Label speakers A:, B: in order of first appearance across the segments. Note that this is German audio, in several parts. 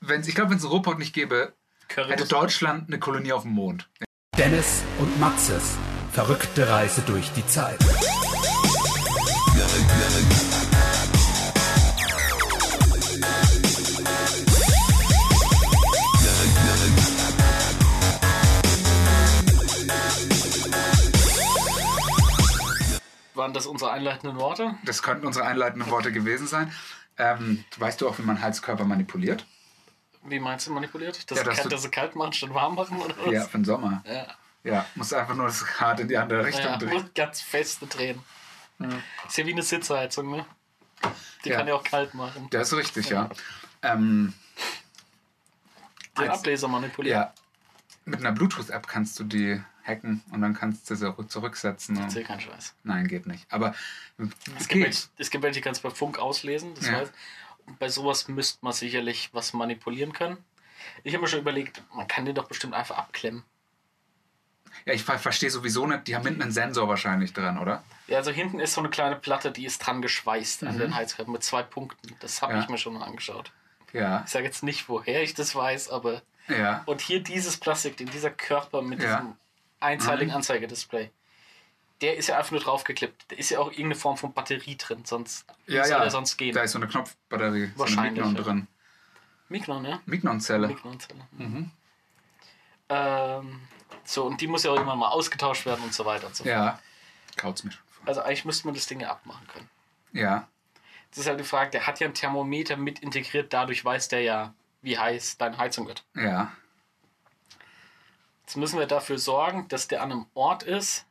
A: wenn's, ich glaube, wenn es Robot nicht gäbe, hätte Deutschland eine Kolonie auf dem Mond.
B: Dennis und Maxes verrückte Reise durch die Zeit.
C: Waren das unsere einleitenden Worte?
A: Das könnten unsere einleitenden Worte gewesen sein. Ähm, weißt du auch, wie man Heizkörper manipuliert?
C: Wie meinst du manipuliert? Dass,
A: Ja,
C: sie,
A: dass
C: kalt,
A: du-
C: dass sie kalt machen statt warm machen oder was?
A: Ja, für den Sommer.
C: Ja.
A: Ja, musst einfach nur das Rad in die andere Richtung
C: Ja,
A: drehen.
C: und ganz feste drehen. Ist ja wie eine Sitzheizung, ne? Die
A: Ja.
C: kann ja auch kalt machen.
A: Das ist richtig, ja. Ähm,
C: Den
A: Als-
C: Ableser manipulieren.
A: ja. Mit einer Bluetooth-App kannst du die hacken und dann kannst du sie so zurücksetzen.
C: Erzähl
A: Und
C: keinen Scheiß.
A: nein, geht nicht. Aber
C: Es
A: es
C: gibt,
A: geht.
C: welche, es gibt welche, die kannst du bei Funk auslesen. Das
A: Ja.
C: heißt, bei sowas müsste man sicherlich was manipulieren können. Ich habe mir schon überlegt, man kann den doch bestimmt einfach abklemmen.
A: Ja, ich ver verstehe sowieso nicht. Die haben hinten einen Sensor wahrscheinlich dran, oder?
C: Ja, also hinten ist so eine kleine Platte, die ist dran geschweißt an den Heizkörper mit zwei Punkten. Das habe
A: Mhm. Ja.
C: ich mir schon mal angeschaut.
A: Ja.
C: Ich sage jetzt nicht, woher ich das weiß, aber.
A: Ja.
C: Und hier dieses Plastik, dieser Körper mit
A: Ja. Mhm.
C: diesem einzeiligen Anzeigedisplay, der ist ja einfach nur draufgeklippt. Da ist ja auch irgendeine Form von Batterie drin, sonst wie
A: ja,
C: soll
A: ja.
C: der sonst gehen.
A: Da ist so eine Knopfbatterie,
C: Wahrscheinlich,
A: so eine Mignon
C: ja.
A: drin.
C: Mignon, ja?
A: Mignon-Zelle.
C: Mignon-Zelle. Ähm, so, und die muss ja auch irgendwann mal ausgetauscht werden und so weiter und so fort.
A: Ja. Kaut's mir schon vor.
C: Also eigentlich müsste man das Ding ja abmachen können.
A: Ja.
C: Das ist halt die Frage, der hat ja ein Thermometer mit integriert, dadurch weiß der ja, wie heiß deine Heizung wird.
A: Ja.
C: Jetzt müssen wir dafür sorgen, dass der an einem Ort ist,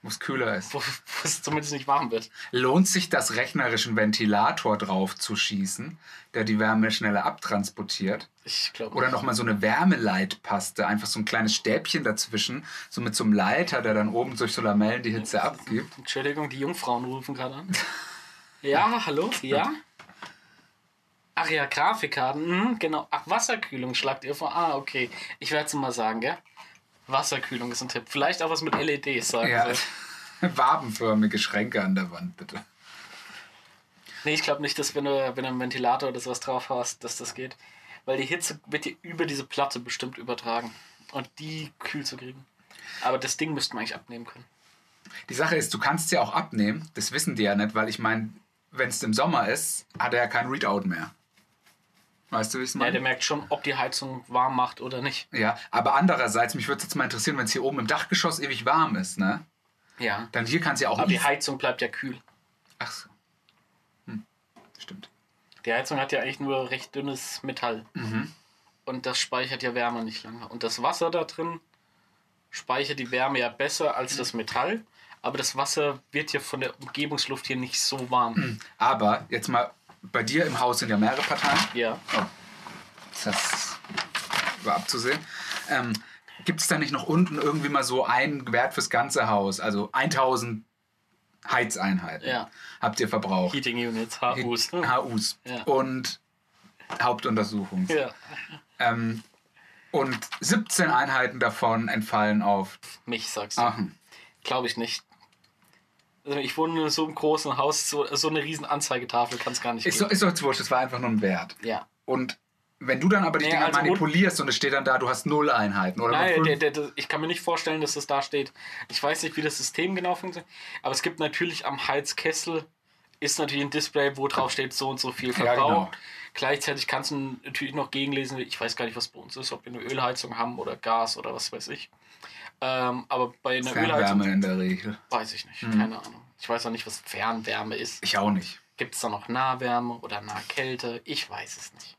A: Muss kühler ist.
C: wo wo es zumindest nicht warm wird.
A: Lohnt sich das rechnerisch einen Ventilator drauf zu schießen, der die Wärme schneller abtransportiert?
C: Ich glaube
A: Oder nochmal so eine Wärmeleitpaste, einfach so ein kleines Stäbchen dazwischen, so mit so einem Leiter, der dann oben durch so Lamellen die Hitze abgibt.
C: Entschuldigung, die Jungfrauen rufen gerade an. Ja, hallo? Ja? Ach ja, Grafikkarten, mhm, genau. Ach, Wasserkühlung schlagt ihr vor. Ah, okay. Ich werde es mal sagen, gell? Wasserkühlung ist ein Tipp. Vielleicht auch was mit LEDs sagen.
A: Ja.
C: soll.
A: Wabenförmige Schränke an der Wand, bitte.
C: Nee, ich glaube nicht, dass wenn du, wenn du einen Ventilator oder sowas drauf hast, dass das geht. Weil die Hitze wird dir über diese Platte bestimmt übertragen. Und die kühl zu kriegen. Aber das Ding müsste man eigentlich abnehmen können.
A: Die Sache ist, du kannst ja auch abnehmen, das wissen die ja nicht, weil ich meine, wenn es im Sommer ist, hat er ja keinen Readout mehr. Weißt du, wie ich es
C: Ja, der
A: meine?
C: merkt schon, ob die Heizung warm macht oder nicht.
A: Ja, aber andererseits, mich würde es jetzt mal interessieren, wenn es hier oben im Dachgeschoss ewig warm ist, ne?
C: Ja.
A: Dann hier kann es ja auch...
C: Aber die Heizung bleibt ja kühl.
A: Ach so. Hm. Stimmt.
C: Die Heizung hat ja eigentlich nur recht dünnes Metall. Und das speichert ja Wärme nicht lange. Und das Wasser da drin speichert die Wärme ja besser als das Metall. Aber das Wasser wird ja von der Umgebungsluft hier nicht so warm.
A: Mhm. Aber jetzt mal, bei dir im Haus sind ja mehrere Parteien.
C: Ja.
A: Das war abzusehen. Ähm, Gibt es da nicht noch unten irgendwie mal so einen Wert fürs ganze Haus? Also 1000 Heizeinheiten
C: Ja.
A: habt ihr verbraucht.
C: Heating Units, HUs. ne?
A: HUs.
C: Ja.
A: Und Hauptuntersuchung.
C: Ja.
A: Ähm, und 17 Einheiten davon entfallen auf
C: Mich sagst du.
A: Aachen.
C: Glaube ich nicht. Also ich wohne in so einem großen Haus, so, so eine riesen Anzeigetafel kann es gar nicht
A: Ist, so,
C: geben.
A: ist doch jetzt wurscht, das war einfach nur ein Wert.
C: ja.
A: Und wenn du dann aber die
C: Naja,
A: Dinger
C: also un-
A: manipulierst und es steht dann da, du hast null Einheiten oder nur
C: Nein,
A: fünf.
C: der, der, der, ich kann mir nicht vorstellen, dass das da steht. Ich weiß nicht, wie das System genau funktioniert. Aber es gibt natürlich am Heizkessel ist natürlich ein Display, wo drauf steht, so und so viel
A: Ja,
C: Verbrauch.
A: genau.
C: Gleichzeitig kannst du natürlich noch gegenlesen. Ich weiß gar nicht, was bei uns ist, ob wir eine Ölheizung haben oder Gas oder was weiß ich. Ähm, aber bei einer Ölheizung
A: Fernwärme Mhm. in der Regel.
C: weiß ich nicht. Keine Ahnung. Ich weiß auch nicht, was Fernwärme ist.
A: Ich auch nicht.
C: Gibt es da noch Nahwärme oder Nahkälte? Ich weiß es nicht.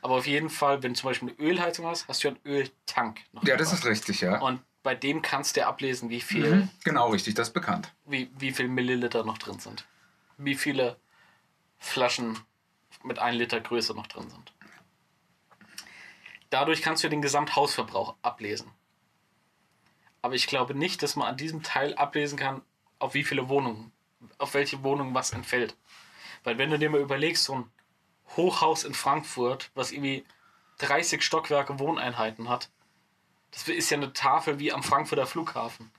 C: Aber auf jeden Fall, wenn du zum Beispiel eine Ölheizung hast, hast du ja einen Öltank noch.
A: Ja, das
C: dabei.
A: ist richtig, ja.
C: Und bei dem kannst du ja ablesen, wie viel,
A: Mhm. Genau richtig, das ist bekannt.
C: wie, wie viel Milliliter noch drin sind. Wie viele Flaschen mit 1 Liter Größe noch drin sind. Dadurch kannst du den Gesamthausverbrauch ablesen. Aber ich glaube nicht, dass man an diesem Teil ablesen kann, auf wie viele Wohnungen, auf welche Wohnung was entfällt. Weil wenn du dir mal überlegst, so ein Hochhaus in Frankfurt, was irgendwie 30 Stockwerke Wohneinheiten hat, das ist ja eine Tafel wie am Frankfurter Flughafen.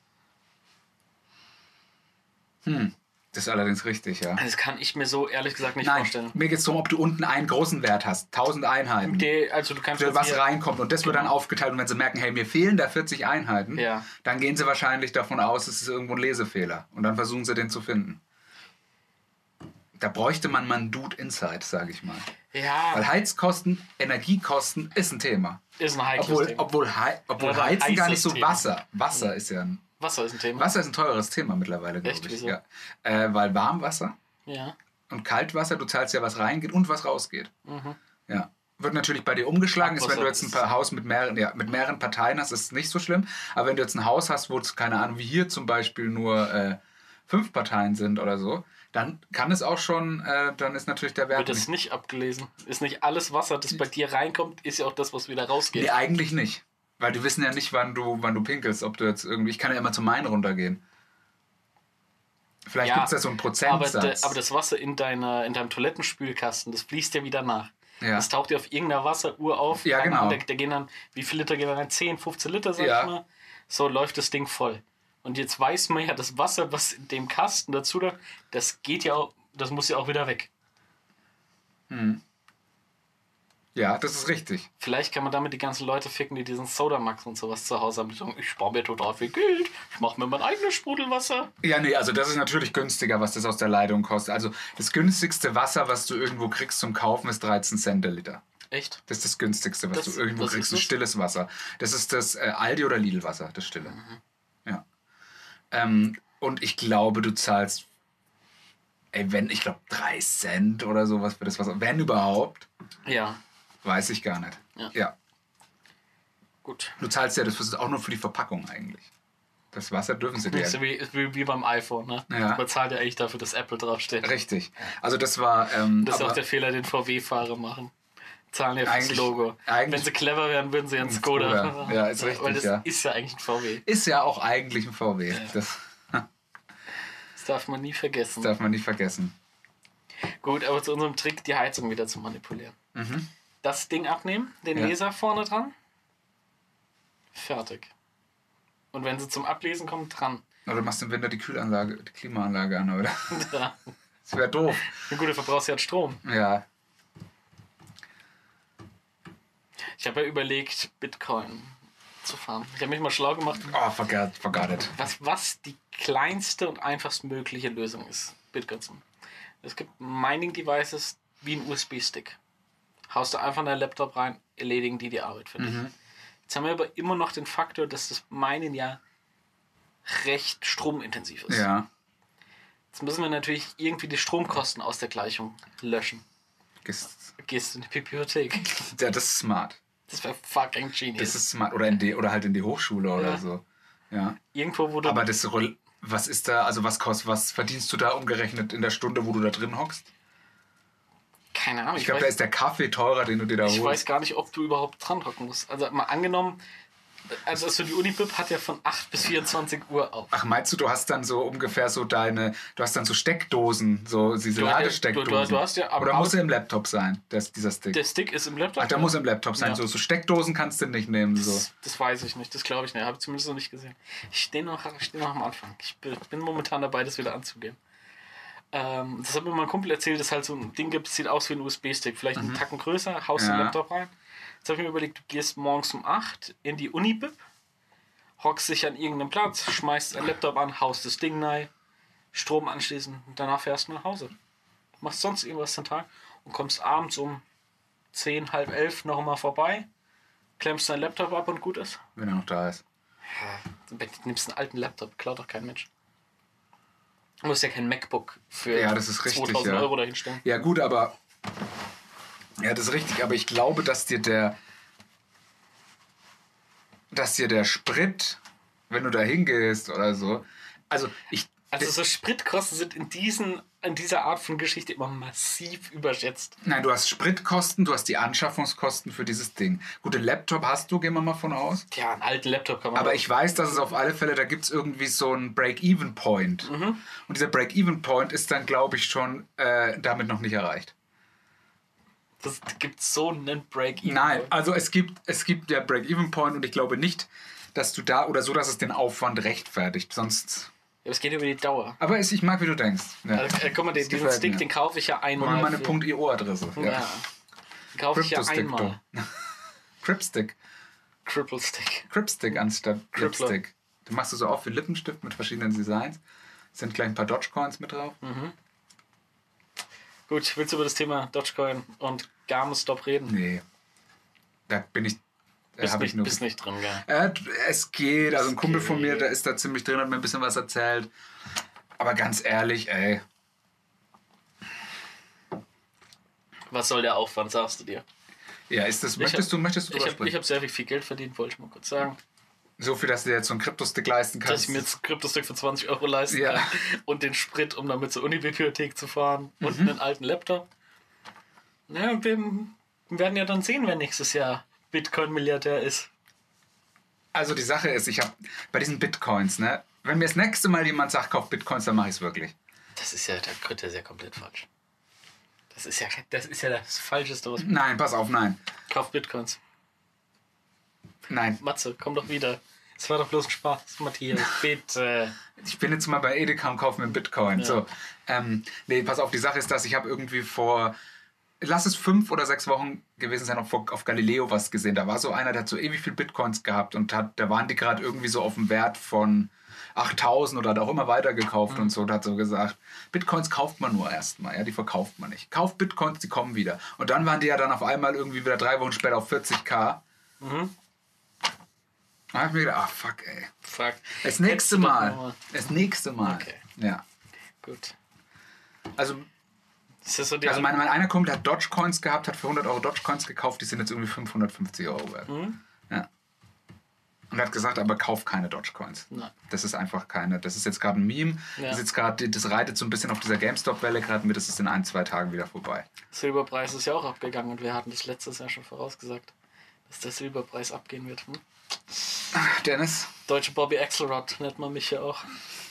A: Das ist allerdings richtig, ja.
C: Das kann ich mir so ehrlich gesagt nicht
A: Nein,
C: vorstellen.
A: mir geht es darum, ob du unten einen großen Wert hast. 1000 Einheiten.
C: Die, also du kannst
A: Für
C: jetzt
A: was
C: hier-
A: reinkommt. Und das wird dann aufgeteilt. Und wenn sie merken, hey, mir fehlen da 40 Einheiten,
C: Genau. Ja.
A: dann gehen sie wahrscheinlich davon aus, es ist irgendwo ein Lesefehler. Und dann versuchen sie den zu finden. Da bräuchte man mal einen Dude Insight, sage ich mal.
C: Ja,
A: Weil Heizkosten, Energiekosten ist ein Thema.
C: ist ein heikles
A: Obwohl,
C: Thema.
A: obwohl, Hei- obwohl
C: Oder
A: Heizen gar
C: heißes
A: nicht so
C: Thema.
A: Wasser. Wasser ist ja ein,
C: Wasser ist ein Thema.
A: Wasser ist ein teureres Thema mittlerweile,
C: Echt?
A: glaube ich.
C: Wieso?
A: Ja. Äh, weil Warmwasser
C: Ja.
A: und Kaltwasser, du zahlst ja, was reingeht und was rausgeht.
C: Mhm.
A: Ja. Wird natürlich bei dir umgeschlagen, ist, wenn du jetzt ein
C: Abwasser
A: paar Haus mit mehreren, ja, mit mehreren Parteien hast, ist es nicht so schlimm. Aber wenn du jetzt ein Haus hast, wo es, keine Ahnung, wie hier zum Beispiel nur äh, fünf Parteien sind oder so, dann kann es auch schon, äh, dann ist natürlich der Wert
C: Wird das
A: nicht.
C: nicht abgelesen? Ist nicht alles Wasser, das bei dir reinkommt, ist ja auch das, was wieder rausgeht.
A: Nee, eigentlich nicht. Weil die wissen ja nicht, wann du, wann du pinkelst, ob du jetzt irgendwie. Ich kann ja immer zum Main runtergehen. Vielleicht
C: Ja,
A: gibt es da so einen
C: aber,
A: Prozentsatz.
C: de, aber das Wasser in, deiner, in deinem Toilettenspülkasten, das fließt ja wieder nach.
A: Ja.
C: Das taucht ja auf irgendeiner Wasseruhr auf.
A: Ja,
C: Keine
A: genau.
C: Ahnung, Da, da gehen dann, wie viele Liter gehen dann rein? 10, 15 Liter, sag
A: Ja.
C: ich mal. So läuft das Ding voll. Und jetzt weiß man ja, das Wasser, was in dem Kasten dazu da, das geht ja auch, das muss ja auch wieder weg.
A: ja, das ist richtig.
C: Vielleicht kann man damit die ganzen Leute ficken, die diesen Sodamax und sowas zu Hause haben. Die sagen, ich spare mir total viel Geld, ich mache mir mein eigenes Sprudelwasser.
A: Ja, nee, also das ist natürlich günstiger, was das aus der Leitung kostet. Also das günstigste Wasser, was du irgendwo kriegst zum Kaufen, ist 13 Cent der Liter.
C: Echt?
A: Das ist das günstigste, was
C: Das-
A: du irgendwo
C: was
A: kriegst.
C: ist
A: Ein
C: das?
A: stilles Wasser. Das ist das äh, Aldi oder Lidl Wasser, das stille.
C: Mhm.
A: Ja. Ähm, und ich glaube, du zahlst, ey, wenn, ich glaube, 3 Cent oder sowas für das Wasser. Wenn überhaupt,
C: Ja,
A: weiß ich gar nicht.
C: Ja. gut.
A: Du zahlst ja, das ist auch nur für die Verpackung eigentlich. Das Wasser dürfen sie dir.
C: Ist
A: ja-
C: ja wie, ist wie, wie beim iPhone, ne?
A: Ja.
C: Man zahlt ja eigentlich dafür, dass Apple draufsteht.
A: Richtig. Also das war. Ähm,
C: Das ist
A: aber-
C: auch der Fehler, den VW-Fahrer machen. Zahlen ja fürs
A: Eigentlich-
C: Logo.
A: eigentlich-
C: Wenn sie clever wären, würden sie ja einen Skoda.
A: Skoda. Ja, ist richtig,
C: Weil das
A: ja.
C: ist ja eigentlich ein VW.
A: ist ja auch eigentlich ein VW. Das
C: Das darf man nie vergessen.
A: darf man nicht vergessen.
C: Gut, aber zu unserem Trick, die Heizung wieder zu manipulieren. Das Ding abnehmen, den
A: Ja.
C: Laser vorne dran. Fertig. Und wenn sie zum Ablesen kommen, dran.
A: Oder du machst im Winter die Kühlanlage, die Klimaanlage an, oder?
C: Ja.
A: Das wäre doof.
C: Gut, du verbrauchst ja halt Strom.
A: Ja.
C: Ich habe ja überlegt, Bitcoin zu fahren. Ich habe mich mal schlau gemacht,
A: Oh, forgot, forgot it.
C: was, was die kleinste und einfachst mögliche Lösung ist, Bitcoin zu machen. Es gibt Mining Devices wie ein USB-Stick. Haust du einfach in deinen Laptop rein, erledigen die die Arbeit für dich.
A: Mhm.
C: Jetzt haben wir aber immer noch den Faktor, dass das Mining ja recht stromintensiv ist.
A: Ja.
C: Jetzt müssen wir natürlich irgendwie die Stromkosten aus der Gleichung löschen.
A: Gehst-
C: Gehst in die Bibliothek.
A: Ja, das ist smart.
C: Das wäre fucking
A: Das
C: genius.
A: ist smart. Oder, in die, oder halt in die Hochschule oder
C: Ja.
A: so. Ja.
C: Irgendwo, wo du
A: Aber das Roll- was ist da, also was kostet, was verdienst du da umgerechnet in der Stunde, wo du da drin hockst?
C: keine Ahnung,
A: Ich glaube, da ist der Kaffee teurer, den du dir da
C: Ich weiß
A: holst.
C: gar nicht, ob du überhaupt dran hocken musst. Also mal angenommen, also, also die Unibib hat ja von 8 bis 24 Uhr auf.
A: Ach, meinst du, du hast dann so ungefähr so deine, du hast dann so Steckdosen, so diese
C: Du- du-
A: Ladesteckdosen.
C: du- du hast ja am
A: Oder muss
C: Abend-
A: er im Laptop sein, das, dieser Stick?
C: Der Stick ist im Laptop.
A: Ach, der muss im Laptop sein.
C: Ja.
A: So, so Steckdosen kannst du nicht nehmen. So.
C: das, das weiß ich nicht, das glaube ich nicht. Habe ich zumindest noch nicht gesehen. Ich stehe noch, ich steh noch am Anfang. Ich bin, bin momentan dabei, das wieder anzugehen. Ähm, das hat mir mein Kumpel erzählt, dass halt so ein Ding gibt, das sieht aus wie ein USB-Stick. Vielleicht einen Tacken größer, haust den
A: Ja.
C: Laptop rein. Jetzt habe ich mir überlegt, du gehst morgens um 8 in die Unibib, hockst dich an irgendeinem Platz, schmeißt deinen Laptop an, haust das Ding rein, Strom anschließen und danach fährst du nach Hause. Machst sonst irgendwas den Tag und kommst abends um 10, halb elf nochmal vorbei, klemmst deinen Laptop ab und gut ist.
A: Wenn er noch da ist.
C: Äh, Du nimmst einen alten Laptop, klaut doch kein Mensch. Du musst ja kein MacBook für
A: Ja, das ist richtig,
C: 2000
A: ja.
C: Euro dahinstellen.
A: Ja, gut, aber. Ja, das ist richtig, aber ich glaube, dass dir der. Dass dir der Sprit, wenn du da hingehst oder so. Also, ich.
C: Also so Spritkosten sind in, diesen, in dieser Art von Geschichte immer massiv überschätzt.
A: Nein, du hast Spritkosten, du hast die Anschaffungskosten für dieses Ding. Gut, den Laptop hast du, gehen wir mal von aus.
C: Ja, einen alten Laptop kann man
A: Aber ich weiß, dass es auf alle Fälle, da gibt es irgendwie so einen Break-Even-Point. Und dieser Break-Even-Point ist dann, glaube ich, schon äh, damit noch nicht erreicht.
C: Das gibt so einen Break-Even.
A: Nein, also es gibt, es gibt ja Break-Even-Point und ich glaube nicht, dass du da oder so, dass es den Aufwand rechtfertigt. Sonst
C: aber es geht über die Dauer.
A: Aber es, ich mag, wie du denkst. Ja.
C: Also, äh, guck mal, den,
A: Das
C: diesen
A: gefällt
C: Stick,
A: mir.
C: den kaufe ich ja
A: Und
C: einmal.
A: meine
C: für-
A: .eu-Adresse.
C: Ja.
A: Ja.
C: Den kaufe ich ja
A: Crypto-Stick,
C: einmal.
A: du. Cripstick.
C: Cripple Stick.
A: Cripstick anstatt
C: Crippler.
A: Lipstick. Du machst es so auf wie Lippenstift mit verschiedenen Designs. Sind gleich ein paar Dogecoins mit drauf.
C: Hm. Gut, willst du über das Thema Dogecoin und Garmin-Stop reden?
A: Nee. Da bin ich. Da
C: bist
A: habe ich
C: nicht,
A: nur.
C: bist nicht drin, gell?
A: Äh, es geht. Also ein
C: Es
A: Kumpel von mir,
C: geht.
A: der ist da ziemlich drin, hat mir ein bisschen was erzählt. Aber ganz ehrlich, ey.
C: Was soll der Aufwand, sagst du dir?
A: Ja, ist das.
C: Ich
A: Möchtest
C: hab-
A: du, möchtest du
C: Ich
A: drüber
C: habe
A: sprechen?
C: hab sehr viel Geld verdient, wollte ich mal kurz sagen.
A: so viel, dass du dir jetzt so einen Kryptostick leisten
C: Dass
A: kannst.
C: ich mir jetzt Kryptostick für 20 Euro leisten
A: Ja.
C: kann und den Sprit, um damit zur Unibibliothek zu fahren und einen alten Laptop. Naja, wir werden ja dann sehen, wer nächstes Jahr Bitcoin-Milliardär ist.
A: Also die Sache ist, ich habe bei diesen Bitcoins, ne? Wenn mir das nächste Mal jemand sagt, kauf Bitcoins, dann mache ich es wirklich.
C: Das ist ja, der Kritter ist ja komplett falsch. Das ist ja das, ist ja das Falscheste, was.
A: Nein, pass auf, nein.
C: Kauf Bitcoins.
A: Nein.
C: Matze, komm doch wieder. Es war doch bloß ein Spaß, Matthias. Bitte.
A: Ich bin jetzt mal bei Edeka und kaufe mir einen Bitcoin. So. Ähm, nee, pass auf, die Sache ist, dass ich habe irgendwie vor, lass es fünf oder sechs Wochen gewesen sein, auf, auf Galileo was gesehen. Da war so einer, der hat so ewig viel Bitcoins gehabt und hat, da waren die gerade irgendwie so auf dem Wert von 8000 oder hat auch immer weiter gekauft und so und hat so gesagt, Bitcoins kauft man nur erstmal, ja, die verkauft man nicht. Kauft Bitcoins, die kommen wieder. Und dann waren die ja dann auf einmal irgendwie wieder drei Wochen später auf 40k. Da habe ich mir gedacht, ah fuck, ey.
C: Fuck.
A: Das nächste
C: Hättest du doch
A: Mal.
C: nochmal-
A: Das nächste Mal.
C: Okay.
A: Ja.
C: Gut.
A: Also,
C: Ist das so die
A: also mein, mein einer Kumpel hat Dogecoins gehabt, hat für 100 Euro Dogecoins gekauft, die sind jetzt irgendwie 550 Euro wert.
C: Hm?
A: Ja. Und er hat gesagt, aber kauf keine Dogecoins.
C: Nein.
A: Das ist einfach keine. Das ist jetzt gerade ein Meme.
C: Hm. Ja.
A: Das, ist jetzt gerade, das reitet so ein bisschen auf dieser GameStop-Welle gerade mit. Das ist in ein, zwei Tagen wieder vorbei.
C: Silberpreis ist ja auch abgegangen und wir hatten das letztes Jahr schon vorausgesagt, dass der Silberpreis abgehen wird. Hm?
A: Dennis,
C: Deutsche Bobby Axelrod nennt man mich ja auch.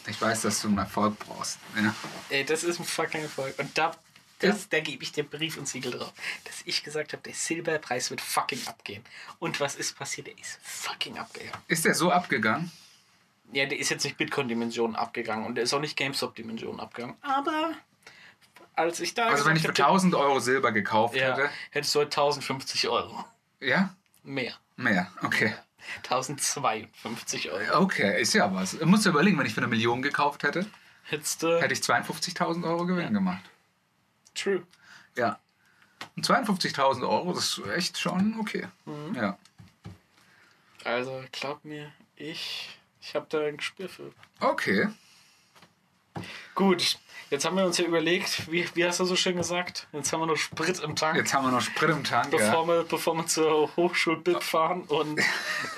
A: ich weiß, dass du einen Erfolg brauchst. Ja.
C: Ey, das ist ein fucking Erfolg. Und da, das, da gebe ich dir Brief und Siegel drauf, dass ich gesagt habe, der Silberpreis wird fucking abgehen. Und was ist passiert? Der ist fucking abgegangen.
A: Ist der so abgegangen?
C: Ja, der ist jetzt nicht Bitcoin-Dimensionen abgegangen und der ist auch nicht GameStop-Dimensionen abgegangen. Aber als ich da.
A: Also, wenn ich für
C: gesagt hab,
A: 1000 Euro Silber gekauft
C: ja,
A: hätte.
C: hättest du heute 1050 Euro.
A: Ja?
C: Mehr.
A: Mehr. Okay.
C: 1052 Euro.
A: Okay, ist ja was. Ich muss ja überlegen, wenn ich für eine Million gekauft hätte,
C: Hättest du.
A: hätte ich 52.000 Euro Gewinn gemacht.
C: True.
A: Ja. Und 52.000 Euro, das ist echt schon okay. Ja.
C: Also, glaub mir, ich, ich habe da ein Gespür für.
A: Okay.
C: Gut, jetzt haben wir uns ja überlegt, wie, wie hast du so schön gesagt? Jetzt haben wir noch Sprit im Tank,
A: Jetzt haben wir noch Sprit im Tank. Ja.
C: bevor, wir, bevor wir zur Hochschulbib fahren und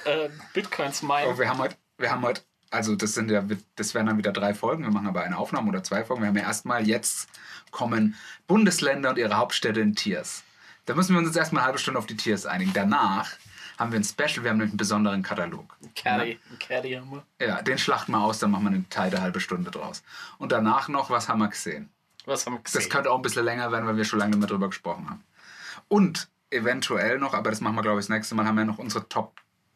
C: äh, Bitcoins meinen.
A: Oh, wir haben heute, wir haben heute, also das sind ja, das wären dann wieder drei Folgen. Wir machen aber eine Aufnahme oder zwei Folgen. Wir haben ja erstmal jetzt kommen Bundesländer und ihre Hauptstädte in Tiers. Da müssen wir uns jetzt erstmal eine halbe Stunde auf die Tiers einigen. Danach haben wir ein Special, wir haben nämlich einen besonderen Katalog.
C: Caddy, ein Caddy haben wir.
A: Ja, den schlachten wir aus, dann machen wir einen Teil der halbe Stunde draus. Und danach noch, was haben wir gesehen?
C: Was haben wir gesehen?
A: Das könnte auch ein bisschen länger werden, weil wir schon lange nicht mehr drüber gesprochen haben. Und eventuell noch, aber das machen wir, glaube ich, das nächste Mal, haben wir noch unsere Top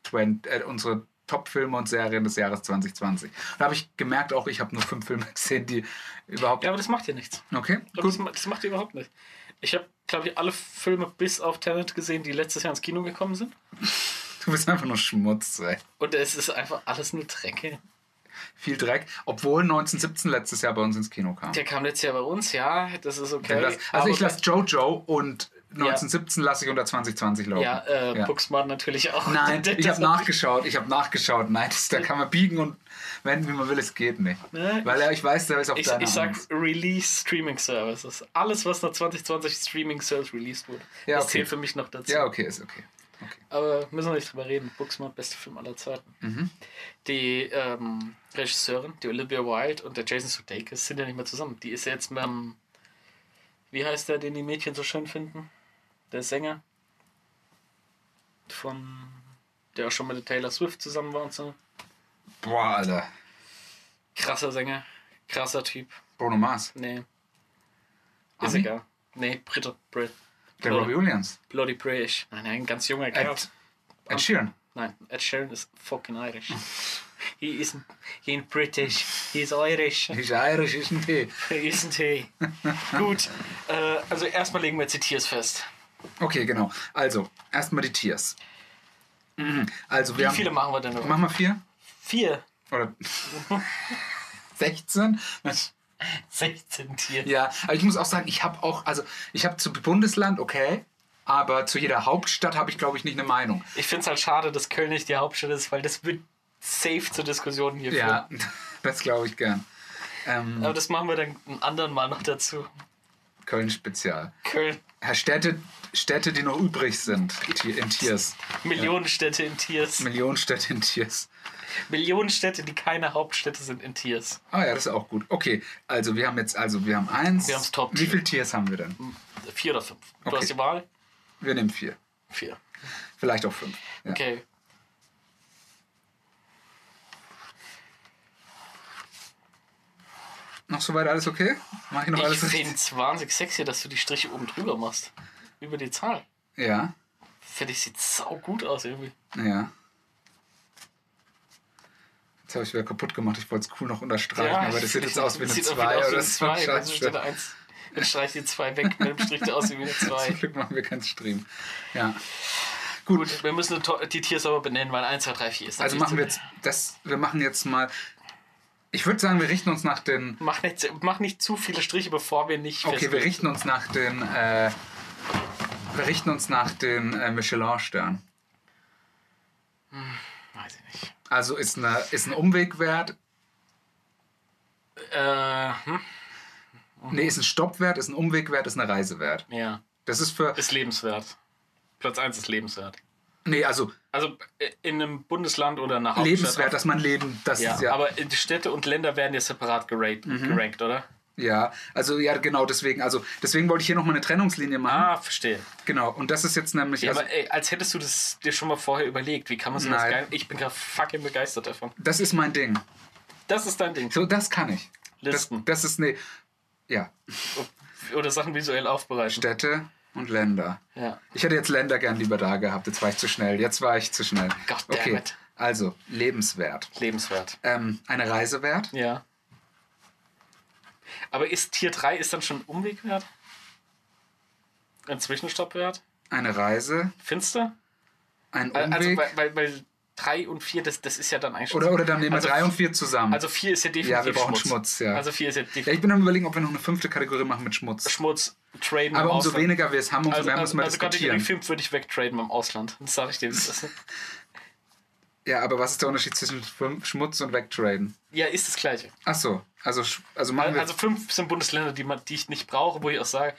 A: 20, äh, unsere Top-Filme und Serien des Jahres 2020. Da habe ich gemerkt auch, ich habe nur fünf Filme gesehen, die überhaupt.
C: ja, aber das macht ja nichts.
A: Okay,
C: Aber Das,
A: gut.
C: ma- das macht ihr überhaupt nicht. Ich habe, glaube ich, alle Filme bis auf Tenet gesehen, die letztes Jahr ins Kino gekommen sind.
A: Du bist einfach nur Schmutz, ey.
C: Und es ist einfach alles nur Drecke.
A: Viel Dreck. Obwohl 1917 letztes Jahr bei uns ins Kino kam.
C: Der kam letztes Jahr bei uns, ja, das ist okay.
A: Lass- Also
C: aber-
A: ich lasse Jojo und 1917 lasse ich unter 2020 laufen.
C: Ja, äh, Buxmann natürlich auch.
A: Nein,
C: Das-
A: ich
C: das-
A: habe nachgeschaut, ich habe nachgeschaut. Nein, das, da kann man biegen und wenden, wie man will, es geht nicht.
C: Ne?
A: Weil ja, ich weiß, da ist auf
C: Ich,
A: deiner
C: ich sag
A: Hand.
C: Release Streaming Services. Alles, was nach 2020 Streaming Service released wurde.
A: Ja,
C: das
A: okay.
C: zählt für mich noch dazu.
A: Ja, okay, ist okay. okay.
C: Aber müssen wir nicht drüber reden. Buxmann, beste Film aller Zeiten.
A: Mhm.
C: Die ähm, Regisseurin, die Olivia Wilde und der Jason Sudeikis sind ja nicht mehr zusammen. Die ist ja jetzt mit dem, wie heißt der, den die Mädchen so schön finden? Der Sänger. Von, der auch schon mit der Taylor Swift zusammen war und so.
A: Boah, Alter.
C: Krasser Sänger, krasser Typ.
A: Bruno Mars,
C: Nee. Ist
A: Ami?
C: egal. Nee, Britta, Brit.
A: der
C: Bloody-
A: Robbie Williams,
C: Bloody British. Nein, nein, ein ganz junger Kerl.
A: Ed, Ed Sheeran.
C: Nein, Ed Sheeran ist fucking Irish. He isn't, he ain't British, he's Irish.
A: Ist Irish, ist ein Tee.
C: He isn't he. Gut, äh, also erstmal legen wir jetzt die Tiers fest.
A: Okay, genau. Also, erstmal die Tiers. Mhm. Also, wir
C: Wie
A: haben,
C: viele machen wir denn noch?
A: Mach mal vier.
C: Vier.
A: Oder 16?
C: 16 Tiers.
A: Ja, aber ich muss auch sagen, ich habe auch, also ich habe zu Bundesland, okay, aber zu jeder Hauptstadt habe ich, glaube ich, nicht eine Meinung.
C: Ich finde es halt schade, dass Köln nicht die Hauptstadt ist, weil das wird safe zu Diskussionen hier
A: Ja, das glaube ich gern. Ähm,
C: führen. Aber das machen wir dann einen anderen Mal noch dazu.
A: Köln-Spezial.
C: Köln,
A: Herr Städte, Städte, die noch übrig sind Ti- in Tiers.
C: Millionenstädte in Tiers.
A: Millionenstädte in Tiers.
C: Millionenstädte, die keine Hauptstädte sind in Tiers.
A: Ah ja, das ist auch gut. Okay, also wir haben jetzt, also wir haben eins.
C: Wir haben's top.
A: Wie viele Tiers haben wir denn?
C: Vier oder fünf. Du
A: Okay.
C: hast die Wahl?
A: Wir nehmen vier.
C: Vier.
A: Vielleicht auch fünf. Ja.
C: Okay.
A: Noch soweit alles okay? Mach ich noch
C: Ich
A: alles
C: finde
A: richtig?
C: es wahnsinnig sexy, dass du die Striche oben drüber machst. Über die Zahl.
A: Ja,
C: Finde ich, sieht sau gut aus irgendwie.
A: ja. Jetzt habe ich wieder kaputt gemacht. Ich wollte es cool noch unterstreichen, aber das sieht jetzt aus wie eine
C: sieht auch
A: 2
C: wieder aus wie
A: oder
C: eine
A: so.
C: zwei, Also steht da
A: Scheiße.
C: eins. Dann streich die 2 weg mit dem Strich der aus wie eine
A: Zum
C: 2.
A: Glück machen wir keinen Stream. Ja. Gut,
C: Gut, wir müssen die To- die Tiers aber benennen, weil 1, 2, 3, 4 ist
A: also
C: natürlich
A: machen wir jetzt das, wir machen jetzt mal. Ich würde sagen, wir richten uns nach den.
C: zu- Mach nicht, mach nicht zu viele Striche, bevor wir nicht
A: Okay, wir
C: festlegen.
A: richten uns nach den. Äh, wir richten uns nach den äh, Michelin-Stern.
C: Weiß ich nicht.
A: Also ist, eine, ist ein Umweg wert,
C: Äh, hm? Mhm.
A: Nee, ist ein Stopp wert, ist ein Umweg wert, ist eine Reise wert.
C: Ja.
A: Das ist für.
C: Ist lebenswert. Platz 1 ist lebenswert.
A: Nee, also
C: Also äh, in einem Bundesland oder einer Hauptstadt.
A: lebenswert, dass man leben. Das
C: Ja,
A: ist ja. Mhm.
C: aber äh, die Städte und Länder werden ja separat gerankt, gerankt oder?
A: ja, also ja, genau deswegen. Also deswegen wollte ich hier nochmal eine Trennungslinie machen.
C: Ah, verstehe.
A: Genau, und das ist jetzt nämlich.
C: Ja,
A: also,
C: aber ey, als hättest du das dir schon mal vorher überlegt. Wie kann man so das
A: Nein.
C: geil? Ich bin gerade fucking begeistert davon.
A: das ist mein Ding.
C: Das ist dein Ding.
A: So, das kann ich.
C: Listen
A: Das, das ist nee. Ja,
C: oder Sachen visuell aufbereiten.
A: Städte und Länder.
C: ja.
A: Ich hätte jetzt Länder gern lieber da gehabt. Jetzt war ich zu schnell. Jetzt war ich zu schnell.
C: God damn
A: okay.
C: it.
A: Also, lebenswert.
C: Lebenswert.
A: Ähm, eine Reise wert?
C: Ja. Aber ist Tier 3 ist dann schon ein Umweg wert? Ein Zwischenstopp wert?
A: Eine Reise?
C: Findest du?
A: Ein
C: Al-
A: Umweg?
C: Also, weil, weil, weil 3 und 4, das, das ist ja dann eigentlich schon.
A: oder, oder dann nehmen wir
C: Also
A: drei und vier zusammen.
C: Also 4 ist ja definitiv
A: Ja, wir brauchen Schmutz,
C: Schmutz.
A: ja.
C: Also 4 ist ja
A: Ja,
C: definitiv
A: ich bin am überlegen, ob wir noch eine fünfte Kategorie machen mit Schmutz.
C: Schmutz. Traden im
A: Aber umso
C: Ausland.
A: weniger wir es haben, umso
C: Also,
A: mehr
C: also,
A: müssen wir
C: also Kategorie
A: diskutieren.
C: 5 würde ich wegtraden im Ausland. Das sage ich dir. Das ist-
A: Ja, aber was ist der Unterschied zwischen fünf- Schmutz und wegtraden?
C: Ja, ist das Gleiche.
A: Ach so, also, sch- also machen wir
C: Also fünf sind Bundesländer, die, man, die ich nicht brauche, wo ich auch sage,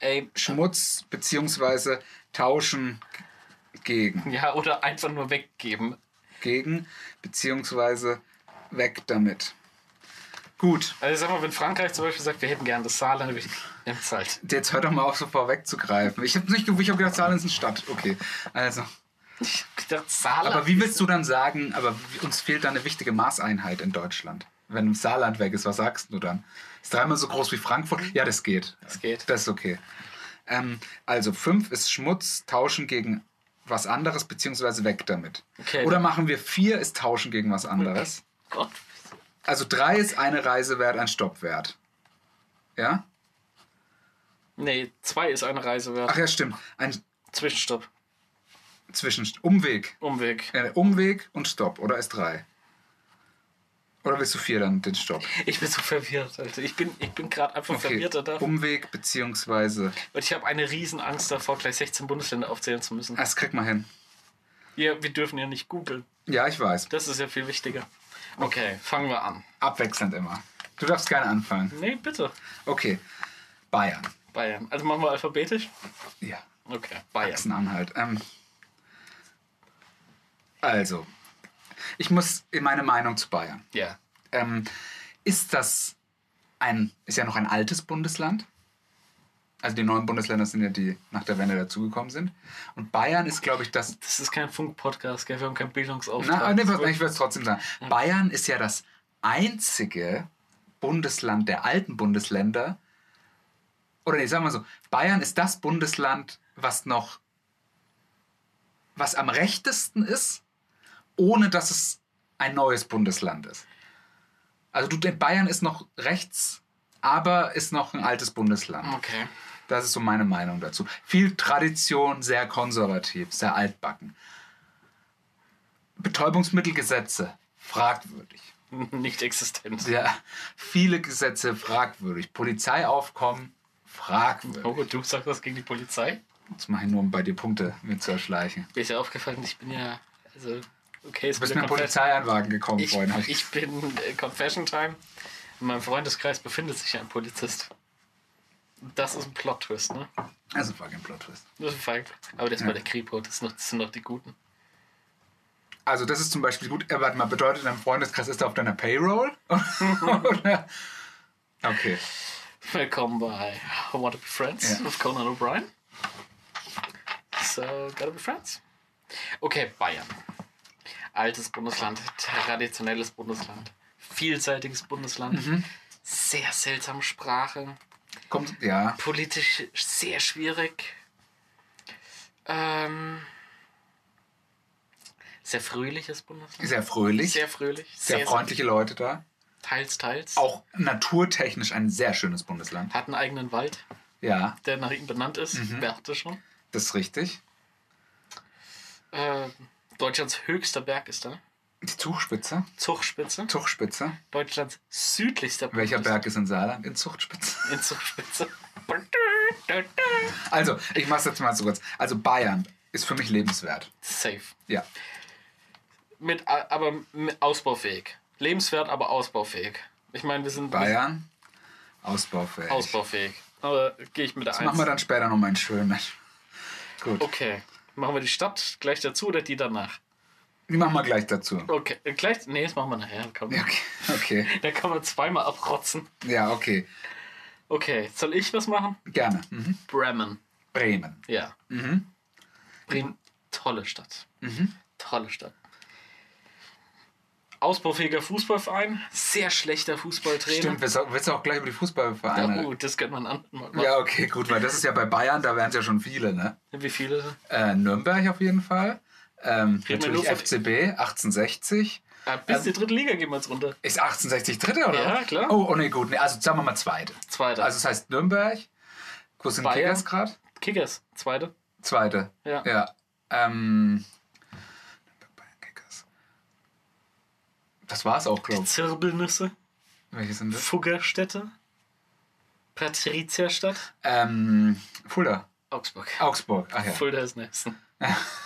C: ey,
A: Schmutz beziehungsweise tauschen gegen.
C: ja, oder einfach nur weggeben.
A: Gegen beziehungsweise weg damit. Gut,
C: Also sag mal, wenn Frankreich zum Beispiel sagt, wir hätten gerne das Saarland, dann würde ich- nimmt's halt.
A: jetzt hör doch mal auf, so vorwegzugreifen. Ich habe nicht ge- ich hab gedacht, Saarland ist eine Stadt. Okay, also.
C: Ich hab gedacht, Saarland.
A: Aber wie willst du dann sagen, aber wie- uns fehlt da eine wichtige Maßeinheit in Deutschland? Wenn Saarland weg ist, was sagst du dann? Ist dreimal so groß wie Frankfurt? Ja, das geht. Das
C: geht.
A: Das ist okay. Ähm, also fünf ist Schmutz, tauschen gegen was anderes, beziehungsweise weg damit.
C: Okay.
A: Oder machen wir vier ist tauschen gegen was anderes.
C: Gott.
A: Also drei ist eine Reise wert, ein Stopp wert. Ja?
C: Nee, zwei ist eine Reise wert.
A: Ach ja, stimmt. Ein
C: Zwischenstopp.
A: Zwischen Umweg.
C: Umweg.
A: Äh, Umweg und Stopp, oder ist drei? Oder willst du vier dann den Stopp?
C: Ich bin so verwirrt, Alter. Ich bin, ich bin gerade einfach verwirrt da.
A: Umweg beziehungsweise.
C: Und ich habe eine Riesenangst davor, gleich 16 Bundesländer aufzählen zu müssen.
A: Ah, Das kriegt man hin.
C: Ja, wir dürfen ja nicht googeln.
A: Ja, ich weiß.
C: Das ist ja viel wichtiger. Okay, fangen wir an.
A: Abwechselnd immer. Du darfst gerne anfangen.
C: Nee, bitte.
A: Okay. Bayern.
C: Bayern. Also machen wir alphabetisch?
A: Ja.
C: Okay, Bayern.
A: Sachsen-Anhalt. Ähm, also, ich muss in meine Meinung zu Bayern.
C: Ja.
A: Ähm, ist das ein, ist ja noch ein altes Bundesland? Also die neuen Bundesländer sind ja die nach der Wende dazugekommen sind. Und Bayern ist, glaube ich, das
C: Das ist kein Funk-Podcast, gell? Wir haben keinen Bildungsauftrag.
A: Na, nee,
C: Das
A: pass-
C: wird-
A: ich will es trotzdem sagen. Bayern ist ja das einzige Bundesland der alten Bundesländer. Oder nee, sagen wir so, Bayern ist das Bundesland, was noch was am rechtesten ist, ohne dass es ein neues Bundesland ist. Also du, denn Bayern ist noch rechts, aber ist noch ein altes Bundesland.
C: Okay.
A: Das ist so meine Meinung dazu. Viel Tradition, sehr konservativ, sehr altbacken. Betäubungsmittelgesetze fragwürdig.
C: Nicht existent.
A: Ja, viele Gesetze fragwürdig. Polizeiaufkommen fragwürdig.
C: Oh, du sagst was gegen die Polizei?
A: Das mache ich nur, um bei dir Punkte mit zu erschleichen.
C: Mir ist ja aufgefallen, ich bin ja. Also, okay, es
A: Du bist
C: wieder
A: mit dem
C: Confess-
A: Polizeianwagen gekommen,
C: ich,
A: Freund. hab ich-
C: ich bin äh, Confession Time. In meinem Freundeskreis befindet sich ein Polizist. Das ist ein Plot-Twist, ne?
A: Also war kein Plot-Twist.
C: Das ist ein Fakt. Aber das ist
A: Ja.
C: bei der Kripo, das, sind noch, das sind noch die Guten.
A: Also das ist zum Beispiel gut. Äh, warte mal, bedeutet dein Freundeskreis ist er auf deiner Payroll? Oder? Okay.
C: Willkommen bei I Want to Be Friends
A: Ja.
C: with Conan O'Brien. So, gotta be friends. Okay, Bayern. Altes Bundesland, traditionelles Bundesland, vielseitiges Bundesland,
A: Mhm.
C: sehr seltsame Sprache,
A: Kommt, ja.
C: politisch sehr schwierig, ähm, sehr fröhliches Bundesland.
A: Sehr fröhlich. Sehr,
C: Sehr fröhlich,
A: freundliche Leute da.
C: Teils, teils.
A: Auch naturtechnisch ein sehr schönes Bundesland.
C: Hat einen eigenen Wald,
A: Ja,
C: der nach ihm benannt ist.
A: Mhm.
C: Wer hatte schon?
A: das ist richtig.
C: äh, Deutschlands höchster Berg ist da.
A: Die Zugspitze.
C: Zugspitze.
A: Zugspitze.
C: Deutschlands südlichster Punkt
A: Welcher
C: ist
A: Berg ist in Saarland? In Zuchtspitze.
C: In Zugspitze.
A: Also, ich mach's jetzt mal so kurz. Also Bayern ist für mich lebenswert.
C: Safe.
A: Ja.
C: Mit, a- aber mit ausbaufähig. Lebenswert, aber ausbaufähig. Ich meine, wir sind
A: Bayern, ausbaufähig.
C: ausbaufähig. Aber gehe ich mit der
A: Das machen wir
C: Eins.
A: dann später nochmal einen schönen. Gut.
C: Okay. Machen wir die Stadt gleich dazu oder die danach?
A: Die machen wir gleich dazu.
C: Okay. äh, Gleich. Nee, das machen wir nachher. Komm.
A: Ja, Okay. okay.
C: Da kann man zweimal abrotzen.
A: Ja, okay.
C: Okay. Soll ich was machen?
A: Gerne. Mhm.
C: Bremen.
A: Bremen.
C: Ja.
A: Mhm.
C: Bremen, tolle Stadt. Tolle Stadt. Ausbaufähiger Fußballverein, sehr schlechter Fußballtrainer.
A: Stimmt, willst du, willst du auch gleich über die
C: Ja,
A: Fußballvereine?
C: uh, das könnte man an. mal
A: Ja,
C: machen.
A: okay, gut, weil das ist ja bei Bayern, da wären es ja schon viele, ne?
C: Wie viele?
A: Äh, Nürnberg auf jeden Fall. Ähm,
C: Reden wir
A: natürlich
C: nur von-
A: FCB, 1860.
C: Ah, bis die dritte Liga gehen wir jetzt runter.
A: Ist 1860 Dritte, oder?
C: Ja, klar.
A: Oh, oh nee, gut. Nee, also sagen wir mal Zweite.
C: Zweite.
A: Also es heißt Nürnberg. Kurs in
C: Bayern.
A: Kickers grad.
C: Kickers, zweite.
A: Zweite.
C: Ja.
A: Ja. Ähm, Bayern Kickers. Das war's auch, glaube ich.
C: Zirbelnüsse,
A: Welche sind das?
C: Fuggerstädte, Patrizierstadt,
A: Ähm, Fulda.
C: Augsburg.
A: Augsburg. Ach ja.
C: Fulda ist Nelson.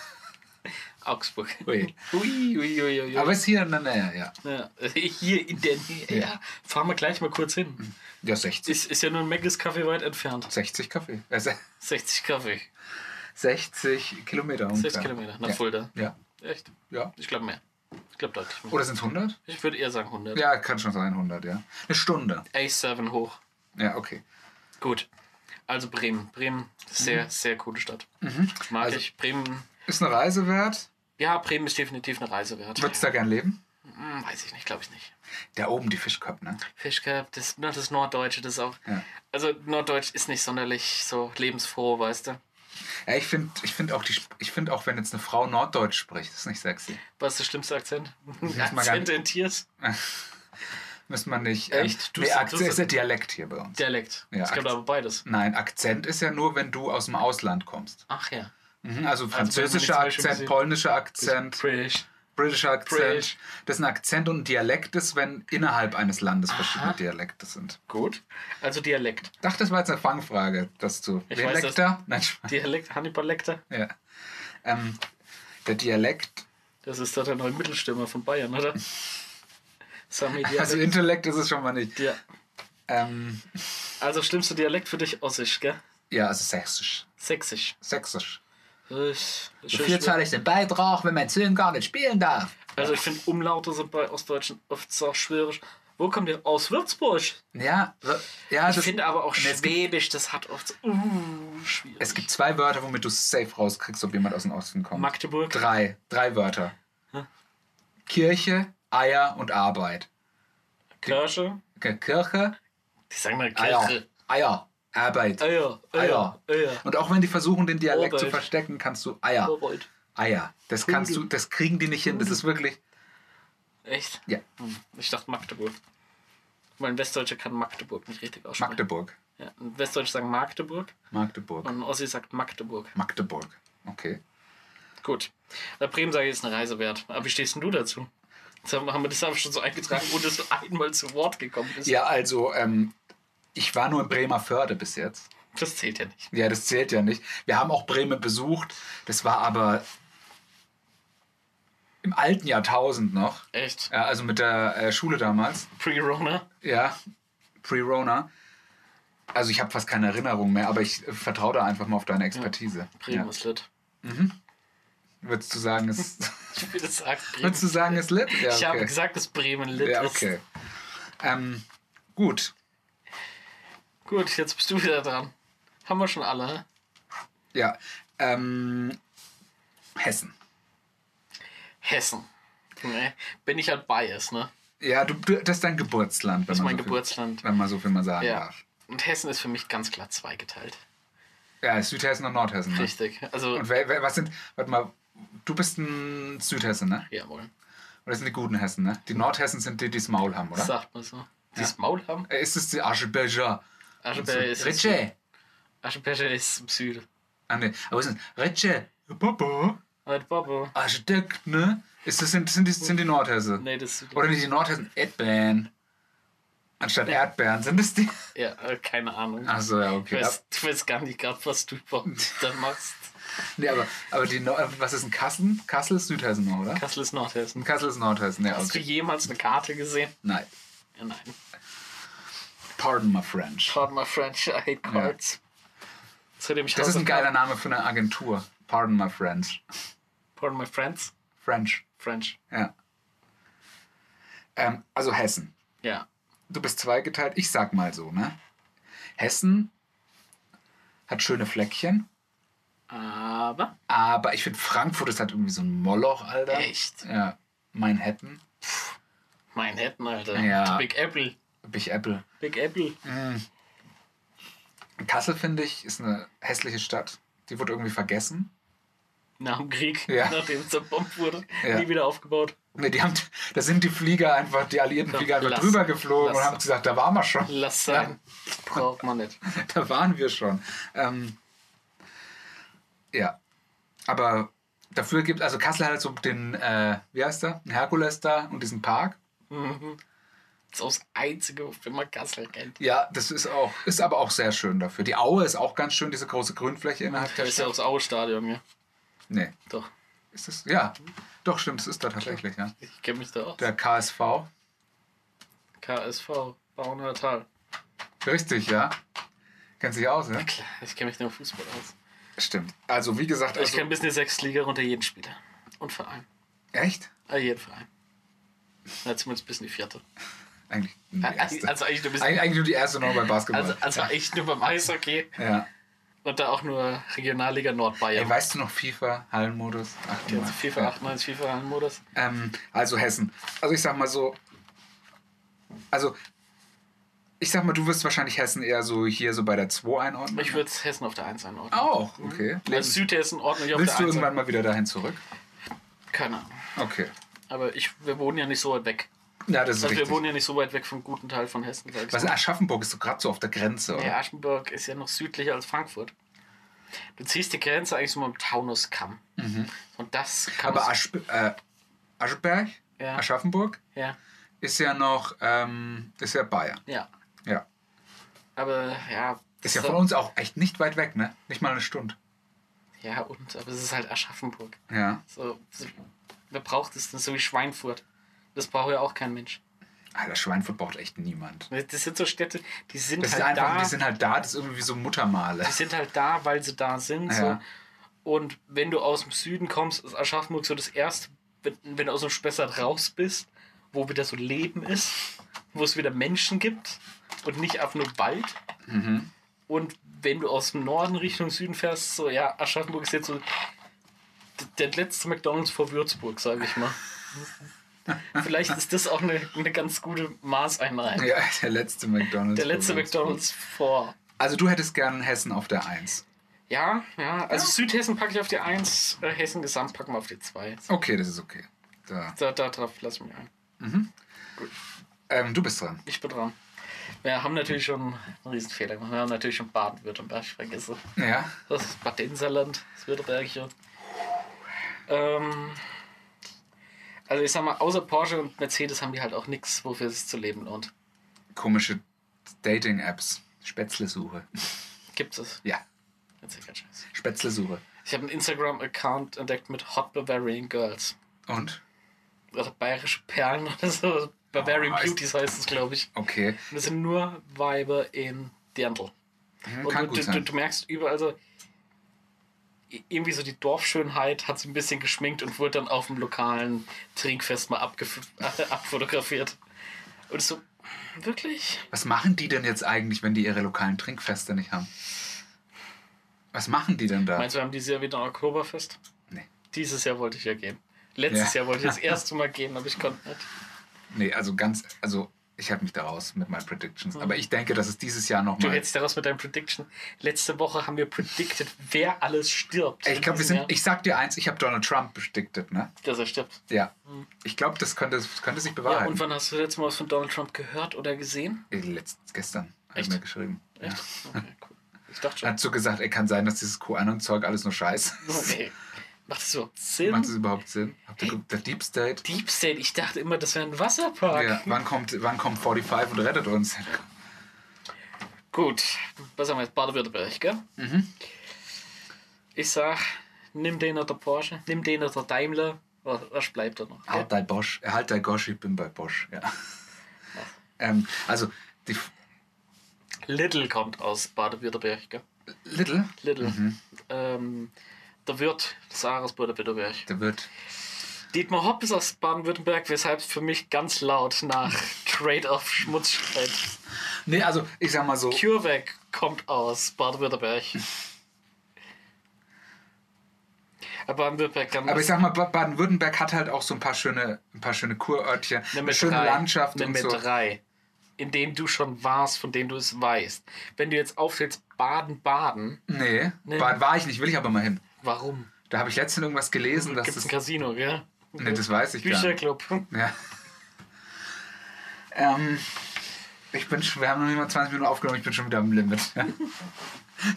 C: Augsburg.
A: Ui.
C: Ui, ui, ui, ui.
A: Aber ist hier in der Nähe, ja.
C: ja, hier in der Nähe. Ja. Fahren wir gleich mal kurz hin.
A: Ja, 60.
C: Ist, ist ja nur ein Meckes Kaffee weit entfernt.
A: 60 Kaffee. Äh, se-
C: 60 Kaffee.
A: 60 Kilometer ungefähr.
C: 60 Kilometer nach
A: ja.
C: Fulda.
A: Ja.
C: Echt?
A: ja.
C: Ich glaube mehr. Ich glaube deutlich mehr.
A: Oder sind es 100?
C: Ich würde eher sagen 100.
A: Ja, kann schon sein, 100, ja. Eine Stunde.
C: A7 hoch.
A: Ja, okay.
C: Gut. Also Bremen. Bremen, sehr, sehr coole Stadt. Mag
A: Mhm. Also-
C: ich. Bremen.
A: Ist eine Reise wert?
C: Ja, Bremen ist definitiv eine Reise wert.
A: Würdest du da gern leben?
C: Hm, weiß ich nicht, glaube ich nicht.
A: Da oben die Fischköpfe, ne?
C: Fischkörb, das, na, das Norddeutsche, das ist auch.
A: Ja.
C: Also Norddeutsch ist nicht sonderlich so lebensfroh, weißt du.
A: Ja, ich finde ich find auch, die Sp- ich find auch, wenn jetzt eine Frau Norddeutsch spricht, ist nicht sexy.
C: Was ist der schlimmste Akzent?
A: mal gar nicht-
C: Akzent in Tiers?
A: Müssen wir nicht.
C: Echt? Du-
A: Ähm, nee,
C: du-
A: Akzent
C: du-
A: ist der Dialekt hier bei uns.
C: Dialekt.
A: Ja,
C: es gibt
A: Akz-
C: aber beides.
A: Nein, Akzent ist ja nur, wenn du aus dem Ausland kommst.
C: Ach ja.
A: Mhm, also französischer
C: zum Beispiel
A: Akzent,
C: gesehen-
A: polnischer Akzent,
C: British.
A: britischer Akzent.
C: British.
A: Das ist ein Akzent und ein Dialekt ist, wenn innerhalb eines Landes verschiedene Dialekte sind.
C: Gut. Also Dialekt.
A: Ich dachte, das war jetzt eine Fangfrage, dass du.
C: Ich
A: Wen
C: weiß,
A: leckt
C: dass-
A: da? Nein, Spaß.
C: Dialekt, Hannibal Lecter.
A: ja. ähm, Der Dialekt.
C: Das ist doch der neue Mittelstürmer von Bayern, oder? Sami Dialekt.
A: Also
C: Also,
A: Intellekt ist es schon mal nicht.
C: ja.
A: Ähm,
C: also schlimmste Dialekt für dich Ossisch, gell?
A: ja, also sächsisch.
C: Sächsisch. Äh,
A: Sächsisch.
C: Ich, ich,
A: Vierteilig den Beitrag, wenn mein Film gar nicht spielen darf.
C: also ich finde Umlaute sind bei Ostdeutschen oft so schwierig. Wo kommt ihr? Aus Würzburg.
A: Ja, so- ja
C: Ich
A: das,
C: finde aber auch
A: Nee, Also es gibt-
C: Schwäbisch, das hat oft so, uh, schwierig.
A: es gibt zwei Wörter, womit du safe rauskriegst, ob jemand aus dem Osten kommt.
C: Magdeburg.
A: drei, drei Wörter. Kirche, Eier und Arbeit.
C: Kirche.
A: Okay, Kirche,
C: Die sagen mal
A: Eier,
C: Kirche.
A: Eier, Arbeit.
C: Eier. Eier.
A: Eier.
C: Eier.
A: Und auch wenn die versuchen, den Dialekt zu
C: Arbeit.
A: verstecken, kannst du Eier,
C: Arbeit.
A: Eier. Das kannst du, das kriegen die nicht hin. Das ist wirklich.
C: Echt?
A: Ja.
C: Hm. Ich dachte Magdeburg. Mein Westdeutscher kann Magdeburg nicht richtig aussprechen.
A: Magdeburg.
C: Ja, ein Westdeutscher sagt Magdeburg
A: Magdeburg.
C: und ein Ossi sagt Magdeburg.
A: Magdeburg. Okay.
C: Gut. Nach Bremen sage ich, ist eine Reise wert. Aber wie stehst denn du dazu? Jetzt haben haben wir das aber schon so eingetragen, ohne dass du einmal zu Wort gekommen bist.
A: Ja, also, ähm, ich war nur in Bremerförde bis jetzt.
C: Das zählt ja nicht.
A: Ja, das zählt ja nicht. Wir haben auch Bremen besucht. Das war aber im alten Jahrtausend noch.
C: Echt?
A: Ja, also mit der äh, Schule damals.
C: Pre-Rona?
A: Ja, pre-Rona. Also ich habe fast keine Erinnerung mehr, aber ich äh, vertraue da einfach mal auf deine Expertise.
C: Bremen
A: Ja.
C: ist lit.
A: Würdest du sagen, es
C: Ich würde sagen, Bremen.
A: würdest du sagen, es lit? Ja,
C: Ich habe
A: okay.
C: gesagt, dass Bremen lit
A: Ja, okay. Ähm, gut.
C: ist. Gut, jetzt bist du wieder dran. Haben wir schon alle, hä?
A: Ja. Ähm, Hessen.
C: Hessen. Nee. Bin ich halt biased, ne?
A: Ja, du, du, das ist dein Geburtsland, wenn,
C: Das ist
A: man
C: mein
A: so
C: Geburtsland.
A: Viel, wenn man so viel mal sagen
C: Ja.
A: darf.
C: Und Hessen ist für mich ganz klar zweigeteilt.
A: Ja, ist Südhessen und Nordhessen. Ne?
C: Richtig. Also,
A: Und wer, wer, was sind, warte mal, du bist ein Südhessen, ne?
C: jawohl.
A: Und das sind die guten Hessen, ne? Die Nordhessen sind die, die das Maul haben, oder?
C: Sagt man so. Dieses Maul haben?
A: Äh, Ist es die Aschebecher?
C: Aschebecher ist,
A: Ritsche.
C: Aschebecher ist im Süden.
A: Ah, ne. Aber was ist denn? Ritsche. Ja, Papa.
C: Und Halt, Bobo.
A: Aschedeck, ne? Ist das, sind, sind, die, sind die Nordhessen?
C: Nee, das ist.
A: Oder nicht die Nordhessen? Erdbeeren. Anstatt Erdbeeren sind es die.
C: Ja, äh, keine Ahnung.
A: Achso, Ah, ja,
C: Ich
A: okay. Ab,
C: weiß, ich weiß gar nicht gerade, was du überhaupt da machst.
A: nee, aber, aber die Nor was ist in Kassel? Kassel ist Südhessen, noch, oder?
C: Kassel ist Nordhessen.
A: Kassel ist Nordhessen, ja,
C: Hast du
A: okay.
C: jemals eine Karte gesehen?
A: Nein.
C: Ja, nein.
A: Pardon my French.
C: Pardon my French, I hate cards. Zudem ich
A: Das ist ein
C: Hausaufgaben-
A: geiler Name für eine Agentur. Pardon my French.
C: Pardon my friends.
A: French.
C: French.
A: Ja. Ähm, also Hessen.
C: Ja.
A: Du bist zweigeteilt. Ich sag mal so, ne? Hessen hat schöne Fleckchen,
C: Aber
A: aber ich finde Frankfurt ist halt irgendwie so ein Moloch, Alter.
C: Echt?
A: Ja. Manhattan.
C: Manhattan, Alter.
A: Ja.
C: Big Apple.
A: Big Apple.
C: Big Apple.
A: Kassel, finde ich, ist eine hässliche Stadt. Die wurde irgendwie vergessen.
C: Nach dem Krieg,
A: Ja.
C: nachdem es zerbombt wurde,
A: Ja.
C: nie wieder aufgebaut.
A: Ne, die haben, da sind die Flieger einfach, die alliierten
C: Komm,
A: Flieger einfach
C: lass-
A: drüber geflogen
C: lass-
A: und haben gesagt, da waren wir schon.
C: Lass sein. Braucht man nicht.
A: Da waren wir schon. Ähm, ja. Aber dafür gibt also Kassel hat halt so den, äh, wie heißt der? Den Herkules da und diesen Park.
C: Das ist auch das Einzige, wofür man Kassel kennt.
A: Ja, das ist auch, ist aber auch sehr schön dafür. Die Aue ist auch ganz schön, diese große Grünfläche innerhalb
C: Da
A: der
C: ist ja
A: Stadt.
C: auch das Aue-Stadion, ja.
A: Nee,
C: Doch,
A: ist das, ja. Doch, stimmt, das ist da tatsächlich, ja.
C: ich kenne mich da aus.
A: Der KSV.
C: KSV, Bauner Tal.
A: Richtig, ja. Kennst du dich aus, ja?
C: Klar, ich kenne mich nur im Fußball aus.
A: Stimmt. Also, wie gesagt,
C: ich
A: also,
C: kenne bis in die sechste Liga unter jeden Spieler. Und Verein.
A: echt?
C: Äh, jeden Verein. Na, zumindest bis in die vierte.
A: Eigentlich nur die erste.
C: Also eigentlich nur bis.
A: Eig- eigentlich nur die erste noch bei Basketball.
C: Also, also eigentlich nur beim Eishockey
A: ja.
C: und da auch nur Regionalliga Nordbayern.
A: Ey, weißt du noch FIFA, Hallenmodus? Ach, du
C: Jetzt
A: Mann.
C: FIFA 98, FIFA Hallenmodus.
A: Ähm, also Hessen. Also ich sag mal so. Also ich sag mal, du wirst wahrscheinlich Hessen eher so hier so bei der 2 einordnen.
C: Ich würde Hessen auf der 1 einordnen.
A: auch, okay.
C: Also Südhessen ordne ich auf
A: Willst du
C: der 1
A: irgendwann
C: ein.
A: mal wieder dahin zurück?
C: Keine Ahnung.
A: Okay.
C: Aber ich, wir wohnen ja nicht so weit weg.
A: Ja, das ist
C: Also wir
A: richtig.
C: wohnen ja nicht so weit weg vom guten Teil von Hessen. Sag ich
A: Was
C: mal.
A: in Aschaffenburg ist so gerade so auf der Grenze, oder?
C: Nee, Aschenburg ist ja noch südlicher als Frankfurt. Du ziehst die Grenze eigentlich so mit dem Taunuskamm. Und das kann
A: Mhm. Aber Asch äh, Aschberg,
C: Ja.
A: Aschaffenburg,
C: ja,
A: ist ja noch, ähm, ist ja Bayern.
C: ja.
A: Ja.
C: Aber ja.
A: Ist ja
C: so-
A: von uns auch echt nicht weit weg, ne? Nicht mal eine Stunde.
C: Ja, und, aber es ist halt Aschaffenburg.
A: Ja.
C: So, so, wer braucht es denn? So wie Schweinfurt. Das braucht ja auch kein Mensch.
A: Alter, Ah, Schweinfurt braucht echt niemand.
C: Das sind so Städte, die sind
A: Das
C: halt
A: ist einfach,
C: da.
A: die sind halt da, das ist irgendwie so Muttermale.
C: die sind halt da, weil sie da sind. So.
A: Ja.
C: Und wenn du aus dem Süden kommst, ist Aschaffenburg so das erste, wenn, wenn du aus dem Spessart raus bist, wo wieder so Leben ist, wo es wieder Menschen gibt und nicht einfach nur Wald.
A: Mhm.
C: Und wenn du aus dem Norden Richtung Süden fährst, so ja, Aschaffenburg ist jetzt so d- der letzte McDonalds vor Würzburg, sage ich mal. Vielleicht ist das auch eine, eine ganz gute Maßeinheit.
A: Ja, der letzte McDonalds.
C: halt Der letzte
A: Übrigens.
C: McDonalds vor
A: Also du hättest gern Hessen auf der 1.
C: Ja, ja. Also Südhessen packe ich auf die 1, äh, Hessen Gesamt packen wir auf die 2.
A: Okay, das ist okay. Da.
C: Da, da drauf lassen wir ein.
A: Ähm, du bist dran.
C: Ich bin dran. Wir haben natürlich schon einen Riesenfehler gemacht. Wir haben natürlich schon Baden-Württemberg vergessen.
A: Ja.
C: Das ist Bad Inserland, das Württembergische. Ähm, also ich sag mal, außer Porsche und Mercedes haben die halt auch nichts, wofür es zu leben lohnt.
A: Komische Dating-Apps. Spätzlesuche.
C: Gibt es.
A: Ja,
C: Erzähl keinen Scheiß.
A: Spätzlesuche.
C: Ich habe einen Instagram-Account entdeckt mit Hot Bavarian Girls.
A: Und?
C: Oder bayerische Perlen oder so. Bavarian
A: Oh, ist-
C: Beauties heißt es, glaube ich.
A: Okay.
C: Und Das sind nur Weiber in Dirndl.
A: Hm,
C: Und
A: Kann
C: du,
A: gut
C: du, du,
A: sein.
C: du merkst überall so, i- irgendwie so die Dorfschönheit hat sie ein bisschen geschminkt und wurde dann auf dem lokalen Trinkfest mal abgef- abfotografiert. Und so, wirklich?
A: Was machen die denn jetzt eigentlich, wenn die ihre lokalen Trinkfeste nicht haben? Was machen die denn da?
C: Meinst du, wir haben dieses Jahr wieder ein Oktoberfest?
A: nee.
C: Dieses Jahr wollte ich ja gehen. Letztes
A: Ja.
C: Jahr wollte ich das erste Mal gehen, aber ich konnte nicht.
A: nee, also ganz, also ich halte mich da raus mit meinen Predictions. Aber ich denke, dass es dieses Jahr
C: Hm. Du
A: nochmal.
C: hältst daraus mit deinem Prediction. Letzte Woche haben wir predicted, wer alles stirbt.
A: Ich glaube, wir
C: in
A: sind.
C: diesem
A: Ich sag dir eins, ich habe Donald Trump bestickt, ne?
C: Jahr, dass er stirbt.
A: Ja. Ich glaube, das könnte, das könnte sich
C: Mhm. Ja,
A: bewahrheiten.
C: und wann hast du letztes Mal was von Donald Trump gehört oder gesehen?
A: Äh, Letzt, gestern hat
C: Echt?
A: er mir geschrieben. Ja.
C: Echt? Okay, cool. Ich dachte
A: Er
C: schon. Oh,
A: hat so gesagt, ey, kann sein, dass dieses QAnon-Zeug alles nur Scheiß ist.
C: Nee. Macht das überhaupt Sinn?
A: Macht das überhaupt Sinn? Habt ihr geguckt, der Deep State?
C: Deep State, ich dachte immer, das wäre ein Wasserpark.
A: Ja, wann kommt, wann kommt 45 und rettet uns?
C: Gut, was haben wir jetzt? Baden-Württemberg, gell?
A: Mhm.
C: Ich sag, nimm den oder Porsche, nimm den oder Daimler, was, was bleibt da noch?
A: Halt dein Bosch, äh, halt dein Gosch, ich bin bei Bosch. Ja. Ähm, also, die F-
C: Little kommt aus Baden-Württemberg, gell?
A: Little,
C: Little.
A: Mhm.
C: Ähm, der Wirt des Ares Baden-Württemberg.
A: der wird.
C: Dietmar Hopp ist aus Baden-Württemberg, weshalb es für mich ganz laut nach Trade-off Schmutz schreit.
A: Nee, also, ich sag mal so,
C: CureVac kommt aus Baden-Württemberg. Aber Baden-Württemberg kann
A: aber ich sag mal, Ba- Baden-Württemberg hat halt auch so ein paar schöne, ein paar schöne Kurörtchen, eine, schöne Landschaft
C: eine
A: und so.
C: Metterei, in dem du schon warst, von dem du es weißt. Wenn du jetzt aufzählst, Baden-Baden,
A: Nee,
C: Nee.
A: Baden war ich nicht, will ich aber mal hin.
C: warum?
A: Da habe ich letztens irgendwas gelesen, dass
C: Gibt es
A: das.
C: ein Casino, gell?
A: Nee, das weiß ich gar nicht.
C: Bücherclub.
A: Ja. Ähm, ich bin schon, wir haben noch nicht mal 20 Minuten aufgenommen, ich bin schon wieder am Limit.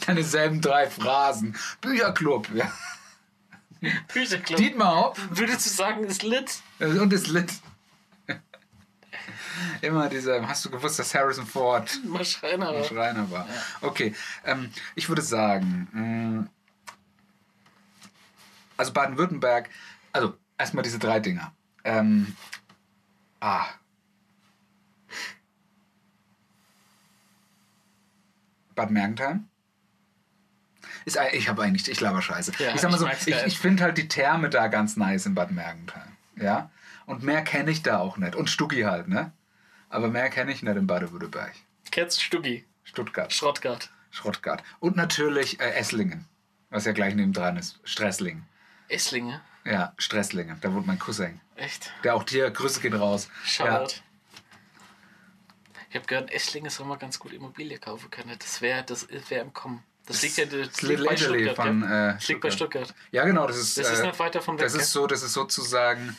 A: Deine selben drei Phrasen. Bücherclub. Ja.
C: Bücherclub.
A: Dietmar Hopp
C: Würdest du sagen, ist lit?
A: und ist lit. Immer dieser, hast du gewusst, dass Harrison Ford
C: Mal schreien, aber.
A: Schreiner war? Okay, ähm, ich würde sagen, mh, also Baden-Württemberg, also erstmal diese drei Dinger. Ähm, ah, Bad Mergentheim. Ist, ei- ich habe eigentlich, ich laber scheiße.
C: Ja,
A: ich sag mal
C: ich
A: so,
C: mag's
A: ich,
C: geil.
A: ich finde halt die Therme da ganz nice in Bad Mergentheim. Ja? Und mehr kenne ich da auch nicht. Und Stucki halt, ne? Aber mehr kenne ich nicht in Baden-Württemberg.
C: Kennst Stuggi,
A: Stuttgart, Sch
C: Schrottgart.
A: Schrottgart. Und natürlich äh, Esslingen, was ja gleich nebendran ist. Stresslingen.
C: Esslinge.
A: Ja, Stresslingen. Da wohnt mein Cousin.
C: Echt?
A: Der auch dir, Grüße gehen raus. Ja.
C: Shoutout. Ich habe gehört, in Esslingen soll man ganz gut Immobilie kaufen können. Das wäre das wär im Kommen. Das liegt ja das
A: Das
C: liegt
A: Little
C: bei
A: Italy
C: Stuttgart.
A: von
C: gell?
A: äh,
C: das liegt bei Stuttgart.
A: Ja, genau, das ist.
C: Das ist
A: äh,
C: nicht weiter von weg,
A: Das ist so, das ist sozusagen.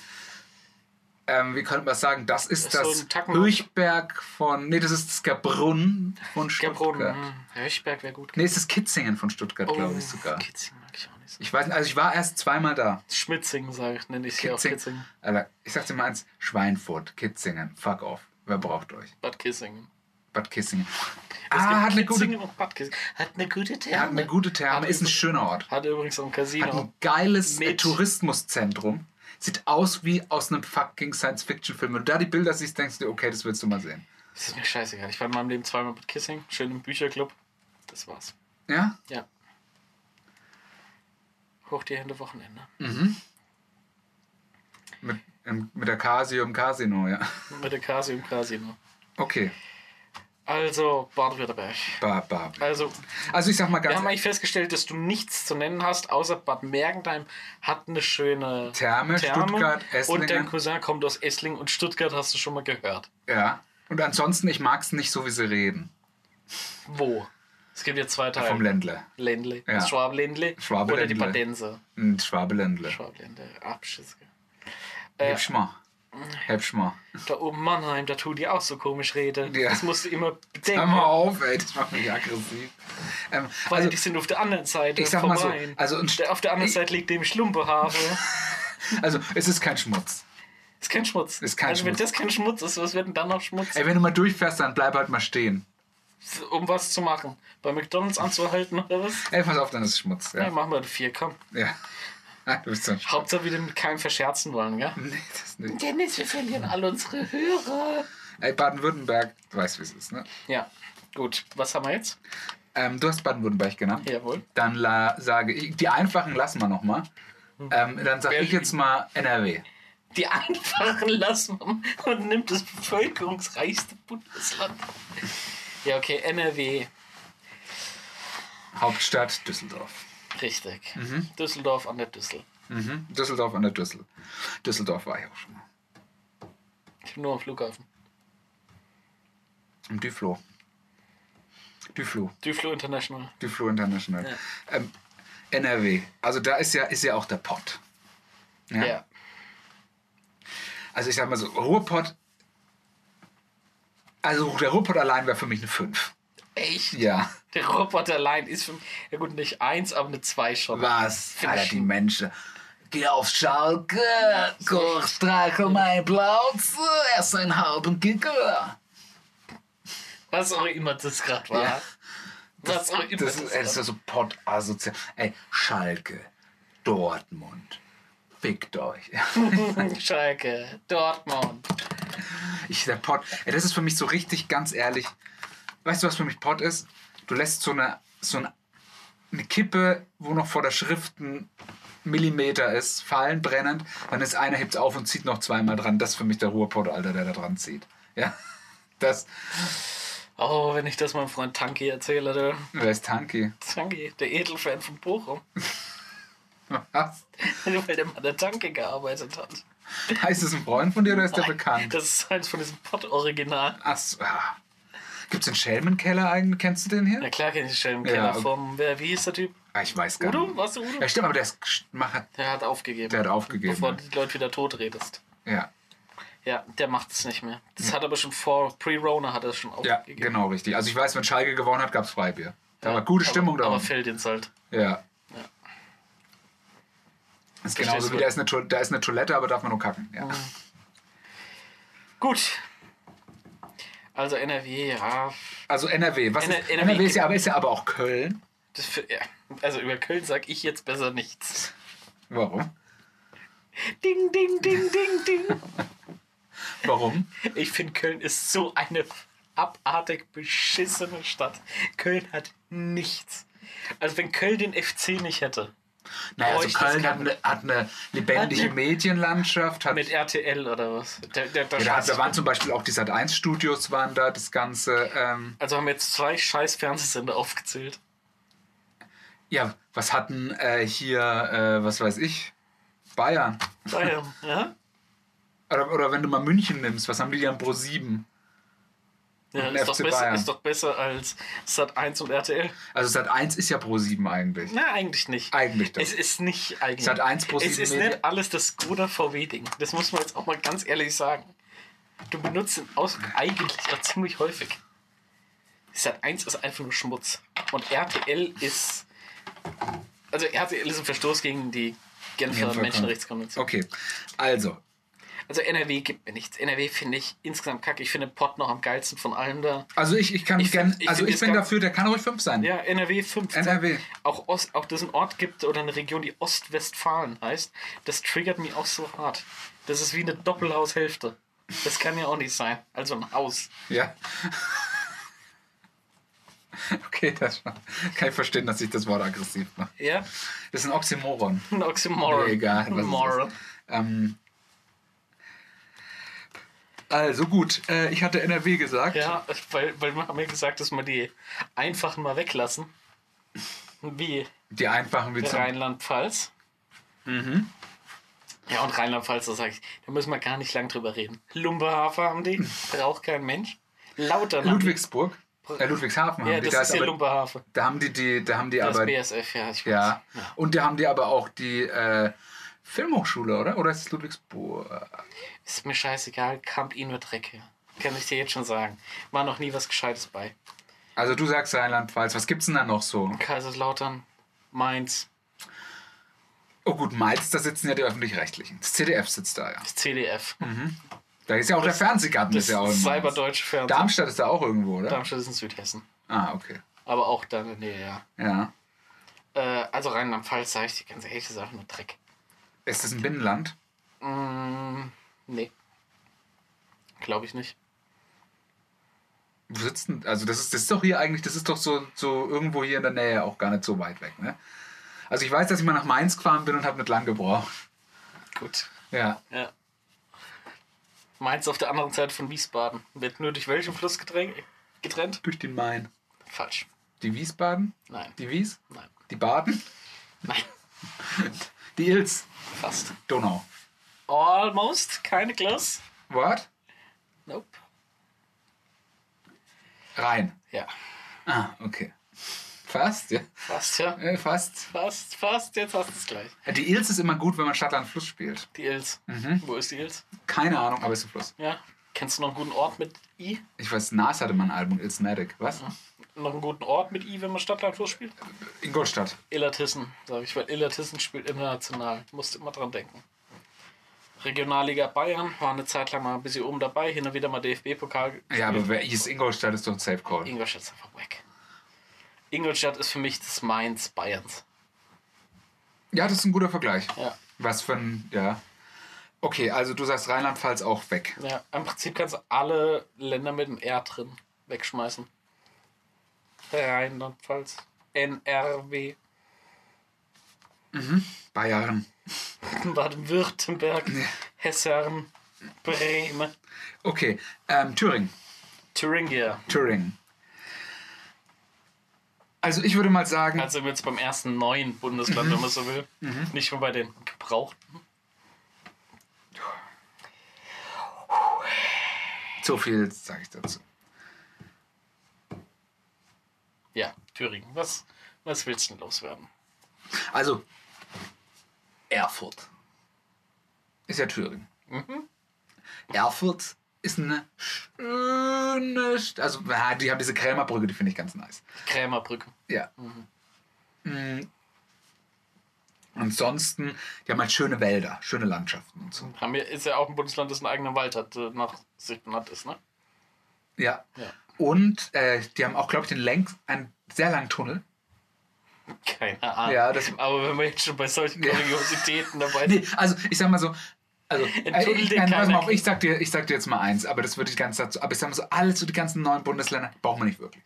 A: Ähm, wie könnte man sagen? Das ist
C: Das ist so
A: das,
C: ein Tacken-
A: Höchberg von. Nee, das ist das Gabrunn von Stuttgart.
C: Gabrun,
A: Gabrunn.
C: mh, Höchberg wäre hm, gut.
A: Nee, es ist Kitzingen von Stuttgart, glaube ich
C: mhm. Oh,
A: sogar.
C: Kitzingen mag ich auch nicht. so.
A: Ich weiß nicht, also ich war erst zweimal da.
C: Schmitzingen, sage ich, nenne ich hier auch Kitzingen.
A: Alter, ich sag dir mal eins: Schweinfurt, Kitzingen, fuck off. Wer braucht euch?
C: Bad Kissingen.
A: Bad Kissingen.
C: Es
A: ah, hat
C: gibt
A: eine, gute,
C: Kitzingen und Bad Kissingen. Hat eine gute Therme.
A: hat eine gute Therme,
C: Hat
A: ist ein
C: übrigens-
A: schöner Ort.
C: Hat übrigens auch ein
A: Hat
C: Casino.
A: ein geiles
C: Mit-
A: äh, Tourismuszentrum. Sieht aus wie aus einem fucking Science-Fiction-Film. Wenn du da die Bilder siehst, denkst du dir, okay, das willst du mal sehen.
C: Das ist mir scheißegal. Ich war in meinem Leben zweimal Bad Kissingen, schön im Bücherclub. Das war's.
A: Ja?
C: Ja. Hoch die Hände Wochenende.
A: Mit, im, mit der Casio im Casino, ja.
C: Mit der Casio im Casino.
A: Okay.
C: Also, Baden-Württemberg.
A: Ba, ba.
C: Also,
A: Also ich sag mal
C: wir
A: ganz
C: haben
A: ehrlich,
C: eigentlich festgestellt, dass du nichts zu nennen hast, außer Bad Mergentheim hat eine schöne
A: Therme, Stuttgart, Esslingen.
C: Und dein Cousin kommt aus Esslingen und Stuttgart hast du schon mal gehört.
A: ja. Und ansonsten, ich mag es nicht so, wie sie reden.
C: Wo? Es gibt ja zwei Teile.
A: Vom Ländler.
C: Ländle.
A: Ja.
C: Das Schwab-Ländle.
A: Schwabe
C: Oder die
A: Ländle.
C: Badense.
A: Ein Schwabeländler.
C: Schwab-Ländle. Abschüsse.
A: Äh, mal.
C: mm.
A: Hübsch mal.
C: Da oben Mannheim, da tun die auch so komisch reden.
A: Ja.
C: Das musst du immer
A: Hör
C: bedenken.
A: mal auf, ey, das macht mich aggressiv. Ähm,
C: Weil
A: also,
C: die sind auf der anderen Seite
A: ich sag mal so,
C: vorbei.
A: also, ein St-
C: auf der anderen
A: ich-
C: Seite liegt dem Schlumperhaare.
A: also es ist kein Schmutz.
C: ist kein Schmutz.
A: Ist kein
C: also wenn
A: Schmutz.
C: das kein Schmutz ist, was wird denn dann noch Schmutz?
A: Ey, wenn du mal durchfährst, dann bleib halt mal stehen.
C: Um was zu machen? Bei McDonalds anzuhalten oder was?
A: Ey, pass auf, dann ist es Schmutz.
C: Ja,
A: Ja.
C: machen wir eine vier, komm.
A: ja. Ah, Du bist so ein Sch
C: Hauptsache wieder mit keinem verscherzen wollen, gell?
A: Nee, das nicht.
C: Dennis, wir verlieren alle unsere Hörer.
A: Ey, Baden-Württemberg, du weißt, wie es ist, ne?
C: Ja, gut. Was haben wir jetzt?
A: Ähm, du hast Baden-Württemberg genannt.
C: Jawohl.
A: Dann la sage ich, die einfachen lassen wir nochmal. Ähm, dann sage ich
C: Berlin.
A: jetzt mal NRW.
C: Die einfachen lassen wir und nimmt das bevölkerungsreichste Bundesland. Ja, okay, NRW,
A: Hauptstadt Düsseldorf.
C: richtig. Düsseldorf an der Düssel.
A: Mhm. Düsseldorf an der Düssel. Düsseldorf war ich auch schon mal.
C: Ich bin nur am Flughafen.
A: Im Düflo. Düflo.
C: Düflo International.
A: Düflo International.
C: Ja.
A: Ähm, NRW. Also da ist ja, ist ja auch der Pott.
C: Ja.
A: Also ich sag mal so, Ruhrpott. Also der Ruhrpott allein wäre für mich eine 5.
C: Echt?
A: Ja.
C: Der Roboter allein ist für mich, ja gut, nicht eins, aber eine zwei schon.
A: Was?
C: Fisch.
A: Alter, die Menschen. Geh auf Schalke, um koch, streichel mein Blauz, ess einen halben Kicker.
C: Was auch immer das gerade war.
A: Ja.
C: Was auch immer
A: Das,
C: das,
A: ist- ey, das ist
C: grad-
A: ja so pottasozial. Ey, Schalke, Dortmund, fickt euch.
C: Schalke, Dortmund.
A: Ich, der Pott, ey, das ist für mich so richtig, ganz ehrlich. Weißt du, was für mich Pott ist? Du lässt so eine, so eine, eine Kippe, wo noch vor der Schrift ein Millimeter ist, fallen, brennend. Dann ist einer, hebt auf und zieht noch zweimal dran. Das ist für mich der Ruhrpott, Alter, der da dran zieht. Ja, das,
C: Oh, wenn ich das meinem Freund Tanki erzähle, der
A: wer ist Tanki?
C: Tanki, der Edelfan von Bochum,
A: Was?
C: weil der mal an der Tanke gearbeitet hat.
A: Heißt es ein Freund von dir oder ist der bekannt?
C: Das ist eins von diesen Pott-Original.
A: Ach so, ah. Gibt's den Schelmenkeller eigentlich? Kennst du den hier?
C: Na klar kenne ich Sheldon
A: Ja.
C: Keller vom, wer, wie hieß der Typ?
A: Ah, ich weiß gar
C: Udo?
A: nicht.
C: Warst du Udo?
A: Ja, stimmt, aber der, ist, macht-
C: Der hat aufgegeben.
A: der hat aufgegeben.
C: Bevor du die Leute wieder tot redest.
A: Ja.
C: Ja, der macht es nicht mehr. Das hat aber schon vor, pre-Rona hat er schon
A: Ja,
C: aufgegeben.
A: genau, richtig. Also ich weiß, wenn Schalke gewonnen hat, gab es Freibier. Da war gute Stimmung
C: aber,
A: da.
C: Aber
A: unten.
C: fällt ins halt.
A: Ja. Das ist genauso
C: Verstehst du?
A: wie, da ist, eine, Toil- da ist eine Toilette, aber darf man nur kacken.
C: Mhm.
A: Ja.
C: Gut. Also NRW, ja.
A: Also NRW, was
C: NR-
A: ist,
C: NRW
A: NRW, ist, ja, aber, ist ja aber auch Köln.
C: Das für, ja. Also über Köln sag ich jetzt besser nichts.
A: Warum?
C: Ding, ding, ding, ding, ding.
A: Warum?
C: Ich finde, Köln ist so eine abartig beschissene Stadt. Köln hat nichts. Also wenn Köln den FC nicht hätte,
A: Naja, also
C: Bräuchte es
A: Köln
C: gar
A: hat eine, hat eine lebendige
C: Hat eine-
A: Medienlandschaft. Hat,
C: mit RTL oder was? Der, der, der
A: ja,
C: Scheiß-
A: da waren zum Beispiel auch die Sat1-Studios, waren da das Ganze. Ähm,
C: also haben wir jetzt zwei scheiß Fernsehsender aufgezählt.
A: ja, was hatten äh, hier, äh, was weiß ich, Bayern?
C: Bayern, ja?
A: Oder, oder wenn du mal München nimmst, was haben die denn pro 7?
C: ja
A: Und
C: ist, doch
A: FC
C: besser,
A: Bayern.
C: ist doch besser als Sat 1 und RTL.
A: Also Sat 1 ist ja Pro 7 eigentlich.
C: Na, eigentlich nicht.
A: Eigentlich doch.
C: Es ist nicht eigentlich.
A: Sat.1 plus
C: Es
A: 7
C: ist
A: Media.
C: nicht alles das Skoda VW-Ding. Das muss man jetzt auch mal ganz ehrlich sagen. Du benutzt den Ausdruck eigentlich auch ziemlich häufig. Sat 1 ist einfach nur Schmutz. Und RTL ist. Also RTL ist ein Verstoß gegen die Genfer
A: Genfer Kon-
C: Menschenrechtskonvention.
A: Okay, also,
C: Also NRW gibt mir nichts. NRW finde ich insgesamt kacke. Ich finde Pott noch am geilsten von allen da.
A: also ich, ich kann
C: Ich
A: gern,
C: find- ich
A: also
C: find
A: ich
C: das
A: bin
C: ganz-
A: dafür, der kann ruhig 5 sein.
C: Ja, NRW 5.
A: NRW.
C: Auch, Ost, auch dass es einen Ort gibt oder eine Region, die Ostwestfalen heißt, das triggert mich auch so hart. Das ist wie eine Doppelhaushälfte. Das kann ja auch nicht sein. Also ein Haus.
A: Ja. okay, das war- kann ich verstehen, dass ich das Wort aggressiv mache.
C: Ja?
A: Das ist ein Oxymoron.
C: Ein Oxymoron.
A: Nee, egal, was es ist.
C: Moron.
A: Ähm, also gut, äh, ich hatte NRW gesagt.
C: Ja, weil, weil wir haben ja gesagt, dass wir die einfachen mal weglassen. Wie
A: Die einfachen wie zum
C: Rheinland-Pfalz.
A: Mhm.
C: Ja, und Rheinland-Pfalz, da sage ich, da müssen wir gar nicht lang drüber reden. Lumberhafer haben die, braucht kein Mensch. Lautern haben die-
A: Ludwigsburg. Äh, Ludwigshafen
C: Ja,
A: haben die.
C: das
A: Da
C: ist der
A: aber,
C: Lumberhafen.
A: da haben die, die, da haben die
C: Das
A: aber
C: BSF, ja, ich weiß.
A: Ja. Und da haben die aber auch die, äh, Filmhochschule, oder? Oder ist es Ludwigsburg?
C: Ist mir scheißegal, kramt ihn nur Dreck her. Kann ich dir jetzt schon sagen. War noch nie was Gescheites bei.
A: Also du sagst Rheinland-Pfalz, was gibt's denn da noch so?
C: Kaiserslautern, Mainz,
A: Oh gut, Malz, da sitzen ja die Öffentlich-Rechtlichen. Das CDF sitzt da, ja.
C: das CDF,
A: Da ist ja auch der Fernsehgarten,
C: das
A: ist ja auch in Malz.
C: cyberdeutsche Fernsehen.
A: Darmstadt ist da auch irgendwo, oder?
C: Darmstadt ist in Südhessen.
A: Ah, okay.
C: Aber auch da in der Nähe, ja.
A: Ja.
C: Äh, also Rheinland-Pfalz, sage ich dir ganz ehrlich, das ist einfach nur Dreck.
A: Ist das ein Binnenland?
C: Mm, nee. Glaube ich nicht.
A: Wo sitzt denn, also das ist, das ist doch hier eigentlich, das ist doch so, so irgendwo hier in der Nähe auch gar nicht so weit weg, ne? Also ich weiß, dass ich mal nach Mainz gefahren bin und habe nicht lang gebraucht.
C: Gut.
A: Ja.
C: Ja. Mainz auf der anderen Seite von Wiesbaden. Wird nur durch welchen Fluss gedrängt- getrennt?
A: Durch den Main.
C: Falsch.
A: Die Wiesbaden?
C: Nein.
A: Die Wies?
C: Nein.
A: Die Baden?
C: Nein.
A: Die Ilz?
C: Fast.
A: Donau.
C: Almost. Keine Klaus.
A: What?
C: Nope.
A: Rhein.
C: Ja.
A: Ah, okay. Fast, ja.
C: Fast, ja.
A: Äh, fast.
C: Fast, fast. Jetzt hast du es gleich.
A: Die Ilz ist immer gut, wenn man Stadtland Fluss spielt.
C: Die Ils. Wo ist die Ils?
A: Keine Ahnung, aber ist ein Fluss.
C: Ja. Kennst du noch einen guten Ort mit I?
A: Ich weiß, Nas hatte mal ein Album, Ilz Medic. Was?
C: Noch einen guten Ort mit I, wenn man Stadtlandfluss spielt?
A: Ingolstadt.
C: Illertissen, sage ich, weil Illertissen spielt international. Musst immer dran denken. Regionalliga Bayern war eine Zeit lang mal ein bisschen oben dabei, hin und wieder mal DFB-Pokal.
A: Ja, aber wer ist Ingolstadt, ist doch ein Safe Call.
C: Ingolstadt ist einfach weg. Ingolstadt ist für mich das Mainz Bayerns.
A: Ja, das ist ein guter Vergleich.
C: Ja.
A: Was für ein, ja. Okay, also du sagst Rheinland-Pfalz auch weg.
C: ja Im Prinzip kannst du alle Länder mit dem R drin wegschmeißen. Rheinland-Pfalz, NRW,
A: Bayern.
C: Baden-Württemberg, Hessen, Bremen,
A: Okay, ähm, Thüringen.
C: Thuringia.
A: Thüringen. Also ich würde mal sagen,
C: Also sind wir jetzt beim ersten neuen Bundesland, wenn man so will.
A: Mhm.
C: Nicht nur bei den gebrauchten.
A: so viel sage ich dazu.
C: Ja, Thüringen. Was, was willst du denn loswerden?
A: Also, Erfurt ist ja Thüringen. Erfurt ist eine schöne St Also, ja, die haben diese Krämerbrücke, die finde ich ganz nice.
C: Krämerbrücke.
A: Ja. Mm. Ansonsten, die haben halt schöne Wälder, schöne Landschaften und so.
C: Haben wir, ist ja auch ein Bundesland, das einen eigenen Wald hat, äh, nach sich benannt ist, ne?
A: Ja.
C: Ja.
A: Und äh, die haben auch, glaube ich, den längst, einen sehr langen Tunnel.
C: Keine Ahnung.
A: Ja, das-
C: Aber wenn wir jetzt schon bei solchen
A: Ja.
C: Kuriositäten dabei sind,
A: Nee, also ich sag mal so. Also, äh,
C: Tunnel,
A: ich,
C: den
A: nein,
C: keiner
A: pass mal auf,
C: kennt.
A: ich, sag dir, ich sag dir jetzt mal eins, aber das würde ich ganz dazu. Aber ich sag mal so, alle so die ganzen neuen Bundesländer brauchen wir nicht wirklich.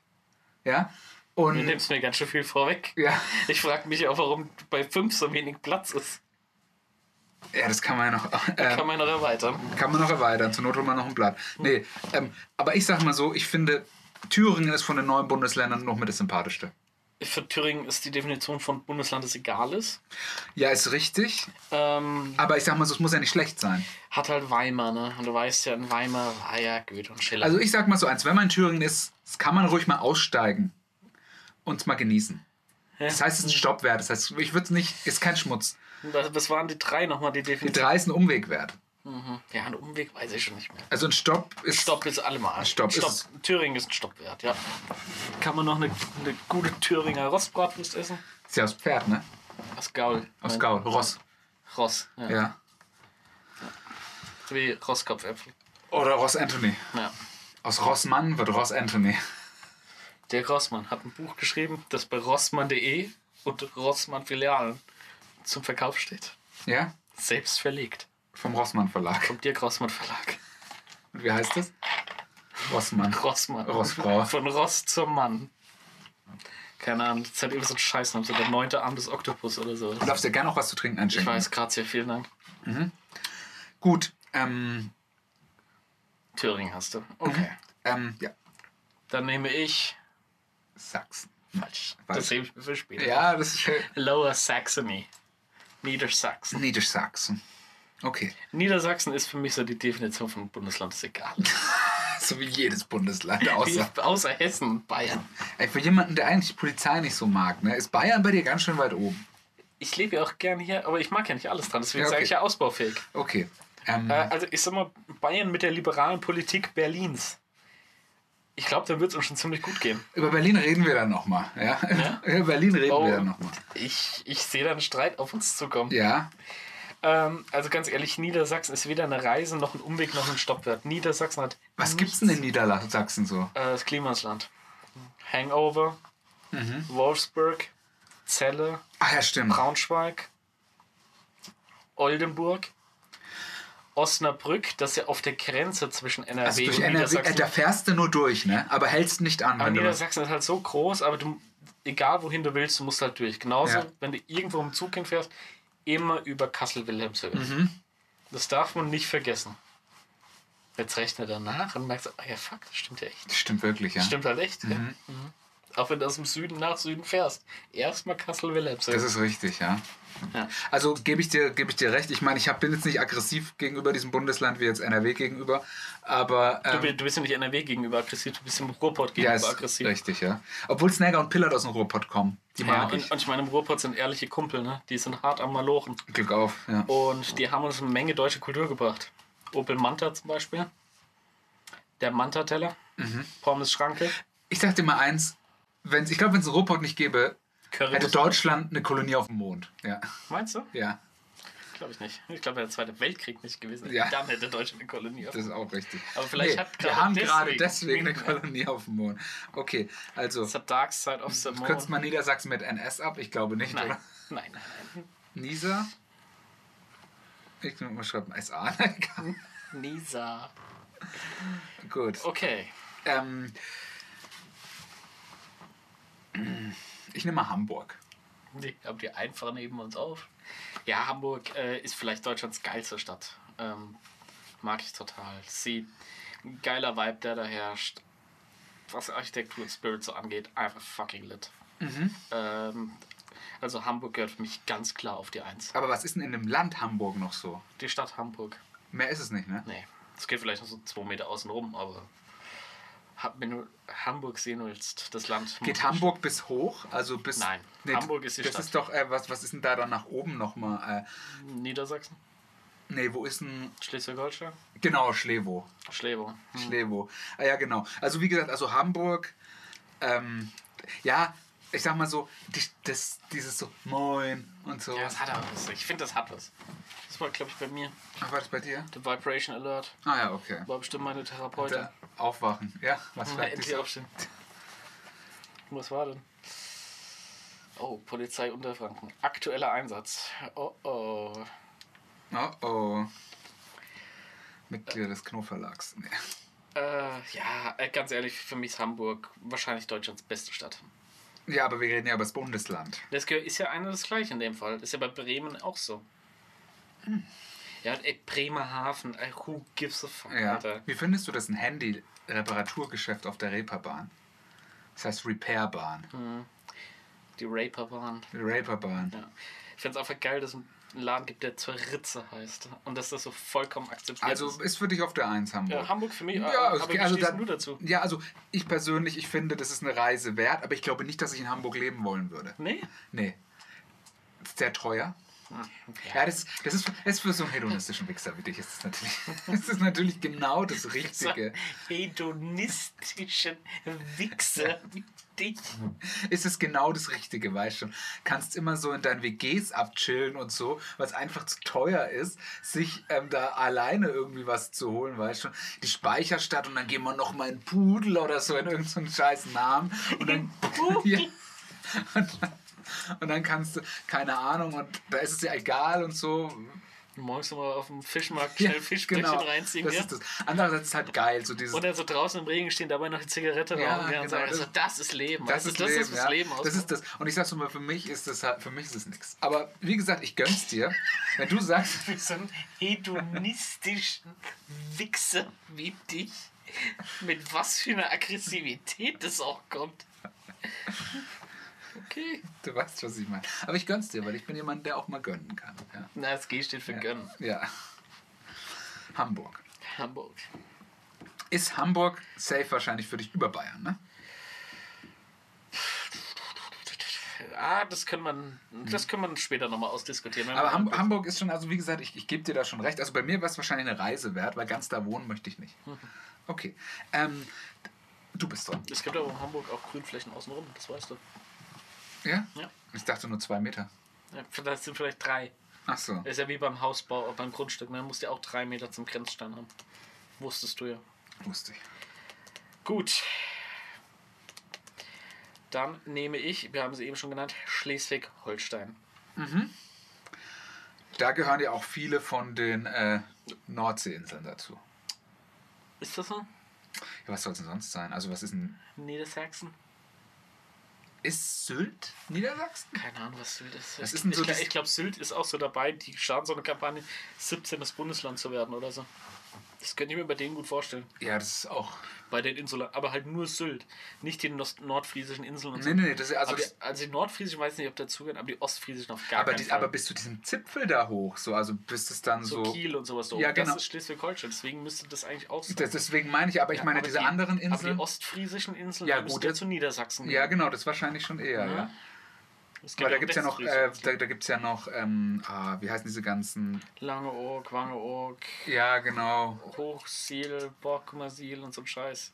A: Ja?
C: du
A: Und
C: nimmst mir ganz schön viel vorweg.
A: ja,
C: Ich frage mich auch, warum bei fünf so wenig Platz ist.
A: ja, das kann man ja noch, äh,
C: Kann man noch erweitern.
A: kann man noch erweitern. Zur Not holt man noch ein Blatt. Nee, ähm, aber ich sag mal so, ich finde, Thüringen ist von den neuen Bundesländern noch mit das Sympathischste.
C: Für Thüringen ist die Definition von Bundesland, das egal ist.
A: Ja, ist richtig,
C: Ähm,
A: aber ich sag mal so, es muss ja nicht schlecht sein.
C: hat halt Weimar, ne? Und du weißt ja, in Weimar war ja Goethe und Schiller.
A: Also ich sag mal so eins, wenn man in Thüringen ist, das kann man ruhig mal aussteigen und es mal genießen. Das heißt,
C: Hm.
A: es ist ein Stoppwert. Das heißt, ich würde es nicht, ist kein Schmutz.
C: Was, was waren die drei nochmal, die
A: Die
C: Definition?
A: 3 ist ein Umwegwert.
C: Ja, einen Umweg weiß ich schon nicht mehr.
A: Also ein Stopp ist.
C: Stopp ist allemal.
A: Stopp
C: Stopp.
A: ist-
C: Thüringen ist ein Stoppwert, ja. Kann man noch eine, eine gute Thüringer Rostbratwurst essen?
A: Ist ja aus Pferd, ne?
C: Aus Gaul.
A: Aus
C: Nein,
A: Gaul. Ross.
C: Ross. Ja.
A: Ja.
C: Wie Rosskopfäpfel.
A: Oder Ross Anthony.
C: Ja.
A: Aus Rossmann wird Ross Anthony.
C: Der Rossmann hat ein Buch geschrieben, das bei rossmann.de und Rossmann Filialen zum Verkauf steht.
A: Ja?
C: Selbst verlegt.
A: Vom Rossmann Verlag.
C: Vom Dirk Rossmann Verlag.
A: Und wie heißt das? Rossmann.
C: Rossmann.
A: Rossfrau.
C: Von Ross zum Mann. Keine Ahnung, das hat eben so einen Scheißnamen, so der neunte Arm des Oktopus oder so.
A: Du darfst dir gerne auch was zu trinken
C: Ich
A: einschenken.
C: weiß, grazie, vielen Dank.
A: Gut. Ähm,
C: Thüringen hast du. Okay.
A: ähm, ja.
C: Dann nehme ich.
A: Sachsen.
C: Falsch.
A: Falsch.
C: Das hebe ich mir für später.
A: Ja, das ist schön.
C: Lower Saxony. Niedersachsen.
A: Niedersachsen. Okay.
C: Niedersachsen ist für mich so die Definition von Bundesland, ist egal.
A: So wie jedes Bundesland
C: Wie-
A: außer.
C: Außer Hessen und Bayern.
A: Ey, für jemanden, der eigentlich die Polizei nicht so mag, ne, ist Bayern bei dir ganz schön weit oben.
C: ich lebe ja auch gerne hier, aber ich mag ja nicht alles dran, deswegen
A: Ja, okay. Mhm.
C: sage ich ja ausbaufähig.
A: Okay. Ähm,
C: Äh, also ich sag mal, Bayern mit der liberalen Politik Berlins. Ich glaube, dann wird es uns schon ziemlich gut gehen.
A: über Berlin reden wir dann nochmal. Ja? Über Berlin reden
C: Oh.
A: wir dann nochmal.
C: Ich, ich sehe da einen Streit auf uns zukommen.
A: Ja.
C: Ähm, also ganz ehrlich, Niedersachsen ist weder eine Reise noch ein Umweg noch ein Stoppwert. Niedersachsen hat
A: Was gibt's denn in Niedersachsen so?
C: äh, das Klimasland. Hangover,
A: Mhm.
C: Wolfsburg, Celle,
A: Ach Ah, ja, stimmt.
C: Braunschweig, Oldenburg, Osnabrück, das ist ja auf der Grenze zwischen NRW
A: Also durch
C: und
A: NRW, äh,
C: Niedersachsen.
A: da fährst du nur durch, ne? Aber hältst nicht an.
C: aber
A: wenn du-
C: Niedersachsen ist halt so groß, aber du, egal wohin du willst, du musst halt durch. Genauso,
A: Ja.
C: wenn du irgendwo im Zug hinfährst, immer über Kassel-Wilhelmshöhe.
A: Mhm.
C: Das darf man nicht vergessen. Jetzt rechne danach und merkst, ah ja, fuck, das stimmt ja echt.
A: Das stimmt wirklich, ja.
C: Das stimmt halt echt. Ja. Mhm. Auch wenn du aus dem Süden nach Süden fährst. Erstmal Kassel-Wilhelmshöhe.
A: Das ist richtig, ja.
C: Ja.
A: Also gebe ich, dir, gebe ich dir recht. Ich meine, ich hab, bin jetzt nicht aggressiv gegenüber diesem Bundesland wie jetzt NRW gegenüber, aber.
C: Du,
A: Ähm,
C: bi- du bist ja nicht NRW gegenüber aggressiv, du bist dem Ruhrpott
A: ja,
C: gegenüber
A: ist
C: aggressiv.
A: richtig, ja. Obwohl Snagger und Pillard aus dem Ruhrpott kommen. Die
C: Ja,
A: mag ich.
C: und, und ich meine, im Ruhrpott sind ehrliche Kumpel, ne? Die sind hart am Malochen.
A: Glück auf, ja.
C: Und die haben uns eine Menge deutsche Kultur gebracht. Opel Manta zum Beispiel. Der Manta-Teller.
A: Mhm.
C: Pommes Schranke.
A: Ich dachte mal eins, wenn's, ich glaube, wenn es einen Ruhrpott nicht gäbe,
C: Curry.
A: hätte Deutschland eine Kolonie auf dem Mond. Ja,
C: Meinst du?
A: ja
C: Glaube ich nicht. Ich glaube, wäre der Zweite Weltkrieg nicht gewesen.
A: Ja.
C: Dann hätte Deutschland eine Kolonie.
A: das ist auch richtig.
C: Aber vielleicht hat
A: wir
C: gerade
A: haben gerade
C: deswegen-
A: deswegen eine Kolonie auf dem Mond. Okay, also,
C: Das hat Dark Side of the
A: kürzt mal
C: Moon.
A: Niedersachsen mit NS ab? Ich glaube nicht,
C: Nein,
A: oder?
C: nein, nein, nein.
A: Nisa? Ich nehme mal schreiben SA. Egal.
C: Nisa.
A: Gut.
C: Okay.
A: Ähm, ich nehme mal Hamburg.
C: Die haben die einfach neben uns auf. Ja, Hamburg äh, ist vielleicht Deutschlands geilste Stadt. Ähm, mag ich total. Sie, ein geiler Vibe, der da herrscht. Was Architektur und Spirit so angeht, einfach fucking lit. Ähm, also Hamburg gehört für mich ganz klar auf die Eins.
A: Aber was ist denn in dem Land Hamburg noch so?
C: Die Stadt Hamburg.
A: Mehr ist es nicht, ne?
C: Nee, es geht vielleicht noch so zwei Meter außen rum, aber hab, wenn du Hamburg sehen willst, das Land.
A: Geht Hamburg bis hoch? Also bis.
C: Nein, Hamburg ist die
A: Das
C: Stadt.
A: ist doch, äh, was, was ist denn da dann nach oben nochmal?
C: Niedersachsen,
A: Äh, nee, wo ist denn.
C: Schleswig-Holstein,
A: Genau, Schlewo.
C: Schlewo.
A: Schlewo. Ah ja, genau. Also wie gesagt, also Hamburg, ähm, ja, ich sag mal so, die, das, dieses so Moin und so.
C: Ja, das hat aber was. Ich finde, das hat was. Das war, glaube ich, bei mir.
A: Ach, war das bei dir?
C: The Vibration Alert.
A: Ah ja, okay.
C: War bestimmt meine Therapeutin.
A: Da, aufwachen. Ja, was
C: Na,
A: war
C: endlich aufstehen. Was war denn? Oh, Polizei Unterfranken. Aktueller Einsatz. Oh oh.
A: Oh oh. Mitglieder des Knurrverlags. Nee.
C: Äh, ja, äh, ganz ehrlich, für mich ist Hamburg wahrscheinlich Deutschlands beste Stadt.
A: Ja, aber wir reden ja über das Bundesland.
C: Das gehört- ist ja einer das gleiche in dem Fall. Ist ja bei Bremen auch so.
A: Hm.
C: Ja, ey, Bremerhaven, ey, who gives a fuck,
A: Ja.
C: Alter.
A: Wie findest du das ein Handy-Reparaturgeschäft auf der Reeperbahn? Das heißt Repairbahn.
C: Hm. Die Raperbahn.
A: Reeperbahn.
C: Ja. Ich finde es einfach geil, dass es einen Laden gibt, der zur Ritze heißt. Und dass das so vollkommen akzeptiert
A: Also
C: ist.
A: ist für dich auf der Eins Hamburg.
C: Ja, Hamburg für mich, äh, ja,
A: Ja,
C: aber
A: okay,
C: wie
A: also
C: stehst
A: dann,
C: du dazu?
A: Ja, also ich persönlich, ich finde, das ist eine Reise wert, aber ich glaube nicht, dass ich in Hamburg leben wollen würde.
C: Nee?
A: Nee. Ist Sehr teuer.
C: Ah,
A: Ja, das, das, ist, das ist für so einen hedonistischen Wichser wie dich. Ist das, natürlich, das ist natürlich genau das
C: So
A: Richtige.
C: hedonistischen Wichser wie dich.
A: Ist es genau das Richtige, weißt schon. Kannst immer so in deinen WGs abchillen und so, was einfach zu teuer ist, sich ähm, da alleine irgendwie was zu holen, weißt schon. Die Speicherstadt und dann gehen wir nochmal in Pudel oder so, in irgendeinen so einen scheiß Namen. Und dann, ja, und, dann, und dann kannst du, keine Ahnung, und da ist es ja egal und so.
C: Morgens nochmal auf dem Fischmarkt schnell Fischbrötchen reinziehen.
A: genau. Das
C: ja?
A: ist das. Andererseits ist es halt geil, so dieses.
C: Und dann so draußen im Regen stehen, dabei noch eine Zigarette
A: Ja,
C: rauchen. Ja, und
A: genau,
C: sagen,
A: das-
C: also, das ist Leben.
A: Das
C: also,
A: ist
C: das
A: Leben,
C: ist was
A: ja.
C: Leben
A: Das ist
C: ausmacht.
A: das. Und ich sag's mal, für mich ist das halt, für mich ist es nichts. Aber wie gesagt, ich gönn's dir. Wenn du sagst,
C: Für so einen hedonistischen Wichser wie dich. Mit was für einer Aggressivität das auch kommt. Okay.
A: du weißt, was ich meine. Aber ich gönn's dir, weil ich bin jemand, der auch mal gönnen kann. Ja.
C: Na, das G steht für Gönnen.
A: ja. Hamburg.
C: Hamburg.
A: Ist Hamburg safe wahrscheinlich für dich über Bayern, ne?
C: ah, das kann man, das kann man später nochmal ausdiskutieren. wenn
A: Aber
C: man-
A: Ham Hamburg ist schon, also wie gesagt, ich, ich gebe dir da schon recht. Also bei mir wäre es wahrscheinlich eine Reise wert, weil ganz da wohnen möchte ich nicht.
C: Mhm.
A: Okay. Ähm, du bist dran.
C: es gibt aber in Hamburg auch Grünflächen außenrum, das weißt du.
A: Ja?
C: Ja.
A: Ich dachte nur zwei Meter.
C: Ja, Das sind vielleicht drei.
A: Ach so.
C: Das ist ja wie beim Hausbau, beim Grundstück. Man muss ja auch drei Meter zum Grenzstein haben. Wusstest du ja.
A: Wusste ich.
C: Gut. Dann nehme ich, wir haben sie eben schon genannt, Schleswig-Holstein.
A: Da gehören ja auch viele von den äh, Nordseeinseln dazu.
C: Ist das so?
A: Ja, was soll es denn sonst sein? Also was ist denn...
C: Niedersachsen?
A: Ist Sylt Niedersachsen?
C: Keine Ahnung, was Sylt ist.
A: Was
C: ich
A: ist denn so
C: ich, glaub-
A: das-
C: ich glaube, Sylt ist auch so dabei, die starten so eine Kampagne, 17. Bundesland zu werden oder so. Das könnte ich mir bei denen gut vorstellen.
A: Ja, das ist auch...
C: Bei den Insuln, aber halt nur Sylt. Nicht die Nost- nordfriesischen Inseln und so.
A: Nee, nee, nee. Das ist, also,
C: aber die,
A: das,
C: also die nordfriesischen weiß nicht, ob dazugehören, aber die ostfriesischen auf gar
A: aber,
C: keinen
A: die,
C: Fall.
A: aber bis zu diesem Zipfel da hoch, so, also bis es dann
C: so,
A: so...
C: Kiel und sowas da
A: Ja,
C: oben.
A: genau.
C: Das ist Schleswig-Holstein, deswegen müsste das eigentlich auch sein.
A: Das, deswegen meine ich, aber ich
C: Ja,
A: meine
C: aber
A: diese
C: die-
A: anderen
C: Aber
A: Inseln...
C: die ostfriesischen Inseln
A: Ja,
C: ja, müssen
A: gut,
C: ja
A: das-
C: zu Niedersachsen
A: Ja, genau, das wahrscheinlich schon eher,
C: Mhm.
A: ja.
C: Es um
A: Weil da gibt es ja noch, äh,
C: Westfriesen.
A: da, da gibt's ja noch ähm, ah, wie heißen diese ganzen...
C: Langeoog, Wangeoog,
A: Ja, genau.
C: Hochsiel, Borkmasil und so ein Scheiß.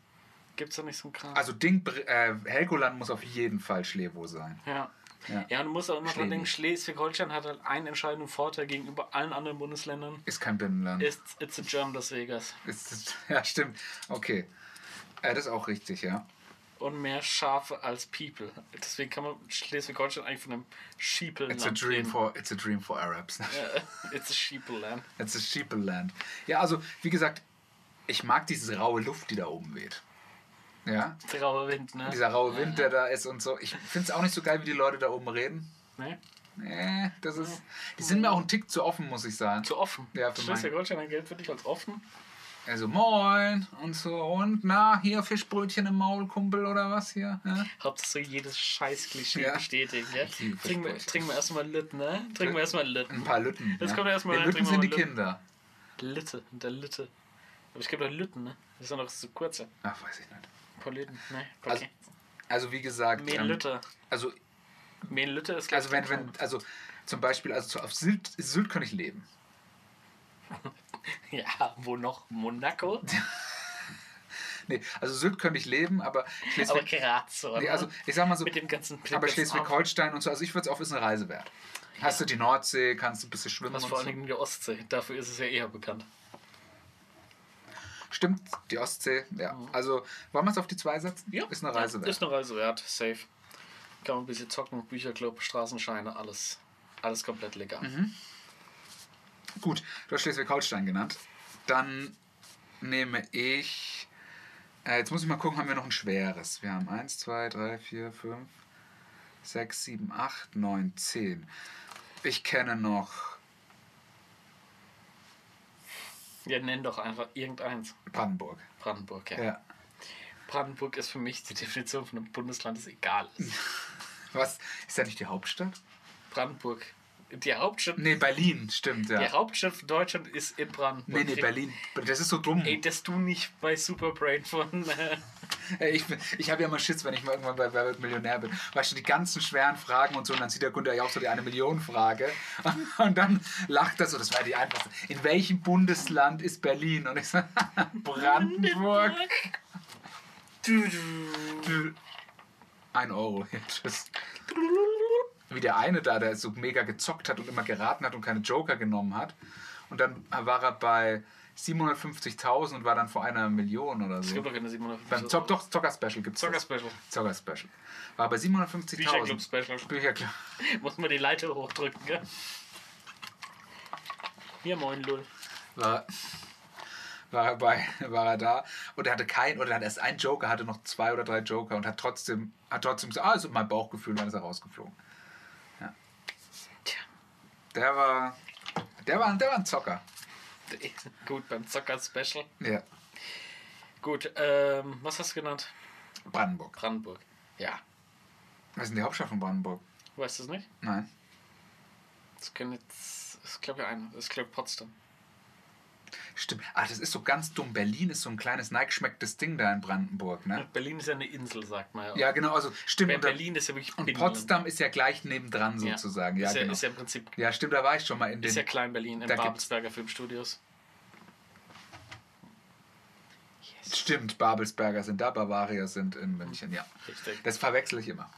C: Gibt's da nicht so einen Kram?
A: Also Ding, äh, Helgoland muss auf jeden Fall Schlewo sein.
C: ja.
A: Ja.
C: Ja. und du musst auch immer dran
A: Schleswig.
C: denken, Schleswig-Holstein hat halt einen entscheidenden Vorteil gegenüber allen anderen Bundesländern.
A: Ist kein Binnenland.
C: It's, it's a German Las Vegas.
A: Ist, ist, ja, stimmt. Okay. Äh, das ist auch richtig, ja.
C: Und mehr Schafe als People. Deswegen kann man Schleswig-Holstein eigentlich von einem Sheeple-Land
A: It's a dream
C: reden.
A: for, it's a dream for Arabs.
C: Ja, It's a Sheeple-Land.
A: It's a sheeple-land. Ja, also, wie gesagt, ich mag diese raue Luft, die da oben weht. Ja,
C: Trauer Wind, ne?
A: dieser raue Wind, der da ist und so. Ich finde es auch nicht so geil, wie die Leute da oben reden.
C: ne?
A: Nee, das ist. Die sind mir auch ein Tick zu offen, muss ich sagen.
C: Zu offen.
A: Ja, für
C: Schleswig-Holstein gilt für dich als offen.
A: Also, moin und so. Und na, hier Fischbrötchen im Maul, Kumpel oder was hier? Ja?
C: Hauptsache jedes Scheiß-Klischee
A: Ja.
C: bestätigen, gell?
A: liebe
C: Trinken wir,
A: Fischbrötchen.
C: trinken wir erstmal Litt, ne? Trinken wir erstmal Litt.
A: Ein paar Lütten.
C: Jetzt
A: ja.
C: kommt erst mal
A: Die
C: rein,
A: Lütten sind
C: trinken wir
A: die
C: mal Lütten.
A: Kinder.
C: Litte, der Litte. Aber ich glaube doch Lütten, ne? Das sind doch so kurze.
A: Ach, weiß ich nicht.
C: Politen, ne?
A: Also,
C: Okay.
A: Also, wie gesagt.
C: Mehr
A: ähm,
C: Lütte.
A: Also,
C: Mehr Lütte ist
A: also
C: glaub
A: wenn,
C: ich,
A: wenn, also zum Beispiel, also zu- auf Sylt, Sylt kann ich leben.
C: Ja, wo noch? Monaco?
A: Nee, also Sylt könnte ich leben, aber
C: Aber
A: Schleswig,
C: Graz, oder?
A: nee, also ich sag mal so,
C: mit dem ganzen mit dem
A: aber
C: ganzen Arm.
A: Schleswig-Holstein und so, also ich würde es auch, ist eine Reise wert. Hast du die Nordsee, kannst du ein bisschen schwimmen
C: Was
A: und
C: vor allen
A: so.
C: Dingen die Ostsee. Dafür ist es ja eher bekannt.
A: Stimmt, die Ostsee, ja.
C: Mhm.
A: Also wollen wir es auf die zwei setzen? Ist eine Reise wert.
C: Ist eine Reise wert, safe. Kann man ein bisschen zocken, Bücherclub, Straßenscheine, alles. Alles komplett legal.
A: Mhm. Gut, du hast Schleswig-Holstein genannt. Dann nehme ich. Äh, jetzt muss ich mal gucken, haben wir noch ein schweres? Wir haben 1, 2, 3, 4, 5, 6, 7, 8, 9, 10. Ich kenne noch
C: Ja, nenn doch einfach irgendeins.
A: Brandenburg.
C: Brandenburg, ja.
A: Ja.
C: Brandenburg ist für mich die Definition von einem Bundesland, das egal
A: Mhm.
C: ist.
A: Was? Ist das nicht die Hauptstadt?
C: Brandenburg. Die Hauptstadt,
A: Nee, Berlin, stimmt, ja.
C: die Hauptstadt von Deutschland ist in Brandenburg.
A: Nee, nee, Berlin. Das ist so dumm.
C: Ey, dass du nicht bei Superbrain von. Äh,
A: Ey, ich ich habe ja mal Schiss, wenn ich mal irgendwann bei Wer wird Millionär bin. Weißt du, die ganzen schweren Fragen und so, und dann sieht der Kunde ja auch so die eine Million Frage. Und dann lacht er so, das war die einfachste. In welchem Bundesland ist Berlin? Und ich so, Brandenburg.
C: Du, du.
A: Ein Euro. Ja, Tschüss. Wie der eine da, der so mega gezockt hat und immer geraten hat und keine Joker genommen hat. Und dann war er bei 750.000 und war dann vor einer Million oder
C: Es
A: so.
C: gibt doch keine 750.
A: Beim Zock, doch, Zocker Special gibt's
C: Zocker
A: das.
C: Special.
A: Zocker Special. War bei 750.000.
C: Bücherclub Special.
A: Bücherclub.
C: Muss man die Leiter hochdrücken, gell? Hier, moin, Lull.
A: War, war, er bei, war er da und er hatte keinen, oder er hatte erst einen Joker, hatte noch zwei oder drei Joker und hat trotzdem, hat trotzdem gesagt, ah, ist mein Bauchgefühl, dann ist er rausgeflogen. Ja.
C: Tja.
A: Der war, der war, der war ein Zocker.
C: Gut, beim Zocker Special.
A: Ja,
C: Gut, ähm, was hast du genannt?
A: Brandenburg.
C: Brandenburg. Ja.
A: Was ist denn die Hauptstadt von Brandenburg?
C: Weißt du es nicht?
A: Nein.
C: Das können jetzt. Das ist, glaube ich, ein. Das ist, glaube ich, Potsdam.
A: Stimmt. Ach, das ist so ganz dumm. Berlin ist so ein kleines neigeschmecktes Ding da in Brandenburg, ne?
C: Berlin ist ja eine Insel, sagt man ja.
A: Ja, genau. Also stimmt.
C: Ber-
A: Und, da-
C: Berlin ist ja wirklich
A: und
C: Binnenland.
A: Potsdam ist ja gleich nebendran
C: Genau. Ja.
A: sozusagen. Ja,
C: ist, ja,
A: genau.
C: ist ja im Prinzip
A: Ja, stimmt. Da war ich schon mal in den.
C: ist ja Klein-Berlin in
A: da gibt's-
C: Babelsberger Filmstudios. Yes,
A: Stimmt, Babelsberger sind da, Bavaria sind in München, ja.
C: richtig.
A: Das verwechsel ich immer.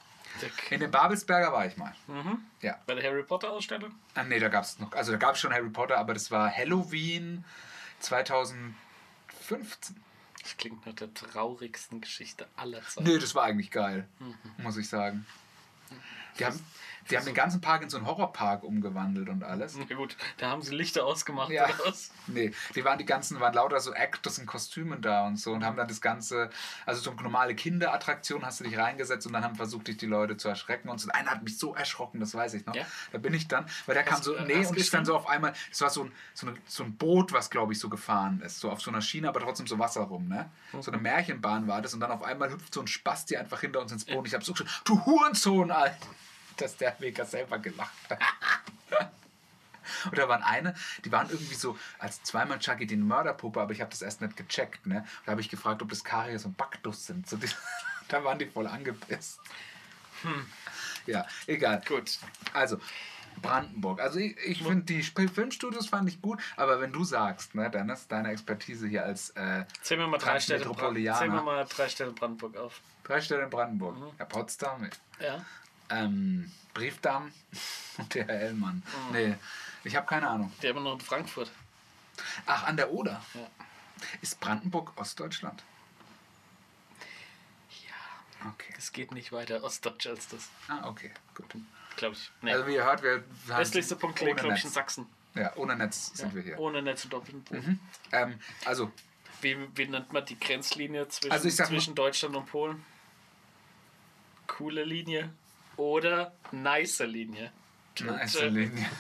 C: Der-
A: In den Babelsberger war ich mal. Ja.
C: Bei der Harry Potter Ausstellung?
A: Ah, nee, da gab es noch. Also da gab es schon Harry Potter, aber das war Halloween 2015.
C: Das klingt nach der traurigsten Geschichte aller Zeiten.
A: Nee, das war eigentlich geil,
C: Mhm.
A: muss ich sagen. Die haben, die haben den ganzen Park in so einen Horrorpark umgewandelt und alles.
C: Na gut, da haben sie Lichter ausgemacht
A: Ja.
C: oder was?
A: Nee, die waren die ganzen, waren lauter so Actors in Kostümen da und so und haben dann das Ganze, also so eine normale Kinderattraktion hast du dich reingesetzt und dann haben versucht, dich die Leute zu erschrecken und so. Einer hat mich so erschrocken, das weiß ich noch.
C: Ja?
A: Da bin ich dann, weil der kam
C: Hast-
A: so,
C: äh,
A: nee,
C: hast
A: und ist
C: gesehen?
A: dann so auf einmal, es war so ein, so, eine, so ein Boot, was glaube ich so gefahren ist, so auf so einer Schiene, aber trotzdem so Wasser rum, ne? So
C: Mhm.
A: eine Märchenbahn war das und dann auf einmal hüpft so ein Spasti einfach hinter uns ins Boot und ich hab so geschrien, du Hurensohn, Alter! Dass der mega selber gelacht hat. Und da waren eine, die waren irgendwie so als zweimal Chucky den Mörderpuppe, aber ich habe das erst nicht gecheckt. Ne? Da habe ich gefragt, ob das Karies und Baktus sind. So, die, da waren die voll angepisst. Hm. Ja, egal.
C: Gut.
A: Also, Brandenburg. Also ich, ich finde, die Sp- Filmstudios fand ich gut, aber wenn du sagst, ne, dann ist deine Expertise hier als äh,
C: Zähl mir mal drei Städte, Brand
A: Transmetropolianer.
C: Zähl mir mal drei Städte Brandenburg auf.
A: drei Städte in Brandenburg. Ja, Potsdam,
C: Ja.
A: ähm, Briefdamm und der Hellmann. Nee, ich habe keine Ahnung.
C: Die haben noch in Frankfurt.
A: Ach, an der Oder.
C: Ja.
A: Ist Brandenburg Ostdeutschland?
C: Ja.
A: Okay.
C: Es geht nicht weiter ostdeutsch als das.
A: Ah, okay, gut.
C: Glaube ich. Nee.
A: Also wie ihr hört, wir haben
C: Westlichste Punkt liegt,
A: ohne
C: glaube ich, in
A: Netz.
C: Sachsen.
A: Ja, ohne Netz sind wir hier.
C: Ohne Netz und doppelten Boden.
A: Mhm. Ähm, also,
C: Wie, wie nennt man die Grenzlinie zwischen,
A: Also ich sag mal-
C: zwischen Deutschland und Polen? Coole Linie. Oder nice Linie.
A: eine
C: äh,
A: einzelne Linie.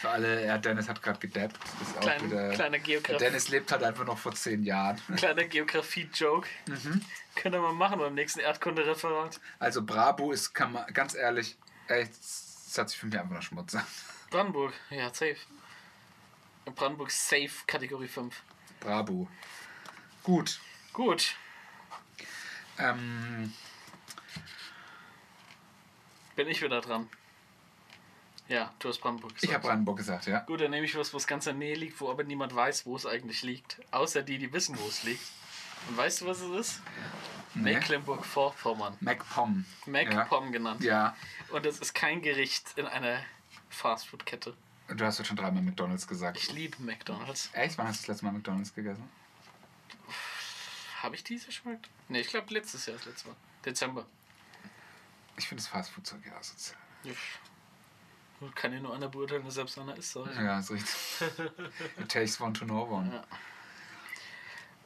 A: Für alle, ja, Dennis hat gerade gedappt. Ist auch
C: Klein-
A: wieder,
C: kleiner Geograf.
A: Dennis lebt halt einfach noch vor zehn Jahren.
C: Kleiner Geografie-Joke.
A: Mhm.
C: Könnte man machen beim nächsten Erdkundereferat.
A: Also Brabo ist, kann man, ganz ehrlich, echt, das hat sich für mich einfach nur Schmutz an.
C: Brandenburg, ja, safe. Brandenburg safe, Kategorie 5.
A: Brabo. Gut.
C: Gut.
A: Ähm,
C: Bin ich wieder dran. Ja, du hast Brandenburg gesagt.
A: ich habe Brandenburg gesagt, ja.
C: Gut, dann nehme ich was, was ganz in der Nähe liegt, wo aber niemand weiß, wo es eigentlich liegt. Außer die, die wissen, wo es liegt. Und weißt du, was es ist?
A: Nee.
C: Mecklenburg-Vorpommern.
A: MacPom.
C: MacPom genannt.
A: Ja.
C: Und es ist kein Gericht in einer Fastfood-Kette.
A: ja. Du hast ja schon dreimal McDonalds gesagt.
C: Ich liebe McDonalds.
A: Echt? Wann hast du das letzte Mal McDonalds gegessen?
C: Habe ich diese schon? Ne, ich glaube letztes Jahr, das letzte Mal. Dezember.
A: Ich finde das Fastfood-Zeug ja asozial.
C: Ich kann ja nur einer beurteilen, der selbst einer ist. Sag ich.
A: Ja, ist richtig. It takes one to know one.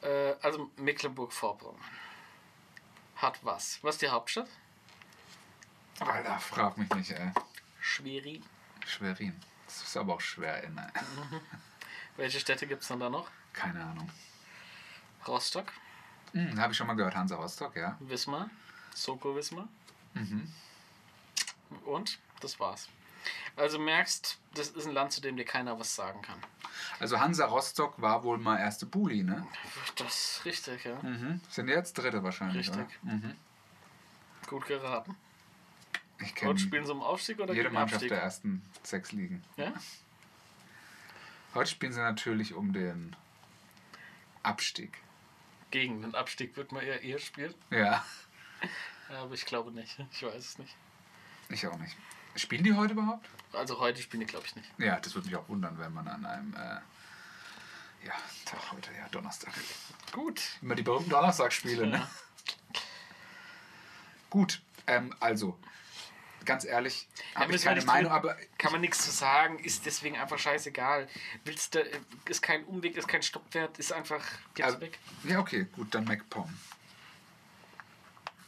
C: Ja. Äh, also Mecklenburg-Vorpommern. Hat was? Was ist die Hauptstadt?
A: Alter, frag mich nicht, ey.
C: Schwerin.
A: Schwerin. Das ist aber auch schwer, ey.
C: Welche Städte gibt es dann da noch?
A: Keine Ahnung.
C: Rostock,
A: Hm, Habe ich schon mal gehört, Hansa Rostock, ja.
C: Wismar, Soko Wismar.
A: Mhm.
C: Und das war's. Also merkst, das ist ein Land, zu dem dir keiner was sagen kann.
A: Also Hansa Rostock war wohl mal erste Bulli, ne?
C: Das ist richtig, ja.
A: Mhm. Sind jetzt dritte wahrscheinlich,
C: Richtig.
A: oder? Mhm.
C: Gut geraten.
A: Ich
C: Und
A: kenne
C: spielen sie um Aufstieg oder
A: jede
C: gegen
A: Mannschaft
C: Abstieg?
A: der ersten sechs Ligen.
C: Ja?
A: Heute spielen sie natürlich um den Abstieg.
C: Gegen den Abstieg wird man eher eher spielen.
A: Ja,
C: Aber ich glaube nicht. Ich weiß es nicht.
A: ich auch nicht. Spielen die heute überhaupt?
C: Also heute spielen die, glaube ich, nicht.
A: Ja, das würde mich auch wundern, wenn man an einem äh, ja, Tag heute, ja, Donnerstag.
C: Gut.
A: Immer die berühmten Donnerstagsspiele, ne?
C: Ja.
A: Gut, ähm, also, ganz ehrlich, habe ich
C: müssen wir
A: keine
C: nicht
A: Meinung,
C: drü-
A: aber
C: Kann man nichts zu sagen, ist deswegen einfach scheißegal. Willst du, äh, ist kein Umweg, ist kein Stoppwert, ist einfach, gib's
A: Also-
C: weg.
A: ja, okay, gut, dann MacPom.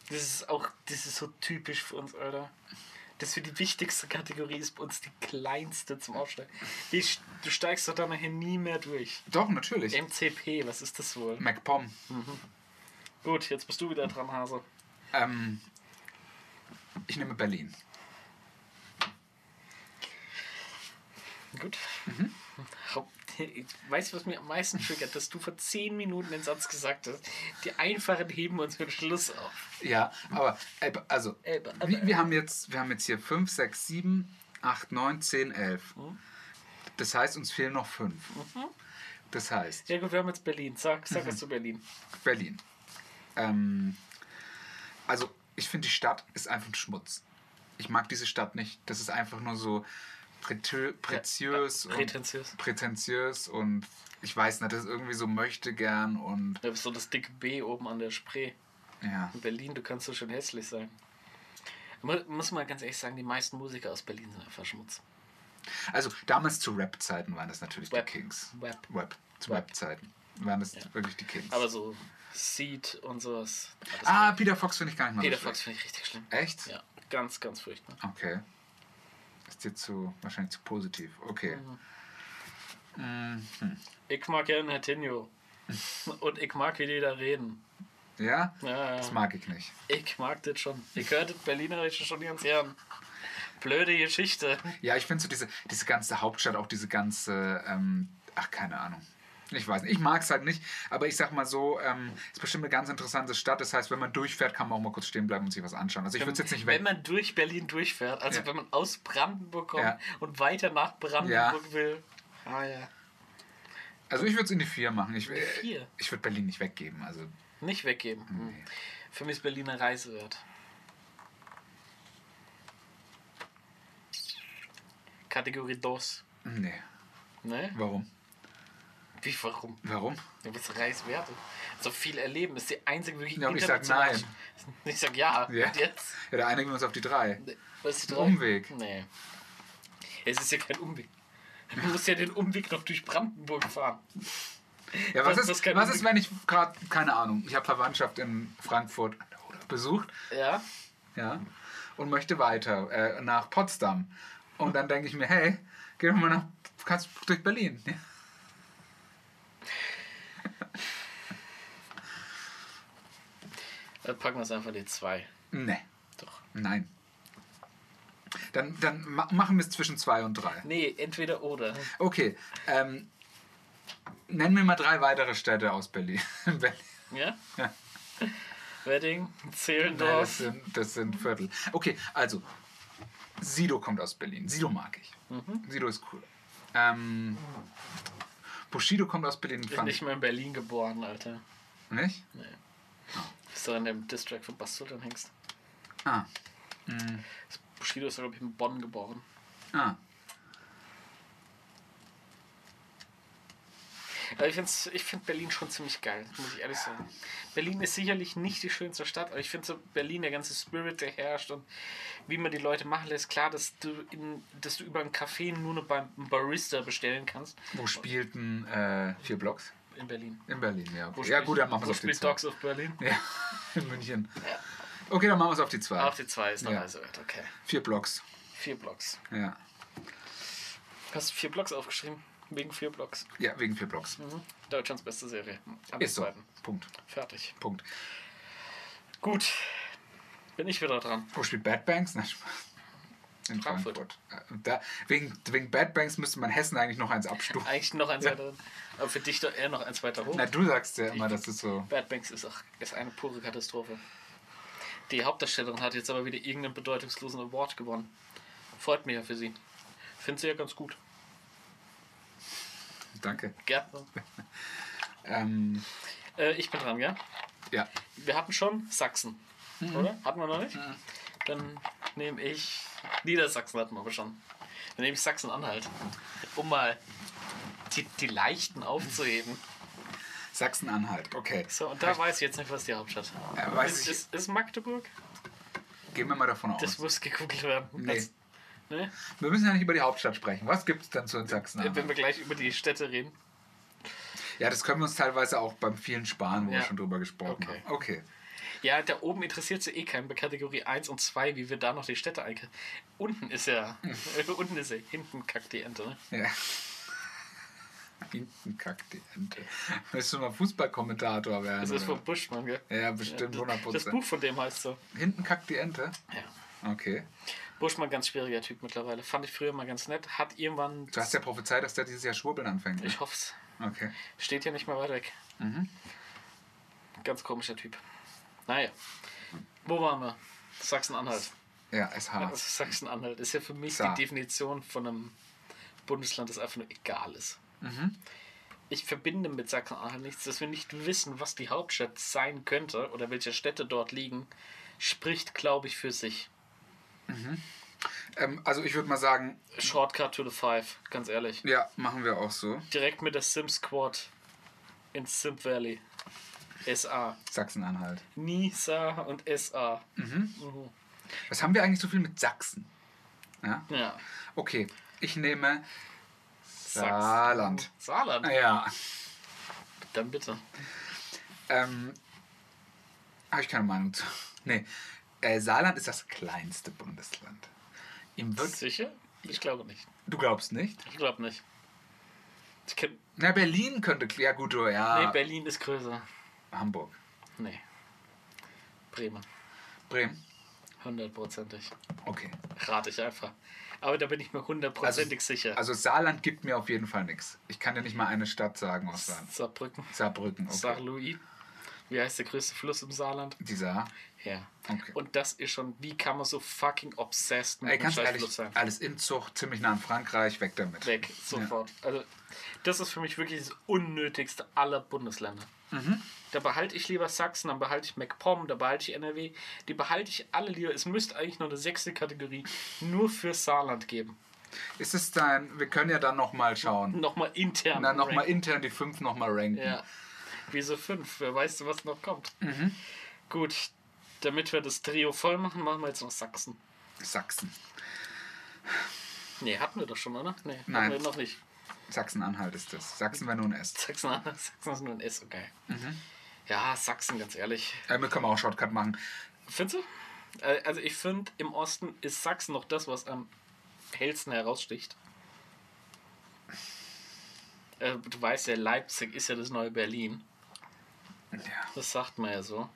C: Das ist auch, das ist so typisch für uns, Alter. Das für die wichtigste Kategorie ist bei uns die kleinste zum Aufsteigen. Die, sch- du steigst doch da nachher nie mehr durch.
A: Doch, natürlich.
C: MCP, was ist das wohl?
A: MacPom.
C: Gut, jetzt bist du wieder dran, Hase.
A: Ähm, ich nehme Berlin. Mhm.
C: Gut. Haupt- Weißt du, was mir am meisten triggert? Dass du vor 10 Minuten den Satz gesagt hast. Die Einfachen heben uns mit Schluss auf.
A: Ja, aber äh, also,
C: Äh, aber-
A: wir, wir, haben jetzt, wir haben jetzt hier 5, 6, 7, 8, 9, 10, 11.
C: Mhm.
A: Das heißt, uns fehlen noch 5. Das heißt,
C: Ja gut, wir haben jetzt Berlin. Sag, sag
A: Mhm.
C: was zu Berlin.
A: Berlin. Ähm, also, ich finde, die Stadt ist einfach ein Schmutz. Ich mag diese Stadt nicht. Das ist einfach nur so prä preziös, und,
C: Prätentiös.
A: prätentiös und ich weiß nicht, das ist irgendwie so möchte gern und
C: Da ist so das dicke B oben an der Spree.
A: ja.
C: In Berlin, du kannst so schön hässlich sein. Mu- Muss man ganz ehrlich sagen, die meisten Musiker aus Berlin sind einfach Schmutz.
A: Also damals zu Rap-Zeiten waren das natürlich
C: Web.
A: die Kings.
C: Web.
A: Web. Zu
C: Web.
A: Web-Zeiten waren das wirklich die Kings.
C: Aber so Seed und sowas. alles
A: ah,
C: klar.
A: Peter Fox finde ich gar nicht mal
C: Peter
A: so
C: Fox
A: schlecht.
C: finde ich richtig schlimm.
A: Echt?
C: Ja, ganz, ganz furchtbar.
A: Okay. Ist dir zu, wahrscheinlich zu positiv. Okay.
C: Mhm. Ich mag ja Natinho. Und ich mag, wie die da reden.
A: Ja?
C: Ja,
A: Das
C: ja.
A: mag ich nicht.
C: Ich mag das schon. Ich höre das Berlinerische schon ganz gern. Blöde Geschichte.
A: Ja, ich finde so diese, diese ganze Hauptstadt, auch diese ganze, ähm, ach, keine Ahnung. Ich weiß nicht, ich mag es halt nicht, aber ich sag mal so, ähm, ist bestimmt eine ganz interessante Stadt. Das heißt, wenn man durchfährt, kann man auch mal kurz stehen bleiben und sich was anschauen. Also ich würde es jetzt nicht
C: wenn
A: weg.
C: man durch Berlin durchfährt, also
A: Ja.
C: wenn man aus Brandenburg kommt
A: Ja.
C: und weiter nach Brandenburg
A: Ja.
C: will. Ah ja.
A: Also ich würde es in die vier machen. Ich,
C: vier?
A: ich würde Berlin nicht weggeben. Also
C: Nicht weggeben. Hm. Für mich ist Berlin eine Reise wert. Kategorie DOS.
A: Nee.
C: Ne?
A: Warum?
C: Wie, warum?
A: Warum?
C: Du bist Reiswerte. So viel erleben ist die einzige wirklich
A: Ja, und ich sag
C: internationale- Ich sag ja.
A: Ja.
C: Und jetzt?
A: Ja, da einigen wir uns auf die drei.
C: Was ist die
A: Ein
C: drei?
A: Umweg.
C: Nee. Es ist ja kein Umweg. Du musst ja den Umweg noch durch Brandenburg fahren.
A: Ja, was
C: Das-
A: ist,
C: das kann
A: was
C: man-
A: ist wenn ich gerade, keine Ahnung, ich habe Verwandtschaft in Frankfurt an der Oder besucht
C: Ja?
A: ja, und möchte weiter äh, nach Potsdam. Und dann denke ich mir, hey, geh doch mal nach, kannst durch Berlin. Ja.
C: Dann packen wir es einfach die zwei.
A: Nee,
C: Doch.
A: nein. Dann, dann ma machen wir es zwischen zwei und drei.
C: Nee, entweder oder.
A: Okay, ähm, nenn mir mal drei weitere Städte aus Berlin. Berlin.
C: Ja?
A: Ja.
C: Wedding,
A: Nein, das
C: Zehlendorf.
A: sind, das sind Viertel. Okay, also, Sido kommt aus Berlin. Sido mag ich.
C: Mhm.
A: Sido ist cool. Ähm, Bushido kommt aus Berlin.
C: Ich bin
A: Fand
C: nicht
A: ich
C: mal in Berlin geboren, Alter.
A: nicht?
C: Bist du an dem Distrack von Bastard dann hängst?
A: Ah,
C: Bushido ist, glaube ich, in Bonn geboren.
A: ah.
C: Aber ich finde ich find Berlin schon ziemlich geil, muss ich ehrlich sagen. Berlin ist sicherlich nicht die schönste Stadt, aber ich finde so Berlin, der ganze Spirit, der herrscht und wie man die Leute machen lässt. Klar, dass du, in, dass du über einen Café nur eine Bar einen Barista bestellen kannst.
A: Wo spielten äh, vier Blocks?
C: In Berlin.
A: In Berlin, ja. Okay.
C: Wo
A: ja,
C: spielt-
A: gut, dann machen wir
C: Wo
A: es auf die
C: Also spielt
A: zwei.
C: Dogs of Berlin?
A: Ja, in München. Okay, dann machen wir es auf die zwei.
C: Ah, Auf die zwei ist noch
A: Ja.
C: also wert, okay.
A: Vier Blocks.
C: Vier Blocks.
A: Ja.
C: Hast du vier Blocks aufgeschrieben? Wegen vier Blocks.
A: ja, wegen vier Blocks.
C: Deutschlands beste Serie. Am
A: Ist so.
C: Mhm. zweiten.
A: Punkt.
C: Fertig.
A: Punkt.
C: Gut. Bin ich wieder dran.
A: Wo spielt Bad Banks? Nein, Spaß. In
C: Frankfurt.
A: Frankfurt. Äh, Da, wegen, wegen Bad Banks müsste man Hessen eigentlich noch eins abstufen.
C: Eigentlich noch eins weiter. Aber für dich doch eher noch eins weiter hoch.
A: Na, du sagst ja immer, das ist so.
C: Bad Banks ist, auch, ist eine pure Katastrophe. Die Hauptdarstellerin hat jetzt aber wieder irgendeinen bedeutungslosen Award gewonnen. Freut mich ja für sie. Finde sie ja ganz gut.
A: Danke.
C: Gärtner.
A: Ähm,
C: Äh, ich bin dran, gell?
A: ja.
C: Wir hatten schon Sachsen, oder? Hatten wir noch nicht? Dann nehme ich. Niedersachsen hatten wir aber schon. Dann nehme ich Sachsen-Anhalt. Um mal die, die Leichten aufzuheben.
A: Sachsen-Anhalt. Okay.
C: So, und da weiß ich jetzt nicht, was die Hauptstadt
A: Äh, weiß
C: ist.
A: ich-
C: Ist, ist Magdeburg?
A: Gehen wir mal davon aus.
C: Das muss gegoogelt werden.
A: Nee.
C: Das, ne?
A: Wir müssen ja nicht über die Hauptstadt sprechen. Was gibt es denn zu in
C: Wenn
A: Sachsen-Anhalt?
C: wir gleich über die Städte reden.
A: Ja, das können wir uns teilweise auch beim vielen sparen, wo
C: Ja.
A: wir schon drüber gesprochen
C: Okay.
A: haben. Okay.
C: Ja, da oben interessiert sie eh keinen bei Kategorie 1 und 2, wie wir da noch die Städte einkriegen. Unten ist ja.
A: Mhm.
C: äh, unten ist er. Hinten kackt die Ente, ne?
A: Ja. Hinten kackt die Ente. Willst du mal Fußballkommentator werden?
C: Das ist
A: oder?
C: von Buschmann, gell?
A: ja, bestimmt
C: das, das
A: 100%.
C: Buch von dem heißt so.
A: Hinten kackt die Ente?
C: Ja.
A: Okay.
C: Buschmann, ganz schwieriger Typ mittlerweile. Fand ich früher mal ganz nett. Hat irgendwann.
A: Du hast ja prophezeit, dass der dieses Jahr Schwurbeln anfängt. Ne?
C: Ich hoff's.
A: Okay.
C: Steht ja nicht mehr weit weg. Ganz komischer Typ. Naja. Wo waren wir? Sachsen-Anhalt.
A: Ja, ist
C: Also
A: hart.
C: Sachsen-Anhalt ist ja für mich
A: Sa-
C: die Definition von einem Bundesland, das einfach nur egal ist. Ich verbinde mit Sachsen-Anhalt nichts, dass wir nicht wissen, was die Hauptstadt sein könnte oder welche Städte dort liegen, spricht, glaube ich, für sich.
A: Ähm, also ich würde mal sagen,
C: Shortcut to the Five, ganz ehrlich.
A: ja, machen wir auch so.
C: Direkt mit der Sim Squad ins Sim Valley. SA.
A: Sachsen-Anhalt.
C: Nisa und SA.
A: Was haben wir eigentlich so viel mit Sachsen?
C: Ja.
A: Okay, ich nehme
C: Sachsen.
A: Saarland.
C: Saarland,
A: Ja.
C: dann bitte.
A: Ähm, Habe ich keine Meinung zu. Nee. Äh, Saarland ist das kleinste Bundesland. Ihm wird,
C: Sicher? Ich glaube nicht.
A: du glaubst nicht?
C: Ich glaube nicht. Ich kenn,
A: Na, Berlin könnte. Ja, gut, oh, ja.
C: Nee, Berlin ist größer.
A: Hamburg.
C: Nee. Bremen.
A: Bremen.
C: Hundertprozentig.
A: Okay.
C: Rate ich einfach. Aber da bin ich mir hundertprozentig sicher.
A: Also, Saarland gibt mir auf jeden Fall nichts. Ich kann dir nicht mal eine Stadt sagen aus Saarland.
C: Saarbrücken.
A: Saarbrücken, okay.
C: Saar Louis. Wie heißt der größte Fluss im Saarland?
A: Die Saar.
C: Ja.
A: Okay.
C: Und das ist schon, wie kann man so fucking obsessed mit
A: Ey,
C: dem
A: ganz
C: Scheißfluss
A: ehrlich,
C: sein?
A: alles Inzucht, ziemlich nah an Frankreich, weg damit.
C: Weg, sofort. Also, das ist für mich wirklich das unnötigste aller Bundesländer. Da behalte ich lieber Sachsen, dann behalte ich MacPom, da behalte ich NRW. Die behalte ich alle lieber. Es müsste eigentlich noch eine sechste Kategorie nur für Saarland geben.
A: Ist es dein, wir können ja dann nochmal schauen.
C: Nochmal intern.
A: Und dann nochmal
C: ranken.
A: intern die fünf nochmal ranken.
C: Ja. Wieso fünf? Wer weiß, was noch kommt. Gut, damit wir das Trio voll machen, machen wir jetzt noch Sachsen.
A: Sachsen.
C: Nee, hatten wir doch schon, oder? Nee,
A: Nein.
C: hatten wir noch nicht.
A: Sachsen-Anhalt ist das. Sachsen wäre nun erst.
C: Sachsen, Sachsen ist nur ein S, okay. Ja, Sachsen, ganz ehrlich.
A: Damit können Äh, wir auch Shortcut machen.
C: Findest du? Äh, Also ich finde, im Osten ist Sachsen noch das, was am hellsten heraussticht. Äh, Du weißt ja, Leipzig ist ja das neue Berlin.
A: Ja.
C: Das sagt man ja so.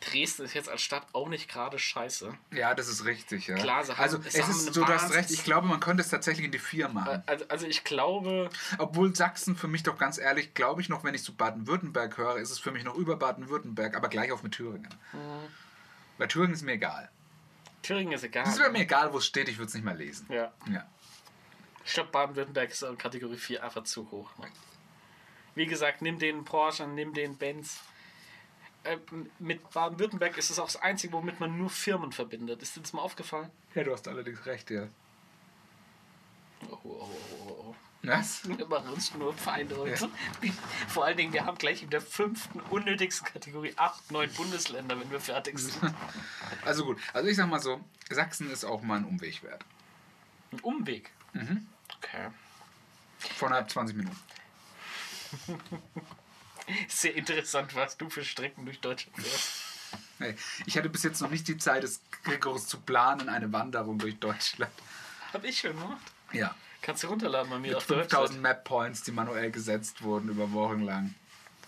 C: Dresden ist jetzt als Stadt auch nicht gerade scheiße.
A: ja, das ist richtig. Ja.
C: Klar, sie haben-
A: also,
C: sie
A: es
C: haben eine
A: ist so, du hast
C: Basis.
A: recht. Ich glaube, man könnte es tatsächlich in die vier
C: Äh,
A: machen.
C: Also, also ich glaube,
A: Obwohl Sachsen für mich doch ganz ehrlich, glaube ich noch, wenn ich zu Baden-Württemberg höre, ist es für mich noch über Baden-Württemberg, aber gleich auf mit Thüringen.
C: Mhm.
A: Weil Thüringen ist mir egal.
C: Thüringen ist egal.
A: Es wäre mir egal, wo es steht, ich würde es nicht mal lesen.
C: ja.
A: Ja.
C: Ich glaube, Baden-Württemberg ist in Kategorie 4 einfach zu hoch. ne? Wie gesagt, nimm den Porsche, nimm den Benz. Ähm, Mit Baden-Württemberg ist es auch das Einzige, womit man nur Firmen verbindet. Ist dir das mal aufgefallen?
A: ja, du hast allerdings recht, ja.
C: Oh, oh, oh, oh,
A: Was?
C: oh. Wir machen uns nur Feinde heute. Vor allen Dingen, wir haben gleich in der fünften unnötigsten Kategorie acht, neun Bundesländer, wenn wir fertig sind.
A: Also gut, also ich sag mal so, Sachsen ist auch mal ein Umweg wert.
C: Ein Umweg. Okay.
A: Von halb 20 Minuten.
C: Sehr interessant, was du für Strecken durch Deutschland fährst.
A: Hey, ich hatte bis jetzt noch nicht die Zeit, es rigoros zu planen, eine Wanderung durch Deutschland.
C: Hab ich schon gemacht.
A: Ja.
C: Kannst du runterladen bei mir auf der Website.
A: 5000 Map-Points, die manuell gesetzt wurden über Wochen lang.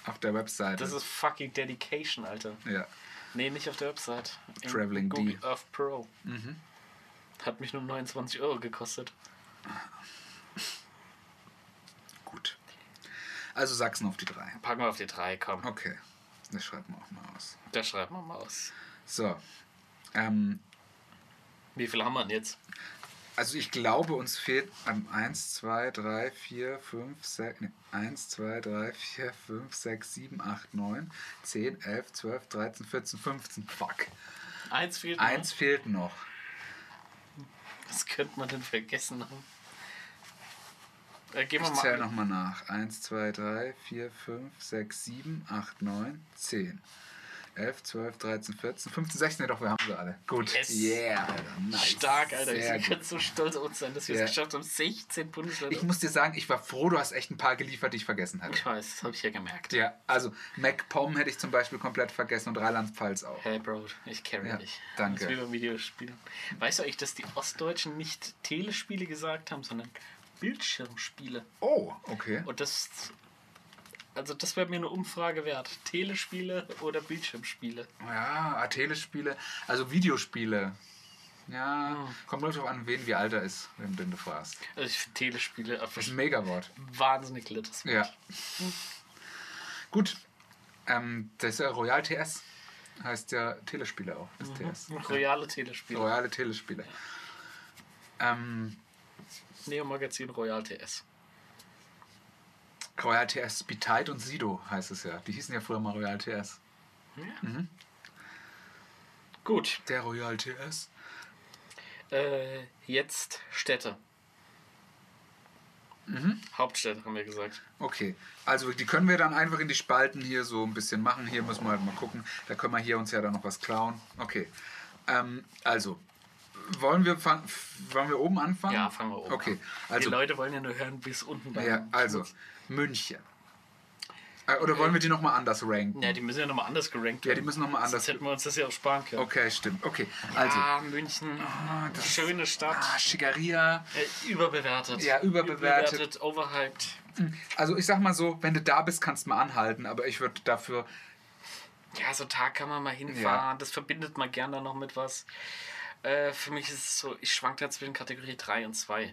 A: Auf der Webseite.
C: Das ist fucking Dedication, Alter.
A: ja.
C: Nee, nicht auf der Website. Im
A: Traveling D. Mhm.
C: Google Earth Pro. Hat mich nur 29 Euro gekostet.
A: Gut. Also Sachsen auf die 3.
C: Packen wir auf die 3, komm.
A: Okay. Das schreiben wir auch mal aus.
C: Da schreiben wir mal aus.
A: So. Ähm,
C: Wie viel haben wir denn jetzt?
A: also ich glaube, uns fehlt ähm, 1, 2, 3, 4, 5, 6, nee, 1, 2, 3, 4, 5, 6, 7, 8, 9, 10, 11, 12, 13, 14, 15. Fuck.
C: Eins fehlt noch.
A: Eins fehlt noch.
C: Was könnte man denn vergessen haben? Äh, gehen wir
A: Ich zähle
C: mal.
A: nochmal nach. 1, 2, 3, 4, 5, 6, 7, 8, 9, 10. 11, 12, 13, 14, 15, 16. Ja, doch, wir haben sie alle. Gut.
C: Yes.
A: Yeah, Alter. Nice.
C: Stark, Alter.
A: Sehr
C: Ich
A: gut.
C: könnte so stolz auf uns sein, dass wir es
A: Ja.
C: geschafft haben. 16 Bundesländer.
A: Ich muss dir sagen, ich war froh, du hast echt ein paar geliefert, die ich vergessen hatte.
C: Ich weiß, das habe ich ja gemerkt.
A: Ja, also MacPom hätte ich zum Beispiel komplett vergessen und Rheinland-Pfalz auch.
C: Hey Bro, ich carry
A: Ja,
C: dich.
A: danke.
C: Das ist wie beim Videospielen. Weißt du eigentlich, dass die Ostdeutschen nicht Telespiele gesagt haben, sondern Bildschirmspiele?
A: Oh, okay.
C: Und das. Also, das wäre mir eine Umfrage wert. Telespiele oder Bildschirmspiele?
A: Ja, ah, Telespiele, also Videospiele.
C: Hm.
A: Ja, kommt nur drauf an, wen wie alt er ist, wenn du fragst.
C: Also ich finde Telespiele einfach
A: Das ist ein Megawort.
C: wahnsinnig littes.
A: Ja. Gut. Ähm, das ist ja Royal TS. Heißt ja Telespiele auch.
C: Mhm.
A: Das TS.
C: Royale Telespiele.
A: Royale Telespiele. Ähm,
C: Neo Magazin Royal TS.
A: Royal TS Spitite und Sido heißt es ja. Die hießen ja früher mal Royal TS.
C: Gut,
A: Der Royal TS.
C: äh, jetzt Städte.
A: Mhm.
C: Hauptstädte haben wir gesagt.
A: Okay, also die können wir dann einfach in die Spalten hier so ein bisschen machen. Hier müssen wir halt mal gucken. Da können wir hier uns ja dann noch was klauen. Okay, ähm, also wollen wir, fang- wollen wir oben anfangen?
C: Ja, fangen wir oben
A: Okay,
C: an. Die
A: also,
C: Leute wollen ja nur hören, bis unten bei.
A: ja, also München. Äh, oder wollen wir die nochmal anders ranken?
C: Ja, die müssen ja nochmal anders gerankt
A: Ja, die müssen nochmal
C: Sonst
A: anders.
C: hätten wir uns das ja auch sparen können.
A: Okay, stimmt. Okay, also
C: ah, München. schöne Stadt.
A: ah, Schickeria.
C: Äh, überbewertet.
A: Ja, überbewertet.
C: Überbewertet, overhyped.
A: Also ich sag mal so, wenn du da bist, kannst du mal anhalten. Aber ich würde dafür
C: Ja, so Tag kann man mal hinfahren. Das verbindet man gerne noch mit was. Äh, für mich ist es so, ich schwank da zwischen Kategorie 3 und 2.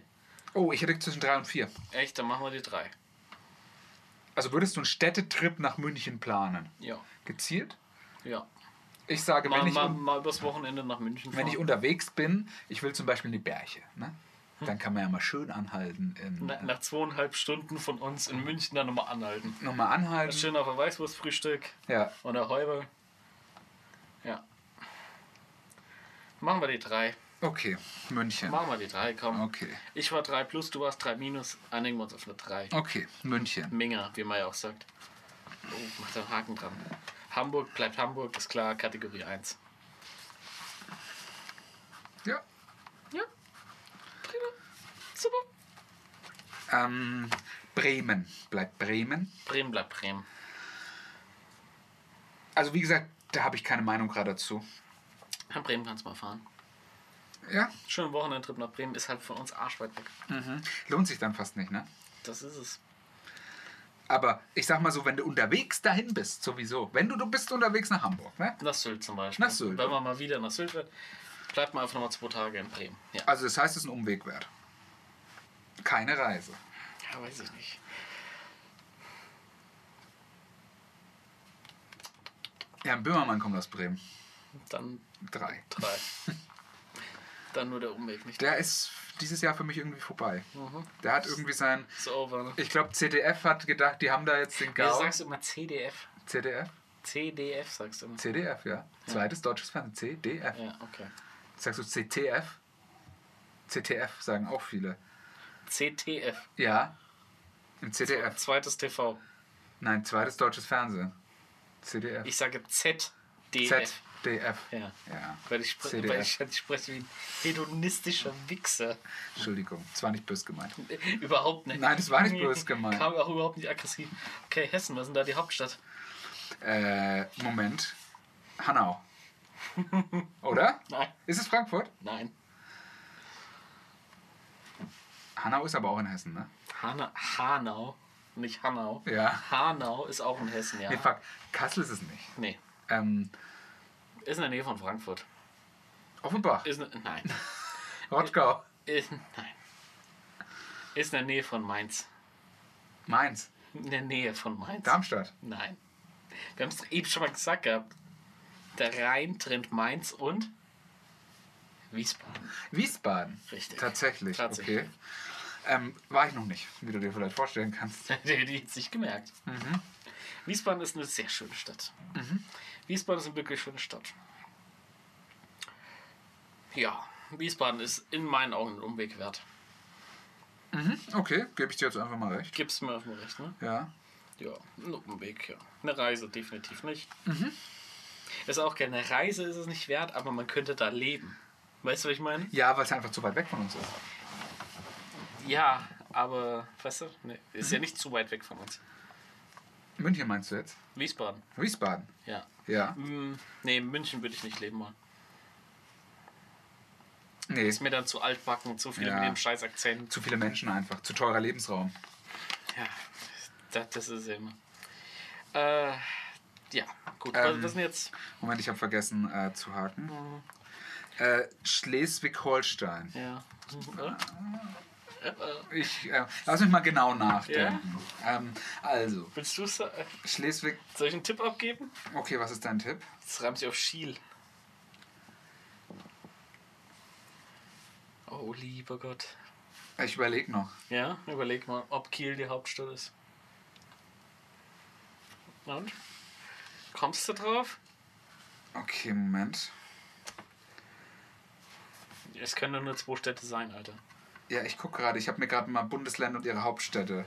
A: Oh, ich hätte zwischen drei und vier.
C: Echt, dann machen wir die 3.
A: Also würdest du einen Städtetrip nach München planen?
C: Ja,
A: Gezielt?
C: ja.
A: Ich sage,
C: Mal,
A: wenn, ich,
C: mal,
A: un-
C: mal übers Wochenende nach München fahren.
A: wenn ich unterwegs bin, ich will zum Beispiel in die Berge. Ne? Dann kann man ja mal schön anhalten. In,
C: Na, nach zweieinhalb Stunden von uns in München dann nochmal anhalten.
A: nochmal anhalten.
C: Schön auf ein Weißwurstfrühstück
A: Ja,
C: und ein Räuber. Ja. Machen wir die 3.
A: okay. München.
C: Machen wir die 3, komm.
A: Okay.
C: Ich war 3 plus, du warst 3 minus. Einigen wir uns auf eine 3.
A: Okay, München.
C: Minger, wie man ja auch sagt. Oh, macht da einen Haken dran. Hamburg bleibt Hamburg, ist klar, Kategorie 1.
A: Ja.
C: Ja. Prima. Super.
A: Ähm, Bremen. Bleibt Bremen.
C: Bremen bleibt Bremen.
A: Also wie gesagt, da habe ich keine Meinung gerade dazu.
C: Nach Bremen kannst du mal fahren.
A: Ja,
C: Schönen Wochenendtrip nach Bremen ist halt von uns arschweit weg.
A: lohnt sich dann fast nicht, ne?
C: Das ist es.
A: Aber ich sag mal so, wenn du unterwegs dahin bist, sowieso. Wenn du, du bist unterwegs nach Hamburg, ne?
C: Nach Sylt zum Beispiel.
A: Nach Sylt,
C: Wenn
A: ja.
C: man mal wieder nach Sylt wird, bleibt man einfach nochmal zwei Tage in Bremen. Ja.
A: Also das heißt, es ist ein Umweg wert. Keine Reise.
C: ja, weiß ich nicht.
A: Ja, Böhmermann kommt aus Bremen.
C: Dann
A: Drei.
C: drei. Dann nur der Umweg, nicht?
A: Der ist dieses Jahr für mich irgendwie vorbei.
C: Mhm.
A: Der hat irgendwie sein.
C: Ist over, ne?
A: Ich glaube, CDF hat gedacht, die haben da jetzt den
C: Wieso
A: Gau.
C: sagst du immer CDF?
A: CDF?
C: CDF sagst du immer.
A: CDF, ja. Zweites deutsches Fernsehen. CDF.
C: Ja, okay.
A: Sagst du CTF? CTF sagen auch viele.
C: CTF.
A: Ja. Im CDF.
C: Zweites TV.
A: Nein, zweites deutsches Fernsehen. CDF.
C: Ich sage ZDF. Z.
A: ZDF.
C: E Ja.
A: Ja.
C: Weil ich, spre
A: CDF.
C: weil ich, ich spreche wie ein hedonistischer Wichser.
A: Entschuldigung, das war nicht böse gemeint.
C: Überhaupt nicht.
A: Nein, das war nicht böse gemeint.
C: Kam auch überhaupt nicht aggressiv. Okay, Hessen, was ist denn da die Hauptstadt?
A: Äh, Moment. Hanau. Oder?
C: Nein,
A: Ist es Frankfurt?
C: nein.
A: Hanau ist aber auch in Hessen, ne?
C: Hana Hanau, nicht Hanau.
A: Ja.
C: Hanau ist auch in Hessen, ja.
A: Nee, fuck. Kassel ist es nicht.
C: Nee,
A: Ähm,
C: ist in der Nähe von Frankfurt.
A: Offenbach.
C: Ist in, nein.
A: Rottgau.
C: ist, nein. Ist in der Nähe von Mainz.
A: Mainz.
C: In der Nähe von Mainz.
A: Darmstadt.
C: Nein. Wir haben es eben schon mal gesagt gehabt. Der Rhein trennt Mainz und Wiesbaden.
A: Wiesbaden.
C: Richtig.
A: Tatsächlich.
C: Tatsächlich.
A: Okay. Ähm, war ich noch nicht, wie du dir vielleicht vorstellen kannst.
C: Der hätte ich jetzt nicht gemerkt. Wiesbaden ist eine sehr schöne Stadt. Wiesbaden ist eine wirklich schöne Stadt. Ja, Wiesbaden ist in meinen Augen ein Umweg wert.
A: Okay, gebe ich dir jetzt einfach mal recht.
C: Gibst du mir auf dem Recht, ne?
A: Ja.
C: Ja, ein Umweg, ja. Eine Reise definitiv nicht. Ist auch keine Reise, ist es nicht wert, aber man könnte da leben. Weißt du, was ich meine?
A: Ja, weil es einfach zu weit weg von uns ist.
C: Ja, aber, weißt du, nee, ist ja nicht zu weit weg von uns.
A: München meinst du jetzt?
C: Wiesbaden,
A: Wiesbaden.
C: ja.
A: Ja.
C: Hm, nee, in München würde ich nicht leben wollen.
A: Nee,
C: Ist mir dann zu altbacken und zu viel
A: Ja.
C: mit dem scheiß Akzent.
A: zu viele Menschen einfach. Zu teurer Lebensraum.
C: Ja, das, das ist immer. Äh, ja, gut. was,
A: Ähm.
C: was denn jetzt?
A: Moment, ich habe vergessen äh, zu haken. Äh, Schleswig-Holstein.
C: Ja.
A: Ich, äh, lass mich mal genau nachdenken. Ähm, also,
C: Willst du es? äh,
A: Schleswig.
C: Soll ich einen Tipp abgeben?
A: Okay, was ist dein Tipp?
C: Das reimt sich auf Schiel. Oh, lieber Gott.
A: Ich überlege noch.
C: Ja, überleg mal, ob Kiel die Hauptstadt ist. Na Und? Kommst du drauf?
A: Okay, Moment.
C: Es können doch nur zwei Städte sein, Alter.
A: Ja, ich gucke gerade. Ich habe mir gerade mal Bundesländer und ihre Hauptstädte.